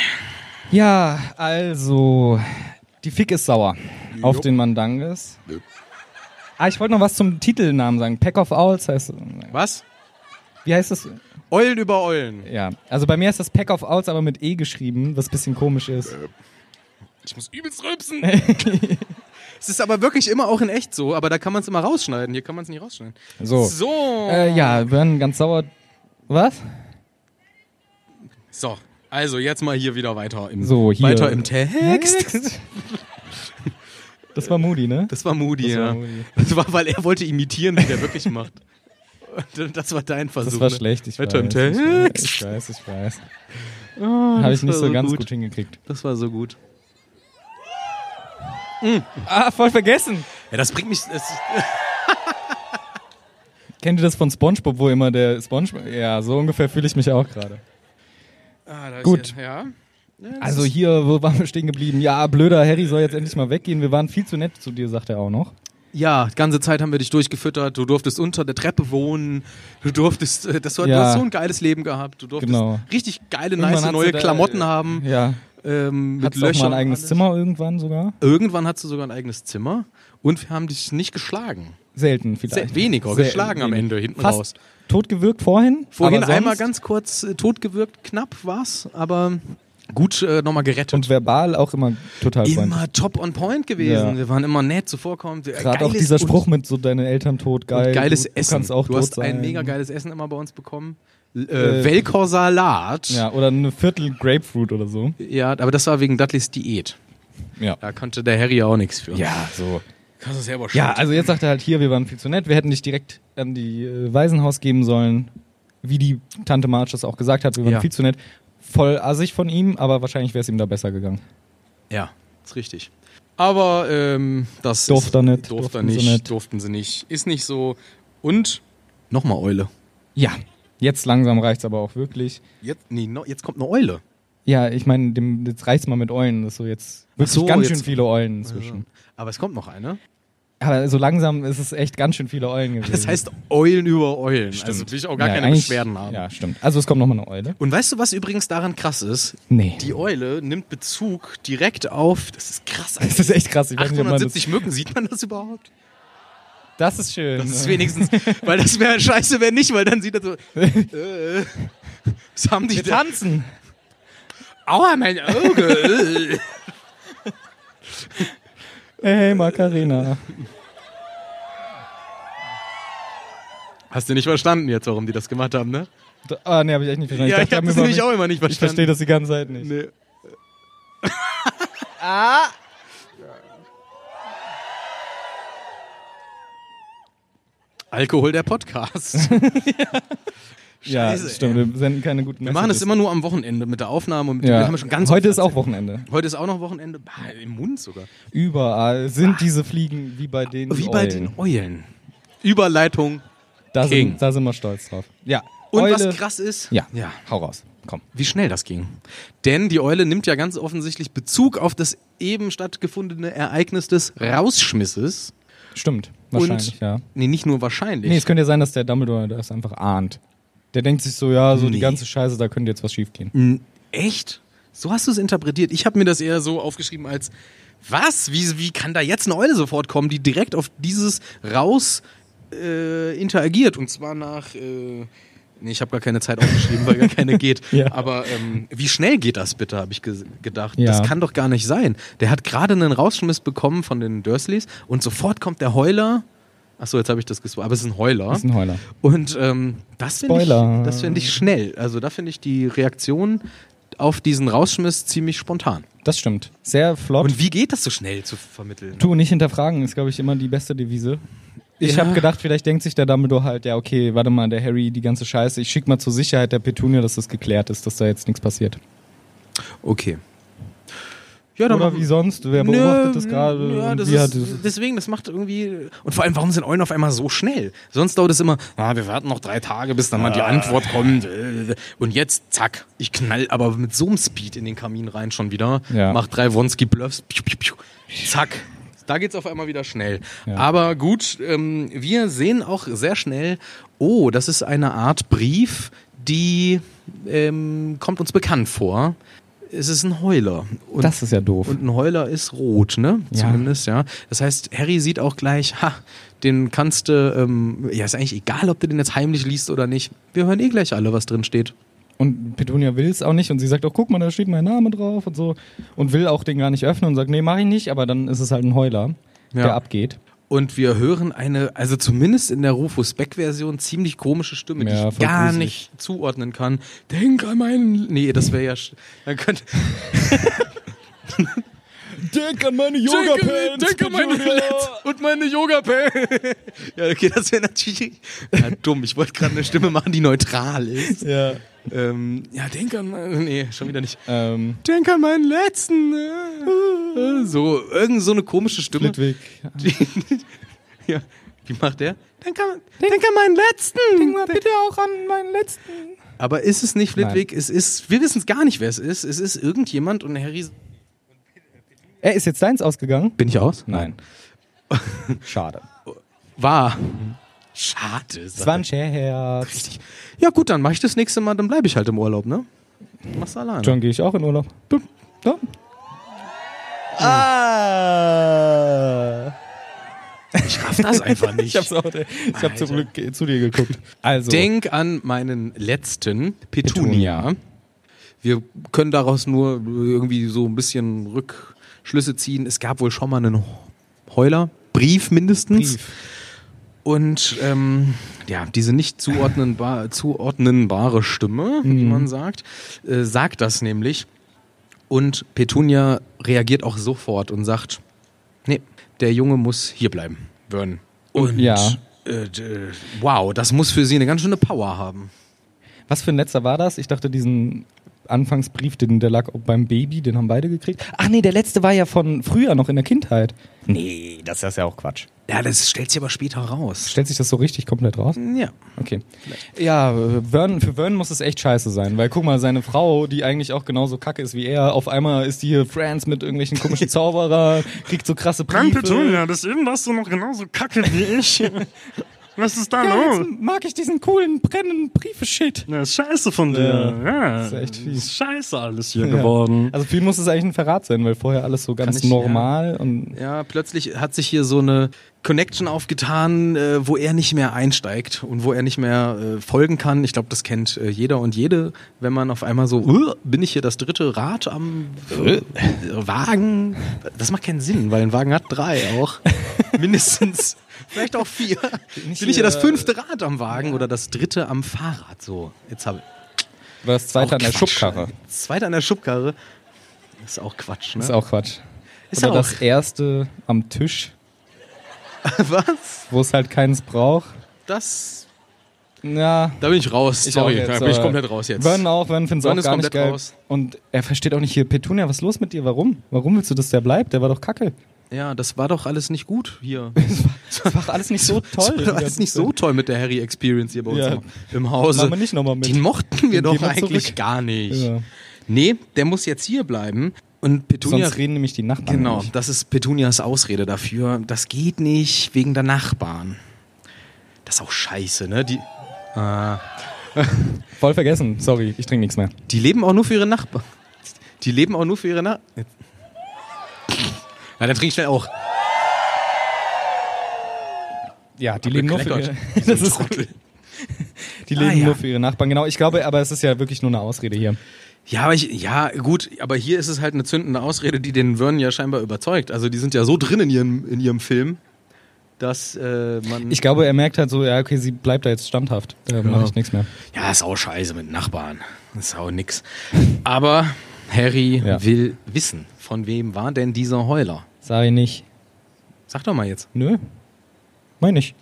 Speaker 2: Ja, also. Die Fick ist sauer. Auf den Mandanges.
Speaker 3: Nö.
Speaker 2: Ah, ich wollte noch was zum Titelnamen sagen. Pack of Owls heißt.
Speaker 3: Was?
Speaker 2: Wie heißt das?
Speaker 3: Eulen über Eulen.
Speaker 2: Ja. Also bei mir ist das Pack of Owls aber mit E geschrieben, was ein bisschen komisch ist.
Speaker 3: Äh, Ich muss übelst rülpsen. es ist aber wirklich immer auch in echt so, aber da kann man es immer rausschneiden. Hier kann man es nicht rausschneiden.
Speaker 2: So.
Speaker 3: So.
Speaker 2: Äh, ja, wir werden ganz sauer. Was?
Speaker 3: So, also jetzt mal hier wieder weiter im,
Speaker 2: So, hier.
Speaker 3: Weiter im Text.
Speaker 2: Das war Moody, ne?
Speaker 3: Das war Moody,
Speaker 2: Das
Speaker 3: ja.
Speaker 2: war Moody.
Speaker 3: Das war, weil er wollte imitieren, wie der wirklich macht. Und Das war dein Versuch.
Speaker 2: Das war
Speaker 3: ne?
Speaker 2: schlecht, ich
Speaker 3: Weiter im
Speaker 2: weiß. ich
Speaker 3: Text.
Speaker 2: weiß, ich weiß, ich weiß. Habe ich
Speaker 3: Ah, war
Speaker 2: nicht so
Speaker 3: so
Speaker 2: ganz
Speaker 3: gut.
Speaker 2: gut, hingekriegt.
Speaker 3: Das war so gut.
Speaker 2: Ah, voll vergessen.
Speaker 3: Ja, das bringt mich. Das,
Speaker 2: Kennt ihr das von SpongeBob, wo immer der SpongeBob... Ja, so ungefähr fühle ich mich auch gerade.
Speaker 3: ah, da ist
Speaker 2: Gut.
Speaker 3: jetzt- Ja.
Speaker 2: Also hier, wo waren wir stehen geblieben? Ja, blöder Harry soll jetzt endlich mal weggehen. Wir waren viel zu nett zu dir, sagt er auch noch.
Speaker 3: ja, die ganze Zeit haben wir dich durchgefüttert. Du durftest unter der Treppe wohnen. Du durftest. äh, Das war, Du
Speaker 2: Ja.
Speaker 3: hast so ein geiles Leben gehabt. Du durftest
Speaker 2: Genau.
Speaker 3: richtig geile,
Speaker 2: Irgendwann
Speaker 3: nice
Speaker 2: hat
Speaker 3: neue
Speaker 2: sie da-
Speaker 3: Klamotten haben.
Speaker 2: Ja,
Speaker 3: Ähm, mit
Speaker 2: hat auch mal
Speaker 3: Löchern.
Speaker 2: ein eigenes
Speaker 3: alles.
Speaker 2: Zimmer irgendwann sogar.
Speaker 3: Irgendwann hattest du sogar ein eigenes Zimmer. Und wir haben dich nicht geschlagen.
Speaker 2: Selten
Speaker 3: Sehr,
Speaker 2: vielleicht.
Speaker 3: weniger
Speaker 2: Sehr-
Speaker 3: geschlagen am
Speaker 2: wenig.
Speaker 3: Ende, hinten
Speaker 2: Fast
Speaker 3: raus.
Speaker 2: totgewirkt vorhin.
Speaker 3: Vorhin
Speaker 2: aber sonst-
Speaker 3: einmal ganz kurz äh, totgewirkt, knapp war's, aber gut äh, nochmal gerettet.
Speaker 2: Und verbal auch immer total freundlich.
Speaker 3: immer top on point gewesen.
Speaker 2: Ja.
Speaker 3: Wir waren immer nett zuvorkommend. Äh,
Speaker 2: Gerade auch
Speaker 3: geiles
Speaker 2: dieser
Speaker 3: und-
Speaker 2: Spruch mit so deine Eltern tot,
Speaker 3: und
Speaker 2: geil.
Speaker 3: geiles
Speaker 2: du, du
Speaker 3: Essen.
Speaker 2: kannst auch
Speaker 3: du
Speaker 2: tot
Speaker 3: hast
Speaker 2: sein.
Speaker 3: ein mega geiles Essen immer bei uns bekommen. L-
Speaker 2: Äh,
Speaker 3: Äh, Welker Salat.
Speaker 2: Ja, oder eine Viertel Grapefruit oder so.
Speaker 3: ja, aber das war wegen Dudleys Diät.
Speaker 2: Ja.
Speaker 3: Da konnte der Harry auch nichts für.
Speaker 2: Ja, so.
Speaker 3: kannst du selber
Speaker 2: Ja, also jetzt sagt er halt hier, wir waren viel zu nett, wir hätten dich direkt an die äh, Waisenhaus geben sollen, wie die Tante March das auch gesagt hat, wir waren
Speaker 3: Ja.
Speaker 2: viel zu nett. voll assig von ihm, aber wahrscheinlich wäre es ihm da besser gegangen.
Speaker 3: Ja, ist richtig. Aber ähm, das
Speaker 2: Durfte
Speaker 3: ist,
Speaker 2: er nicht,
Speaker 3: durfte er
Speaker 2: durften sie
Speaker 3: nicht,
Speaker 2: nicht.
Speaker 3: durften sie nicht, ist nicht so. Und nochmal Eule.
Speaker 2: Ja, jetzt langsam reicht's aber auch wirklich.
Speaker 3: Jetzt, nee, no, jetzt kommt eine Eule.
Speaker 2: Ja, ich meine, dem- jetzt reicht's mal mit Eulen. Das ist so jetzt wirklich
Speaker 3: so,
Speaker 2: ganz
Speaker 3: jetzt-
Speaker 2: schön viele Eulen inzwischen.
Speaker 3: Aber es kommt noch eine.
Speaker 2: Aber so langsam ist es echt ganz schön viele Eulen gewesen.
Speaker 3: Das heißt Eulen über Eulen. Also will ich auch gar
Speaker 2: Äh, Ja,
Speaker 3: keine
Speaker 2: eigentlich-
Speaker 3: Beschwerden haben.
Speaker 2: Ja, stimmt. Also es kommt nochmal eine Eule.
Speaker 3: Und weißt du, was übrigens daran krass ist?
Speaker 2: Nee.
Speaker 3: Die Eule nimmt Bezug direkt auf. Das ist krass.
Speaker 2: das ist echt krass. Ich weiß nicht, ob man das,
Speaker 3: 870 Mücken, sieht man das überhaupt?
Speaker 2: das ist schön.
Speaker 3: Das ist wenigstens, weil das wäre scheiße, wenn nicht, weil dann sieht er so. Äh, was haben die
Speaker 2: Wir
Speaker 3: da?
Speaker 2: tanzen.
Speaker 3: Aua, mein Auge!
Speaker 2: Hey, hey, Macarena.
Speaker 3: Hast du nicht verstanden jetzt, warum die das gemacht haben, ne?
Speaker 2: Da- Ah, nee, habe ich echt nicht verstanden.
Speaker 3: ja, ich,
Speaker 2: dachte,
Speaker 3: hab
Speaker 2: die
Speaker 3: das
Speaker 2: haben
Speaker 3: nämlich
Speaker 2: überhaupt
Speaker 3: auch immer nicht
Speaker 2: nicht- Ich verstehe
Speaker 3: verstanden.
Speaker 2: das die ganze Zeit nicht.
Speaker 3: Nee. Ah. Alkohol der Podcast.
Speaker 2: ja,
Speaker 3: Scheiße,
Speaker 2: stimmt. Wir senden keine guten
Speaker 3: Wir machen das immer nur am Wochenende mit der Aufnahme und mit
Speaker 2: Ja.
Speaker 3: wir haben schon ganz
Speaker 2: Heute ist
Speaker 3: oft
Speaker 2: auch
Speaker 3: erzählt.
Speaker 2: Wochenende.
Speaker 3: Heute ist auch noch Wochenende. Bah, Im Mund sogar.
Speaker 2: Überall sind diese Fliegen wie bei denen.
Speaker 3: Wie bei
Speaker 2: Eulen.
Speaker 3: den Eulen. Überleitung.
Speaker 2: Da
Speaker 3: King.
Speaker 2: sind, da sind wir stolz drauf. Ja.
Speaker 3: Und
Speaker 2: Eule.
Speaker 3: was krass ist,
Speaker 2: Ja.
Speaker 3: ja,
Speaker 2: Hau raus. Komm.
Speaker 3: wie schnell das ging. Denn die Eule nimmt ja ganz offensichtlich Bezug auf das eben stattgefundene Ereignis des Rausschmisses.
Speaker 2: Stimmt. Wahrscheinlich,
Speaker 3: und,
Speaker 2: ja.
Speaker 3: Nee, nicht nur wahrscheinlich.
Speaker 2: Nee, es könnte ja sein, dass der Dumbledore das einfach ahnt. Der denkt sich so, ja, so
Speaker 3: Nee. Mhm.
Speaker 2: die ganze Scheiße, da könnte jetzt was schief gehen.
Speaker 3: N- Echt? So hast du es interpretiert. Ich habe mir das eher so aufgeschrieben als, was? Wie, wie kann da jetzt eine Eule sofort kommen, die direkt auf dieses raus äh, interagiert? Und zwar nach... Äh, nee, ich habe gar keine Zeit aufgeschrieben, weil gar keine geht.
Speaker 2: Ja.
Speaker 3: Aber ähm, wie schnell geht das bitte, habe ich ge gedacht.
Speaker 2: Ja.
Speaker 3: Das kann doch gar nicht sein. Der hat gerade einen Rausschmiss bekommen von den Dursleys und sofort kommt der Heuler. Achso, jetzt habe ich das gespoilert. Aber es ist ein Heuler.
Speaker 2: Das ist ein Heuler.
Speaker 3: Und ähm, das finde ich,
Speaker 2: Spoiler.
Speaker 3: das finde ich schnell. Also da finde ich die Reaktion auf diesen Rausschmiss ziemlich spontan.
Speaker 2: Das stimmt. Sehr flott.
Speaker 3: Und wie geht das so schnell zu vermitteln?
Speaker 2: Tu nicht hinterfragen ist, glaube ich, immer die beste Devise. Ich
Speaker 3: Ja.
Speaker 2: habe gedacht, vielleicht denkt sich der Dumbledore halt, ja, okay, warte mal, der Harry, die ganze Scheiße, ich schick mal zur Sicherheit der Petunia, dass das geklärt ist, dass da jetzt nichts passiert.
Speaker 3: Okay. Ja, dann
Speaker 2: Oder
Speaker 3: machen-
Speaker 2: wie sonst? Wer
Speaker 3: Nö,
Speaker 2: beobachtet das gerade?
Speaker 3: Ja,
Speaker 2: und
Speaker 3: das
Speaker 2: wie hat
Speaker 3: ist,
Speaker 2: es-
Speaker 3: deswegen, das macht irgendwie. Und vor allem, warum sind Eulen auf einmal so schnell? Sonst dauert es immer, ah, wir warten noch drei Tage, bis dann mal die Antwort kommt. Und jetzt, zack, ich knall aber mit so einem Speed in den Kamin rein schon wieder.
Speaker 2: Ja.
Speaker 3: Mach drei Wonski-Bluffs. piu, piu, piu, Zack. Da geht's auf einmal wieder schnell. Aber gut, ähm, wir sehen auch sehr schnell, oh, das ist eine Art Brief, die ähm, kommt uns bekannt vor. Es ist ein Heuler. Und
Speaker 2: das ist ja doof.
Speaker 3: und ein Heuler ist rot, ne?
Speaker 2: Ja.
Speaker 3: Zumindest, ja. Das heißt, Harry sieht auch gleich, ha, den kannst du, ähm, ja, ist eigentlich egal, ob du den jetzt heimlich liest oder nicht. Wir hören eh gleich alle, was drin steht.
Speaker 2: Und Petunia will es auch nicht und sie sagt auch, guck mal, da steht mein Name drauf und so und will auch den gar nicht öffnen und sagt, nee, mach ich nicht, aber dann ist es halt ein Heuler, der abgeht.
Speaker 3: Und wir hören eine, also zumindest in der Rufus Beck-Version, ziemlich komische Stimme,
Speaker 2: Ja,
Speaker 3: die ich
Speaker 2: voll
Speaker 3: gar
Speaker 2: gruselig.
Speaker 3: nicht zuordnen kann. Denk an meinen. Nee, das wäre ja. sch- Dann könnte.
Speaker 2: Denk an meine yoga
Speaker 3: Denke meine Letz und meine yoga Ja, okay, das wäre natürlich ja, dumm. Ich wollte gerade eine Stimme machen, die neutral ist.
Speaker 2: Ja.
Speaker 3: Ähm, ja, denk an. äh, Nee, schon wieder nicht.
Speaker 2: Ähm,
Speaker 3: Denk an meinen letzten. äh, äh, So, irgend so eine komische Stimme.
Speaker 2: Flitwick.
Speaker 3: ja. Wie macht der? Denk an, denk an meinen letzten. Denk mal bitte auch an meinen letzten. Aber ist es nicht Flitwick? Es ist. Wir wissen es gar nicht, wer es ist. Es ist irgendjemand und Harry.
Speaker 2: Ey, ist jetzt deins ausgegangen?
Speaker 3: Bin ich aus?
Speaker 2: Nein. Schade.
Speaker 3: War. Schade.
Speaker 2: Es war ein Scherz.
Speaker 3: Richtig. Ja gut, dann mache ich das nächste Mal, dann bleibe ich halt im Urlaub, ne? Machst du alleine.
Speaker 2: John, gehe ich auch in Urlaub?
Speaker 3: Bup.
Speaker 2: Da. Ah.
Speaker 3: Ich raff das einfach nicht.
Speaker 2: Ich hab's auch, ich hab zum Glück äh, zu dir geguckt. Also,
Speaker 3: Denk an meinen letzten Petunia. Wir können daraus nur irgendwie so ein bisschen Rückschlüsse ziehen. Es gab wohl schon mal einen Heuler, Brief mindestens.
Speaker 2: Brief.
Speaker 3: Und ähm, ja, diese nicht zuordnenbar, zuordnenbare Stimme,
Speaker 2: Mhm.
Speaker 3: wie man sagt, äh, sagt das nämlich. Und Petunia reagiert auch sofort und sagt, nee, der Junge muss hierbleiben, Vernon. Und
Speaker 2: Ja.
Speaker 3: äh, d- wow, das muss für sie eine ganz schöne Power haben.
Speaker 2: was für ein letzter war das? Ich dachte, diesen Anfangsbrief, den, der lag auch beim Baby, den haben beide gekriegt. Ach nee, der letzte war ja von früher, noch in der Kindheit. Nee, das ist ja auch Quatsch.
Speaker 3: Ja, das stellt sich aber später raus.
Speaker 2: Stellt sich das so richtig komplett raus?
Speaker 3: Ja.
Speaker 2: Okay. Ja, äh, Vern, für Vern muss es echt scheiße sein, weil guck mal, seine Frau, die eigentlich auch genauso kacke ist wie er, auf einmal ist die hier Friends mit irgendwelchen komischen Zauberer, kriegt so krasse
Speaker 4: Frank
Speaker 2: Briefe.
Speaker 4: Petunia, das eben warst du noch genauso kacke wie ich. Was ist da
Speaker 2: Ja,
Speaker 4: los?
Speaker 2: jetzt mag ich diesen coolen, brennenden Briefe-Shit.
Speaker 4: Na, ist scheiße von dir. Ja,
Speaker 2: ist echt fies.
Speaker 4: Ist scheiße alles hier
Speaker 2: Ja.
Speaker 4: geworden.
Speaker 2: Also viel muss es eigentlich ein Verrat sein, weil vorher alles so ganz
Speaker 3: ich-
Speaker 2: normal und
Speaker 3: Ja, plötzlich hat sich hier so eine Connection aufgetan, äh, wo er nicht mehr einsteigt und wo er nicht mehr äh, folgen kann. Ich glaube, das kennt äh, jeder und jede, wenn man auf einmal so, "Uh, bin ich hier das dritte Rad am äh, Wagen? Das macht keinen Sinn, weil ein Wagen hat drei auch. Mindestens. Vielleicht auch vier. Bin ich hier äh, das fünfte Rad am Wagen oder das dritte am Fahrrad? So, jetzt habe
Speaker 2: war das zweite
Speaker 3: Auch
Speaker 2: an der
Speaker 3: Quatsch.
Speaker 2: Schubkarre.
Speaker 3: Das zweite an der Schubkarre. Ist auch Quatsch, ne?
Speaker 2: Ist auch Quatsch.
Speaker 3: Ist
Speaker 2: Oder
Speaker 3: auch-
Speaker 2: das erste am Tisch,
Speaker 3: Was?
Speaker 2: wo es halt keins braucht.
Speaker 3: Das.
Speaker 2: Ja.
Speaker 3: Da bin ich raus.
Speaker 2: ich
Speaker 3: Sorry,
Speaker 2: auch jetzt,
Speaker 3: da bin ich
Speaker 2: aber-
Speaker 3: komplett raus jetzt.
Speaker 2: Vern auch, Vern findet
Speaker 3: Vern
Speaker 2: auch
Speaker 3: ist
Speaker 2: gar nicht
Speaker 3: komplett
Speaker 2: geil.
Speaker 3: raus.
Speaker 2: Und er versteht auch nicht hier, Petunia, was ist los mit dir? Warum? Warum willst du, dass der bleibt? Der war doch kacke.
Speaker 3: Ja, das war doch alles nicht gut hier.
Speaker 2: Das war alles nicht so toll.
Speaker 3: Das war alles nicht so toll mit der Harry Experience hier bei uns
Speaker 2: Ja.
Speaker 3: im- im Hause.
Speaker 2: Machen wir nicht nochmal mit.
Speaker 3: Den mochten wir
Speaker 2: Den
Speaker 3: doch
Speaker 2: geben wir
Speaker 3: eigentlich
Speaker 2: zurück.
Speaker 3: gar nicht.
Speaker 2: Ja.
Speaker 3: Nee, der muss jetzt hier bleiben. Und Petunia
Speaker 2: Sonst reden nämlich die Nachbarn.
Speaker 3: Genau,
Speaker 2: nicht.
Speaker 3: das ist Petunias Ausrede dafür. Das geht nicht wegen der Nachbarn. Das ist auch scheiße, ne? Die,
Speaker 2: Voll vergessen. Sorry, ich trinke nichts mehr.
Speaker 3: die leben auch nur für ihre Nachbarn. Die leben auch nur für ihre Nachbarn. Na, dann trinke ich schnell auch.
Speaker 2: Ja, die leben nur für ihre,
Speaker 3: gekleckert.
Speaker 2: das ist, die leben
Speaker 3: Ah, ja.
Speaker 2: nur für ihre Nachbarn. Genau, ich glaube, aber es ist ja wirklich nur eine Ausrede hier.
Speaker 3: Ja, aber ich, ja, gut, aber hier ist es halt eine zündende Ausrede, die den Vernon ja scheinbar überzeugt. Also die sind ja so drin in ihrem, in ihrem Film, dass äh, man.
Speaker 2: Ich glaube, er merkt halt so, ja, okay, sie bleibt da jetzt standhaft. Da
Speaker 3: Genau.
Speaker 2: mache ich nichts mehr.
Speaker 3: ja, ist auch scheiße mit Nachbarn. Ist auch nix. Aber Harry
Speaker 2: Ja.
Speaker 3: will wissen, von wem war denn dieser Heuler?
Speaker 2: Sag ich nicht.
Speaker 3: Sag doch mal jetzt.
Speaker 2: Nö. Meine ich.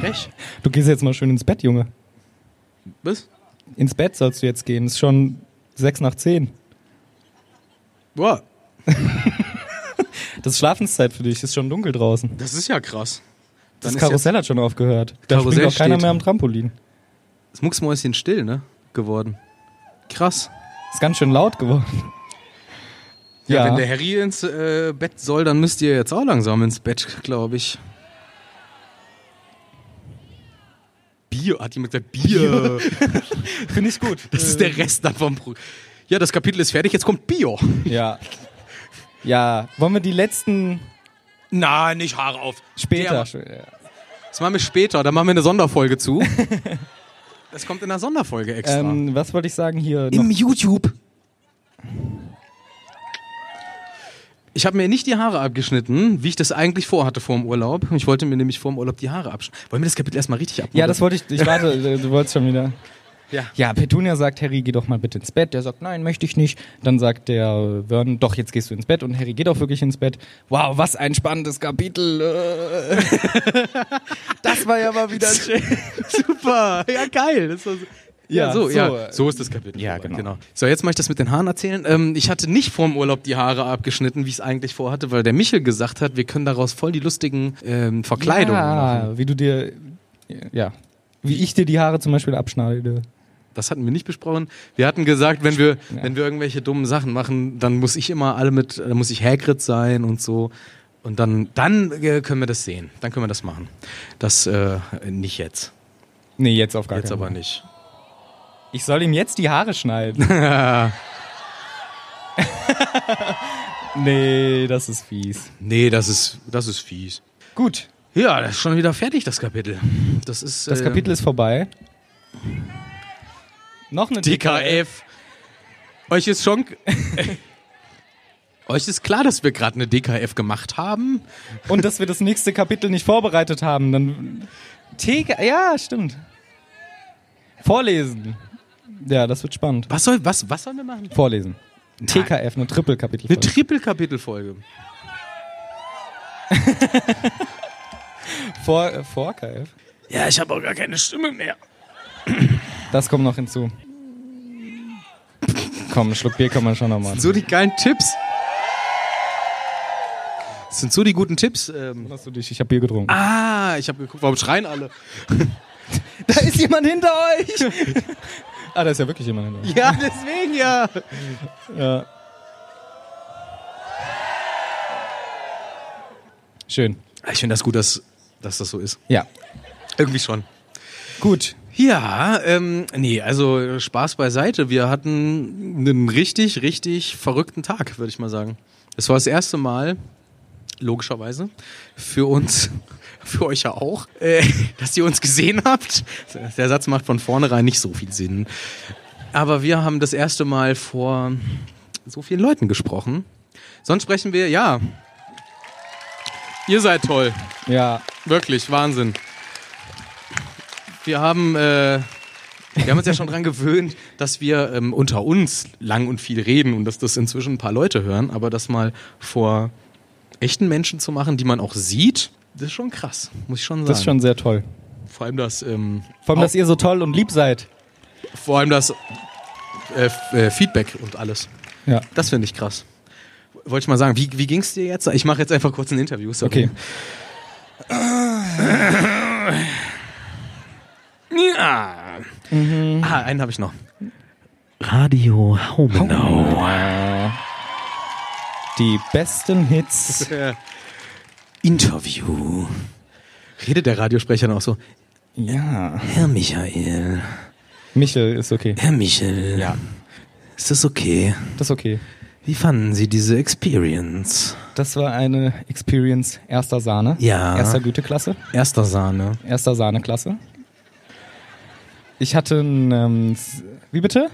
Speaker 3: Frech?
Speaker 2: Du gehst jetzt mal schön ins Bett, Junge.
Speaker 3: Was?
Speaker 2: Ins Bett sollst du jetzt gehen. Ist schon sechs nach zehn.
Speaker 3: Boah,
Speaker 2: Das ist Schlafenszeit für dich. Ist schon dunkel draußen.
Speaker 3: das ist ja krass.
Speaker 2: Das
Speaker 3: Dann ist
Speaker 2: Karussell hat schon aufgehört. Da
Speaker 3: Karussell
Speaker 2: springt auch keiner
Speaker 3: steht.
Speaker 2: mehr am Trampolin.
Speaker 3: jetzt Das Mucksmäuschen still, ne? Geworden. Krass.
Speaker 2: Ist ganz schön laut geworden.
Speaker 3: Ja,
Speaker 2: Ja.
Speaker 3: wenn der Harry ins äh, Bett soll, dann müsst ihr jetzt auch langsam ins Bett, glaube ich. Bier, hat jemand gesagt, Bier.
Speaker 2: Finde ich gut.
Speaker 3: Das ist der Rest dann vom Pro Ja, das Kapitel ist fertig, jetzt kommt Bio.
Speaker 2: Ja. Ja. Wollen wir die letzten
Speaker 3: Nein, nicht Haare auf.
Speaker 2: später?
Speaker 3: Das machen wir später, da machen wir eine Sonderfolge zu. Das kommt in der Sonderfolge extra.
Speaker 2: Ähm, was wollte ich sagen hier? Noch?
Speaker 3: YouTube. Ich habe mir nicht die Haare abgeschnitten, wie ich das eigentlich vorhatte vor dem Urlaub. Ich wollte mir nämlich vor dem Urlaub die Haare abschneiden. Wollen wir das Kapitel erstmal richtig abmachen?
Speaker 2: Ja, das wollte ich. Ich warte, äh, du wolltest schon wieder.
Speaker 3: Ja.
Speaker 2: ja, Petunia sagt, Harry, geh doch mal bitte ins Bett. Der sagt, nein, möchte ich nicht. Dann sagt der äh, Vernon, doch, jetzt gehst du ins Bett. Und Harry geht auch wirklich ins Bett. Wow, was ein spannendes Kapitel. äh. das war ja mal wieder schön.
Speaker 3: super. Ja, geil. Das war so. Ja,
Speaker 2: Ja,
Speaker 3: so,
Speaker 2: so,
Speaker 3: ja,
Speaker 2: äh,
Speaker 3: so ist das Kapitel.
Speaker 2: ja,
Speaker 3: vorbei.
Speaker 2: genau.
Speaker 3: So, jetzt mache ich das mit den Haaren erzählen. Ähm, ich hatte nicht vorm Urlaub die Haare abgeschnitten, wie ich es eigentlich vorhatte, weil der Michel gesagt hat, wir können daraus voll die lustigen ähm, Verkleidungen machen.
Speaker 2: Ja, wie du dir. Ja. Wie ich dir die Haare zum Beispiel abschneide.
Speaker 3: Das hatten wir nicht besprochen. Wir hatten gesagt, wenn wir, wenn wir irgendwelche dummen Sachen machen, dann muss ich immer alle mit, dann muss ich Hagrid sein und so. Und dann, dann äh, können wir das sehen. Dann können wir das machen. Das äh, nicht jetzt.
Speaker 2: Nee, jetzt auf gar
Speaker 3: Jetzt
Speaker 2: keinen
Speaker 3: aber
Speaker 2: Fall.
Speaker 3: nicht.
Speaker 2: Ich soll ihm jetzt die Haare schneiden. nee, das ist fies.
Speaker 3: Nee, das ist, das ist fies.
Speaker 2: Gut,
Speaker 3: Ja, das ist schon wieder fertig, das Kapitel. Das ist.
Speaker 2: das
Speaker 3: äh,
Speaker 2: Kapitel ist vorbei. Noch eine
Speaker 3: DKF. Euch ist schon. Euch ist klar, dass wir gerade eine DKF gemacht haben.
Speaker 2: Und dass wir das nächste Kapitel nicht vorbereitet haben, dann. TK, ja, stimmt. Vorlesen. Ja, das wird spannend.
Speaker 3: Was soll, was, was sollen wir machen?
Speaker 2: Vorlesen. TKF, eine Triple-Kapitel.
Speaker 3: Eine Triple-Kapitel-Folge.
Speaker 2: Vor, äh, vor KF.
Speaker 4: Ja, ich habe auch gar keine Stimme mehr.
Speaker 2: Das kommt noch hinzu. Komm, einen Schluck Bier kann man schon noch machen.
Speaker 3: So die geilen Tipps. Das sind so die guten Tipps. Ähm,
Speaker 2: Hast du dich? Ich habe Bier getrunken.
Speaker 3: ah, ich habe geguckt, warum schreien alle?
Speaker 2: da ist jemand hinter euch! ah, da ist ja wirklich jemand hinter euch.
Speaker 3: Ja, deswegen ja.
Speaker 2: Ja. Schön.
Speaker 3: Ich finde das gut, dass, dass das so ist.
Speaker 2: Ja.
Speaker 3: Irgendwie schon.
Speaker 2: Gut.
Speaker 3: Ja, ähm, nee, also Spaß beiseite. Wir hatten einen richtig, richtig verrückten Tag, würde ich mal sagen. Es war das erste Mal, logischerweise, für uns, für euch ja auch, äh, dass ihr uns gesehen habt. Der Satz macht von vornherein nicht so viel Sinn. Aber wir haben das erste Mal vor so vielen Leuten gesprochen. Sonst sprechen wir, ja. Ihr seid toll.
Speaker 2: Ja.
Speaker 3: Wirklich, Wahnsinn. Wir haben, äh, wir haben uns ja schon dran gewöhnt, dass wir ähm, unter uns lang und viel reden und dass das inzwischen ein paar Leute hören, aber das mal vor echten Menschen zu machen, die man auch sieht, das ist schon krass, muss ich schon sagen.
Speaker 2: Das ist schon sehr toll.
Speaker 3: vor allem das, ähm,
Speaker 2: Vor allem, dass ihr so toll und lieb seid.
Speaker 3: vor allem das äh, F- äh, Feedback und alles.
Speaker 2: Ja.
Speaker 3: Das finde ich krass. Wollte ich mal sagen, wie, wie ging es dir jetzt? Ich mache jetzt einfach kurz ein Interview. sorry.
Speaker 2: Okay.
Speaker 3: Ja. Ah, einen habe ich noch.
Speaker 7: Radio Haumenau.
Speaker 2: Die besten Hits.
Speaker 3: Interview. Redet der Radiosprecher dann auch so?
Speaker 2: Ja.
Speaker 3: Herr Michael,
Speaker 2: Michel ist okay.
Speaker 3: Herr Michel. Ja. Ist das okay?
Speaker 2: Das ist okay.
Speaker 3: Wie fanden Sie diese Experience?
Speaker 2: Das war eine Experience erster Sahne.
Speaker 3: Ja.
Speaker 2: Erster Güteklasse.
Speaker 3: Erster Sahne.
Speaker 2: Erster Sahneklasse. Ich hatte ein. Ähm, s- wie bitte?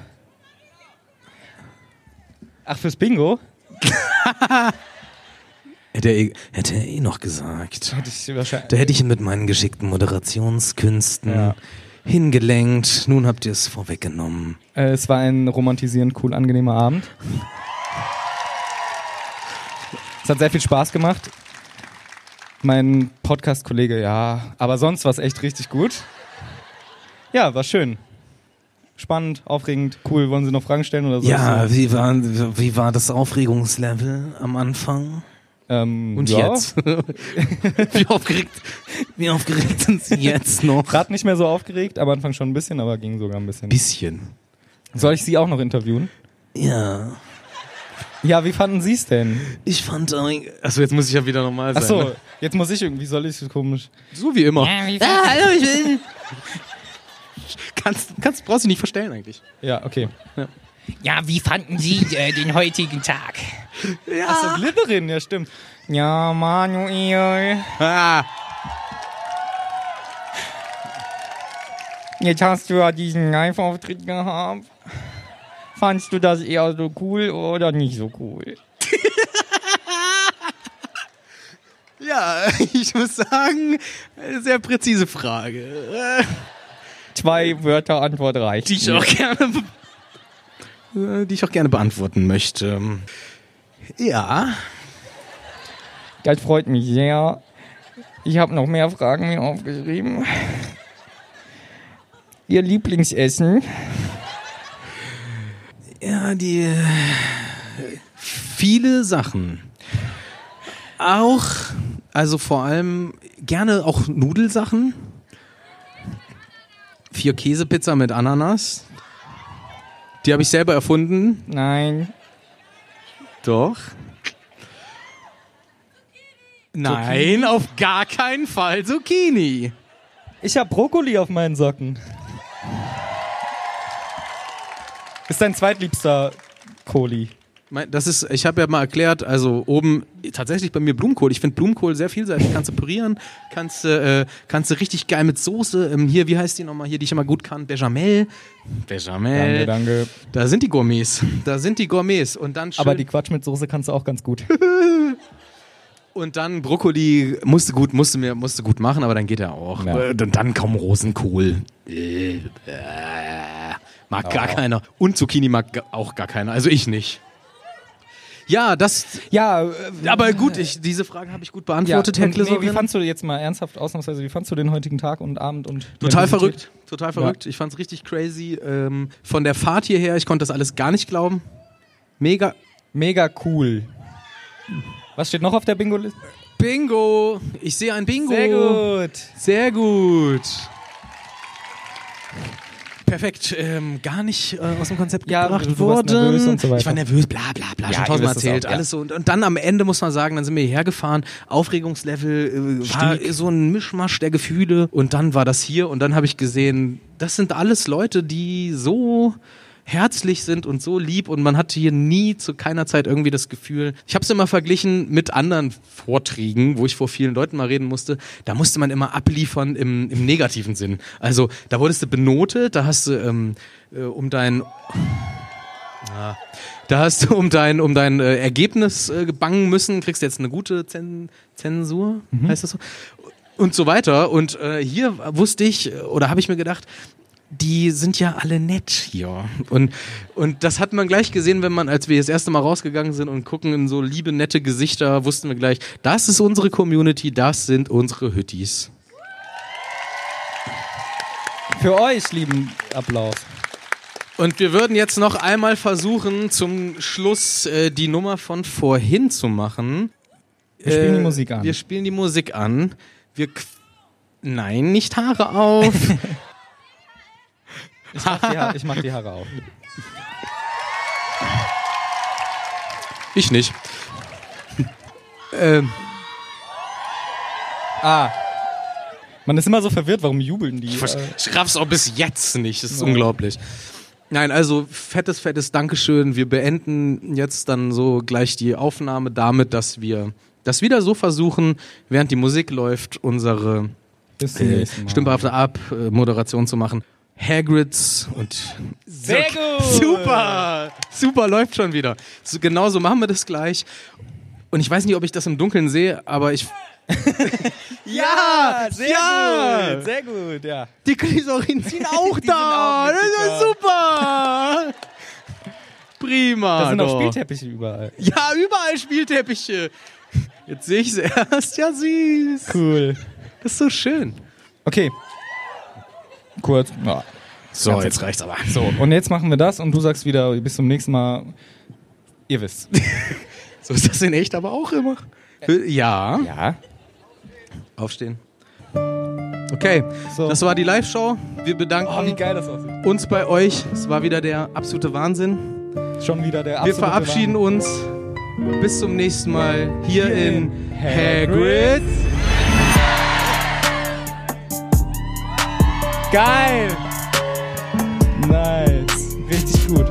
Speaker 2: Ach, fürs Bingo?
Speaker 1: Hätte er, eh- hätte er eh noch gesagt.
Speaker 2: Hatte ich wahrscheinlich.
Speaker 1: Da hätte ich ihn mit meinen geschickten Moderationskünsten
Speaker 2: Ja.
Speaker 1: hingelenkt. Nun habt ihr es vorweggenommen.
Speaker 2: Äh, es war ein romantisierend, cool, angenehmer Abend. Es hat sehr viel Spaß gemacht. Mein Podcast-Kollege, ja, aber sonst war es echt richtig gut. Ja, war schön. Spannend, aufregend, cool. Wollen Sie noch Fragen stellen oder so?
Speaker 1: Ja, wie war, wie war das Aufregungslevel am Anfang?
Speaker 2: Ähm,
Speaker 3: Und
Speaker 2: ja.
Speaker 3: jetzt? Wie aufgeregt?
Speaker 1: Wie aufgeregt sind Sie jetzt noch?
Speaker 2: Gerade nicht mehr so aufgeregt, am Anfang schon ein bisschen, aber ging sogar ein bisschen.
Speaker 3: Bisschen.
Speaker 2: Soll ich Sie auch noch interviewen?
Speaker 1: Ja,
Speaker 2: Ja, wie fanden Sie es denn?
Speaker 1: ich fand eigentlich...
Speaker 3: Achso, jetzt muss ich ja wieder normal sein.
Speaker 2: Achso,
Speaker 3: ne?
Speaker 2: jetzt muss ich irgendwie, soll ich komisch?
Speaker 3: So wie immer. Ah, Kannst, kannst, brauchst dich nicht verstellen eigentlich.
Speaker 2: Ja, okay.
Speaker 7: Ja, wie fanden Sie äh, den heutigen Tag?
Speaker 2: Ach so, Slytherin, ja stimmt. Ja, Manuel.
Speaker 3: Ah,
Speaker 2: Jetzt hast du ja diesen Live-Auftritt gehabt. Fandst du das eher so cool oder nicht so cool?
Speaker 3: ja, ich muss sagen, eine sehr präzise Frage.
Speaker 2: Zwei Wörter Antwort reicht.
Speaker 7: Ich auch gerne.
Speaker 3: Äh, Die ich auch gerne beantworten möchte. Ja.
Speaker 2: Das freut mich sehr. Ich habe noch mehr Fragen mir aufgeschrieben. Ihr Lieblingsessen?
Speaker 3: Ja, die äh, viele Sachen. Auch, also vor allem gerne auch Nudelsachen. Vier Käsepizza mit Ananas. Die habe ich selber erfunden.
Speaker 2: Nein.
Speaker 3: Doch. Nein, auf gar keinen Fall Zucchini.
Speaker 2: Ich habe Brokkoli auf meinen Socken. Ist dein zweitliebster Kohli?
Speaker 3: Mein- Das ist, ich habe ja mal erklärt, also oben tatsächlich bei mir Blumenkohl. Ich finde Blumenkohl sehr vielseitig. Kannst du pürieren, kannst du, äh, kannst du richtig geil mit Soße. Ähm, hier, wie heißt die nochmal hier, die ich immer gut kann? Bechamel.
Speaker 2: Äh,
Speaker 3: Bechamel.
Speaker 2: danke.
Speaker 3: Da sind die Gourmets. Da sind die Gourmets. Und dann schön,
Speaker 2: Aber die Quatsch mit Soße kannst du auch ganz gut.
Speaker 3: und dann Brokkoli musste gut, musste mir, musste gut machen, aber dann geht er auch.
Speaker 2: Ja.
Speaker 3: Äh, Und dann kaum Rosenkohl. Äh, äh, mag gar keiner. Und Zucchini mag ga- auch gar keiner. Also ich nicht. Ja, das.
Speaker 2: Ja, äh,
Speaker 3: Aber gut, ich, diese Fragen habe ich gut beantwortet, Herr
Speaker 2: und nee, Wie
Speaker 3: Klisserin.
Speaker 2: fandst du jetzt mal ernsthaft ausnahmsweise, wie fandst du den heutigen Tag und Abend und
Speaker 3: Total
Speaker 2: Ja,
Speaker 3: verrückt, total verrückt. Ich fand's richtig crazy. Ähm, von der Fahrt hierher, ich konnte das alles gar nicht glauben. Mega.
Speaker 2: Mega cool. Was steht noch auf der Bingo-Liste? Oh.
Speaker 3: Bingo! Ich sehe ein Bingo!
Speaker 2: gut.
Speaker 3: Sehr gut. Perfekt. Ähm, gar nicht äh, aus dem Konzept
Speaker 2: Ja, du-
Speaker 3: gebracht
Speaker 2: du warst
Speaker 3: worden.
Speaker 2: nervös und so weiter.
Speaker 3: Ich war nervös, bla bla bla, schon
Speaker 2: ihr
Speaker 3: tausendmal
Speaker 2: wisst es
Speaker 3: erzählt,
Speaker 2: auch, ja.
Speaker 3: alles so. Und, und dann am Ende muss man sagen, dann sind wir hierher gefahren, Aufregungslevel, äh, war so ein Mischmasch der Gefühle. Und dann war das hier und dann habe ich gesehen, das sind alles Leute, die so herzlich sind und so lieb und man hatte hier nie zu keiner Zeit irgendwie das Gefühl. Ich habe es immer verglichen mit anderen Vorträgen, wo ich vor vielen Leuten mal reden musste. Da musste man immer abliefern im, im negativen Sinn. Also da wurdest du benotet, da hast du ähm, äh, um dein da hast du um dein, um dein äh, Ergebnis äh, bangen müssen, kriegst jetzt eine gute Zen Zensur, heißt das so? Und so weiter. Und äh, hier wusste ich, äh, oder habe ich mir gedacht, die sind ja alle nett hier. Und, und das hat man gleich gesehen, wenn man, als wir das erste Mal rausgegangen sind und gucken in so liebe, nette Gesichter, wussten wir gleich, das ist unsere Community, das sind unsere Hüttis.
Speaker 2: Für euch, lieben Applaus.
Speaker 3: Und wir würden jetzt noch einmal versuchen, zum Schluss äh, die Nummer von vorhin zu machen. Äh,
Speaker 2: Wir spielen die Musik an.
Speaker 3: Wir spielen die Musik an. Wir. qu- Nein, nicht Haare auf.
Speaker 2: Ja, ich mach die Haare auf.
Speaker 3: ich nicht. ähm,
Speaker 2: Ah. Man ist immer so verwirrt, warum jubeln die?
Speaker 3: ich,
Speaker 2: Äh,
Speaker 3: ich raff's auch bis jetzt nicht. Das ist unglaublich. Nein, also fettes, fettes Dankeschön. Wir beenden jetzt dann so gleich die Aufnahme damit, dass wir das wieder so versuchen, während die Musik läuft, unsere
Speaker 2: bis zum
Speaker 3: äh,
Speaker 2: nächsten Mal.
Speaker 3: stümperhafte Ab-Moderation zu machen. Hagrids und
Speaker 2: Sehr gut.
Speaker 3: super, super läuft schon wieder. So, genauso machen wir das gleich. Und ich weiß nicht, ob ich das im Dunkeln sehe, aber ich
Speaker 2: Ja, sehr
Speaker 3: Ja.
Speaker 2: gut. Sehr gut, ja.
Speaker 3: die Glycerin sind auch
Speaker 2: sind auch
Speaker 3: da.
Speaker 2: mit
Speaker 3: das ist
Speaker 2: da.
Speaker 3: super. Prima.
Speaker 2: Da sind auch
Speaker 3: Ah, doch.
Speaker 2: Spielteppiche überall.
Speaker 3: Ja, überall Spielteppiche. Jetzt sehe ich es erst. Ja, süß.
Speaker 2: Cool.
Speaker 3: Das ist so schön.
Speaker 2: Okay. Kurz. Ja.
Speaker 3: So, jetzt reicht's aber.
Speaker 2: So, und jetzt machen wir das und du sagst wieder, bis zum nächsten Mal. Ihr wisst.
Speaker 3: So ist das in echt aber auch immer. Ja.
Speaker 2: Ja.
Speaker 3: Aufstehen. Okay,
Speaker 2: So.
Speaker 3: das war die Live-Show. Wir bedanken
Speaker 2: Oh, geil das aussieht.
Speaker 3: uns bei euch. Es war wieder der absolute Wahnsinn.
Speaker 2: Schon wieder der
Speaker 3: Wir verabschieden uns. Bis zum nächsten Mal hier in Hagrid.
Speaker 2: Geil! Nice. Richtig gut.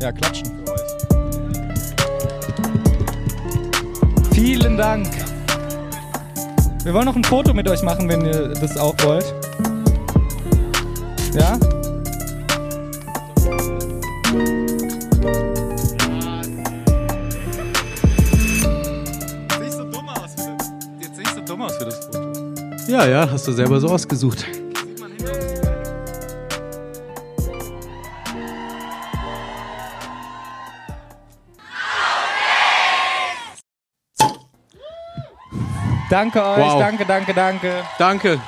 Speaker 2: Ja, klatschen für euch. Vielen Dank. Wir wollen noch ein Foto mit euch machen, wenn ihr das auch wollt. Ja?
Speaker 8: Jetzt so dumm aus für das, jetzt nicht so dumm aus für das Foto.
Speaker 3: Ja, ja, hast du selber so ausgesucht.
Speaker 2: Danke euch,
Speaker 3: Wow.
Speaker 2: danke, danke, danke.
Speaker 3: Danke.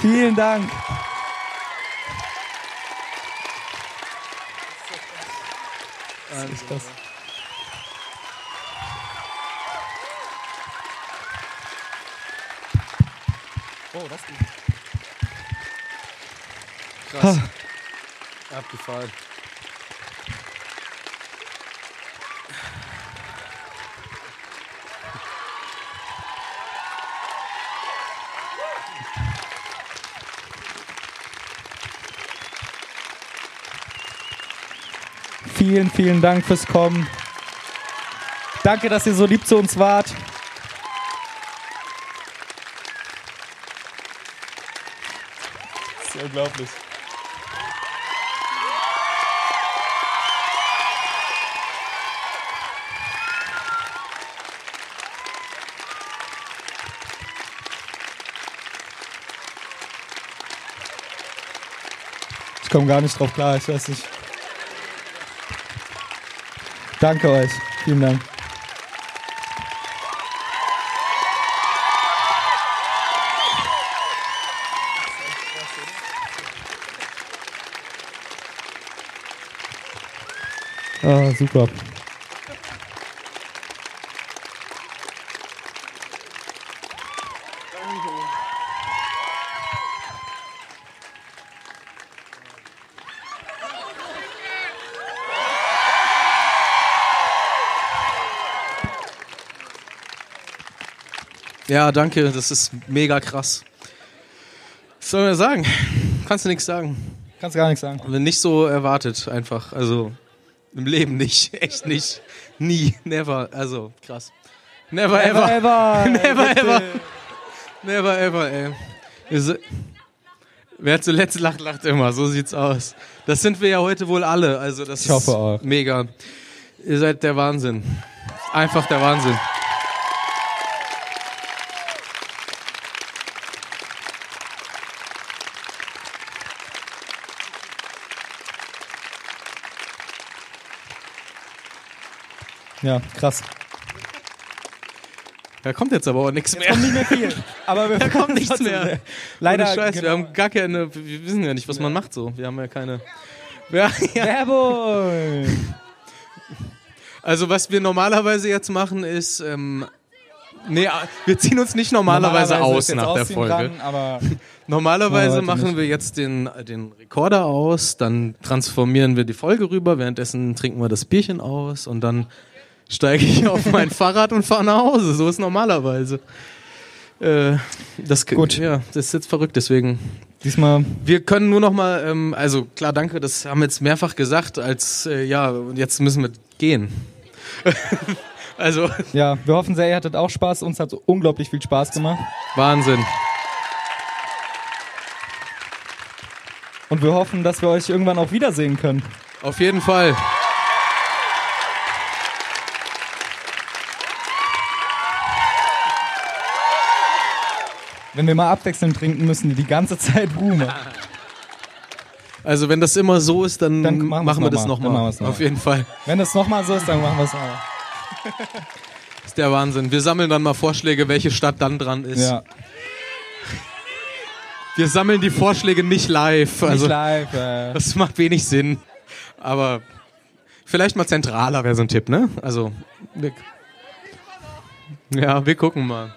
Speaker 2: Vielen Dank. Was ist das? Oh, das geht.
Speaker 3: Krass. Abgefahren.
Speaker 2: Vielen, vielen Dank fürs Kommen. Danke, dass ihr so lieb zu uns wart. Das ist unglaublich. komme gar nicht drauf klar, ich weiß nicht. Danke euch. Vielen Dank. Ah, super.
Speaker 3: Ja, danke, das ist mega krass. Was soll man sagen? Kannst du nichts sagen.
Speaker 2: Kannst gar nichts sagen.
Speaker 3: Wenn nicht so erwartet, einfach. Also im Leben nicht. Echt nicht. Nie. Never. Also krass. Never, ever.
Speaker 2: Ever.
Speaker 3: Never ever. Never ever, ey. Wir si- Wer zuletzt lacht, lacht immer. So sieht's aus. Das sind wir ja heute wohl alle. Also das
Speaker 2: Ich hoffe
Speaker 3: ist
Speaker 2: auch.
Speaker 3: mega. Ihr seid der Wahnsinn. Einfach der Wahnsinn.
Speaker 2: Ja, krass.
Speaker 3: Da kommt jetzt aber auch nichts mehr.
Speaker 2: Nicht mehr viel. Aber wir
Speaker 3: Da kommt nichts
Speaker 2: trotzdem
Speaker 3: mehr.
Speaker 2: Leider.
Speaker 3: Ohne Scheiß,
Speaker 2: genau.
Speaker 3: wir haben gar keine, wir wissen ja nicht, was man macht so. Wir haben ja keine. Ja, ja.
Speaker 2: Werbung.
Speaker 3: Also was wir normalerweise jetzt machen ist, ähm, nee, ah, wir ziehen uns nicht normalerweise,
Speaker 2: ist
Speaker 3: aus
Speaker 2: jetzt
Speaker 3: nach der
Speaker 2: Ausziehen
Speaker 3: Folge.
Speaker 2: Dran, aber
Speaker 3: Normalerweise
Speaker 2: Heute
Speaker 3: machen
Speaker 2: nicht.
Speaker 3: wir jetzt den, den Rekorder aus, dann transformieren wir die Folge rüber, währenddessen trinken wir das Bierchen aus und dann steige ich auf mein Fahrrad und fahre nach Hause. So ist normalerweise. Äh, das,
Speaker 2: Gut.
Speaker 3: Ja, das ist jetzt verrückt, deswegen
Speaker 2: diesmal
Speaker 3: wir können nur noch mal, ähm, also klar, danke, das haben wir jetzt mehrfach gesagt, als äh, ja, und jetzt müssen wir gehen. also,
Speaker 2: Ja, wir hoffen sehr, ihr hattet auch Spaß. Uns hat unglaublich viel Spaß gemacht.
Speaker 3: Wahnsinn.
Speaker 2: Und wir hoffen, dass wir euch irgendwann auch wiedersehen können.
Speaker 3: Auf jeden Fall.
Speaker 2: Wenn wir mal abwechselnd trinken, müssen die die ganze Zeit Ruhe.
Speaker 3: Also, wenn das immer so ist, dann,
Speaker 2: Dann machen
Speaker 3: machen,
Speaker 2: wir's
Speaker 3: wir das
Speaker 2: noch mal.
Speaker 3: nochmal.
Speaker 2: Dann machen wir's noch
Speaker 3: Auf
Speaker 2: mal.
Speaker 3: jeden Fall.
Speaker 2: Wenn das nochmal so ist, dann machen wir es mal.
Speaker 3: Ist der Wahnsinn. Wir sammeln dann mal Vorschläge, welche Stadt dann dran ist.
Speaker 2: Ja,
Speaker 3: Wir sammeln die Vorschläge nicht live. Also,
Speaker 2: nicht live. Äh.
Speaker 3: das macht wenig Sinn. Aber vielleicht mal zentraler wäre so ein Tipp, ne? Also, wir, ja, wir gucken mal.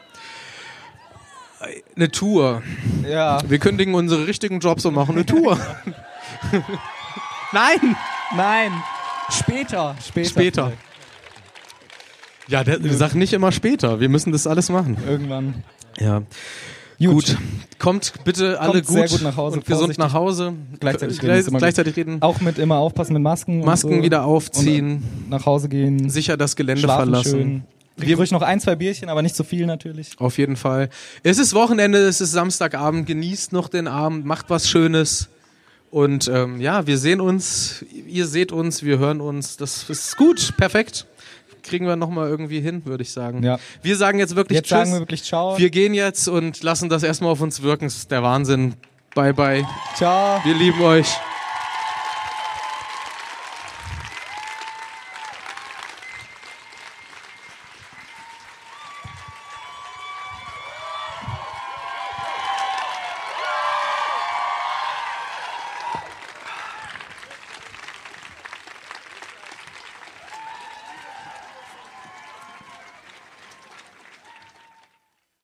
Speaker 3: Eine Tour.
Speaker 2: Ja,
Speaker 3: Wir kündigen unsere richtigen Jobs und machen eine Tour. Nein!
Speaker 2: nein. Später. Später.
Speaker 3: Später.
Speaker 2: vielleicht.
Speaker 3: Ja, der, sag nicht immer später. Wir müssen das alles machen.
Speaker 2: Irgendwann.
Speaker 3: Ja.
Speaker 2: Gut.
Speaker 3: Gut. Kommt bitte alle
Speaker 2: Kommt
Speaker 3: gut,
Speaker 2: sehr gut nach Hause,
Speaker 3: und gesund
Speaker 2: vorsichtig.
Speaker 3: nach Hause.
Speaker 2: Gleichzeitig reden
Speaker 3: Gleich,
Speaker 2: ist immer gut.
Speaker 3: gleichzeitig reden.
Speaker 2: Auch mit immer aufpassen mit Masken.
Speaker 3: Masken
Speaker 2: und so.
Speaker 3: wieder aufziehen.
Speaker 2: Nach Hause gehen.
Speaker 3: sicher das Gelände
Speaker 2: schlafen
Speaker 3: verlassen.
Speaker 2: schön. Trink ruhig noch ein, zwei Bierchen, aber nicht zu viel natürlich.
Speaker 3: Auf jeden Fall. Es ist Wochenende, es ist Samstagabend. Genießt noch den Abend, macht was Schönes. Und ähm, ja, wir sehen uns, ihr seht uns, wir hören uns. Das ist gut, perfekt. Kriegen wir nochmal irgendwie hin, würde ich sagen.
Speaker 2: Ja.
Speaker 3: Wir sagen jetzt wirklich
Speaker 2: Jetzt
Speaker 3: Tschüss.
Speaker 2: sagen wir wirklich Ciao.
Speaker 3: Wir gehen jetzt und lassen das erstmal auf uns wirken. Das ist der Wahnsinn. Bye, bye.
Speaker 2: ciao.
Speaker 3: Wir lieben euch.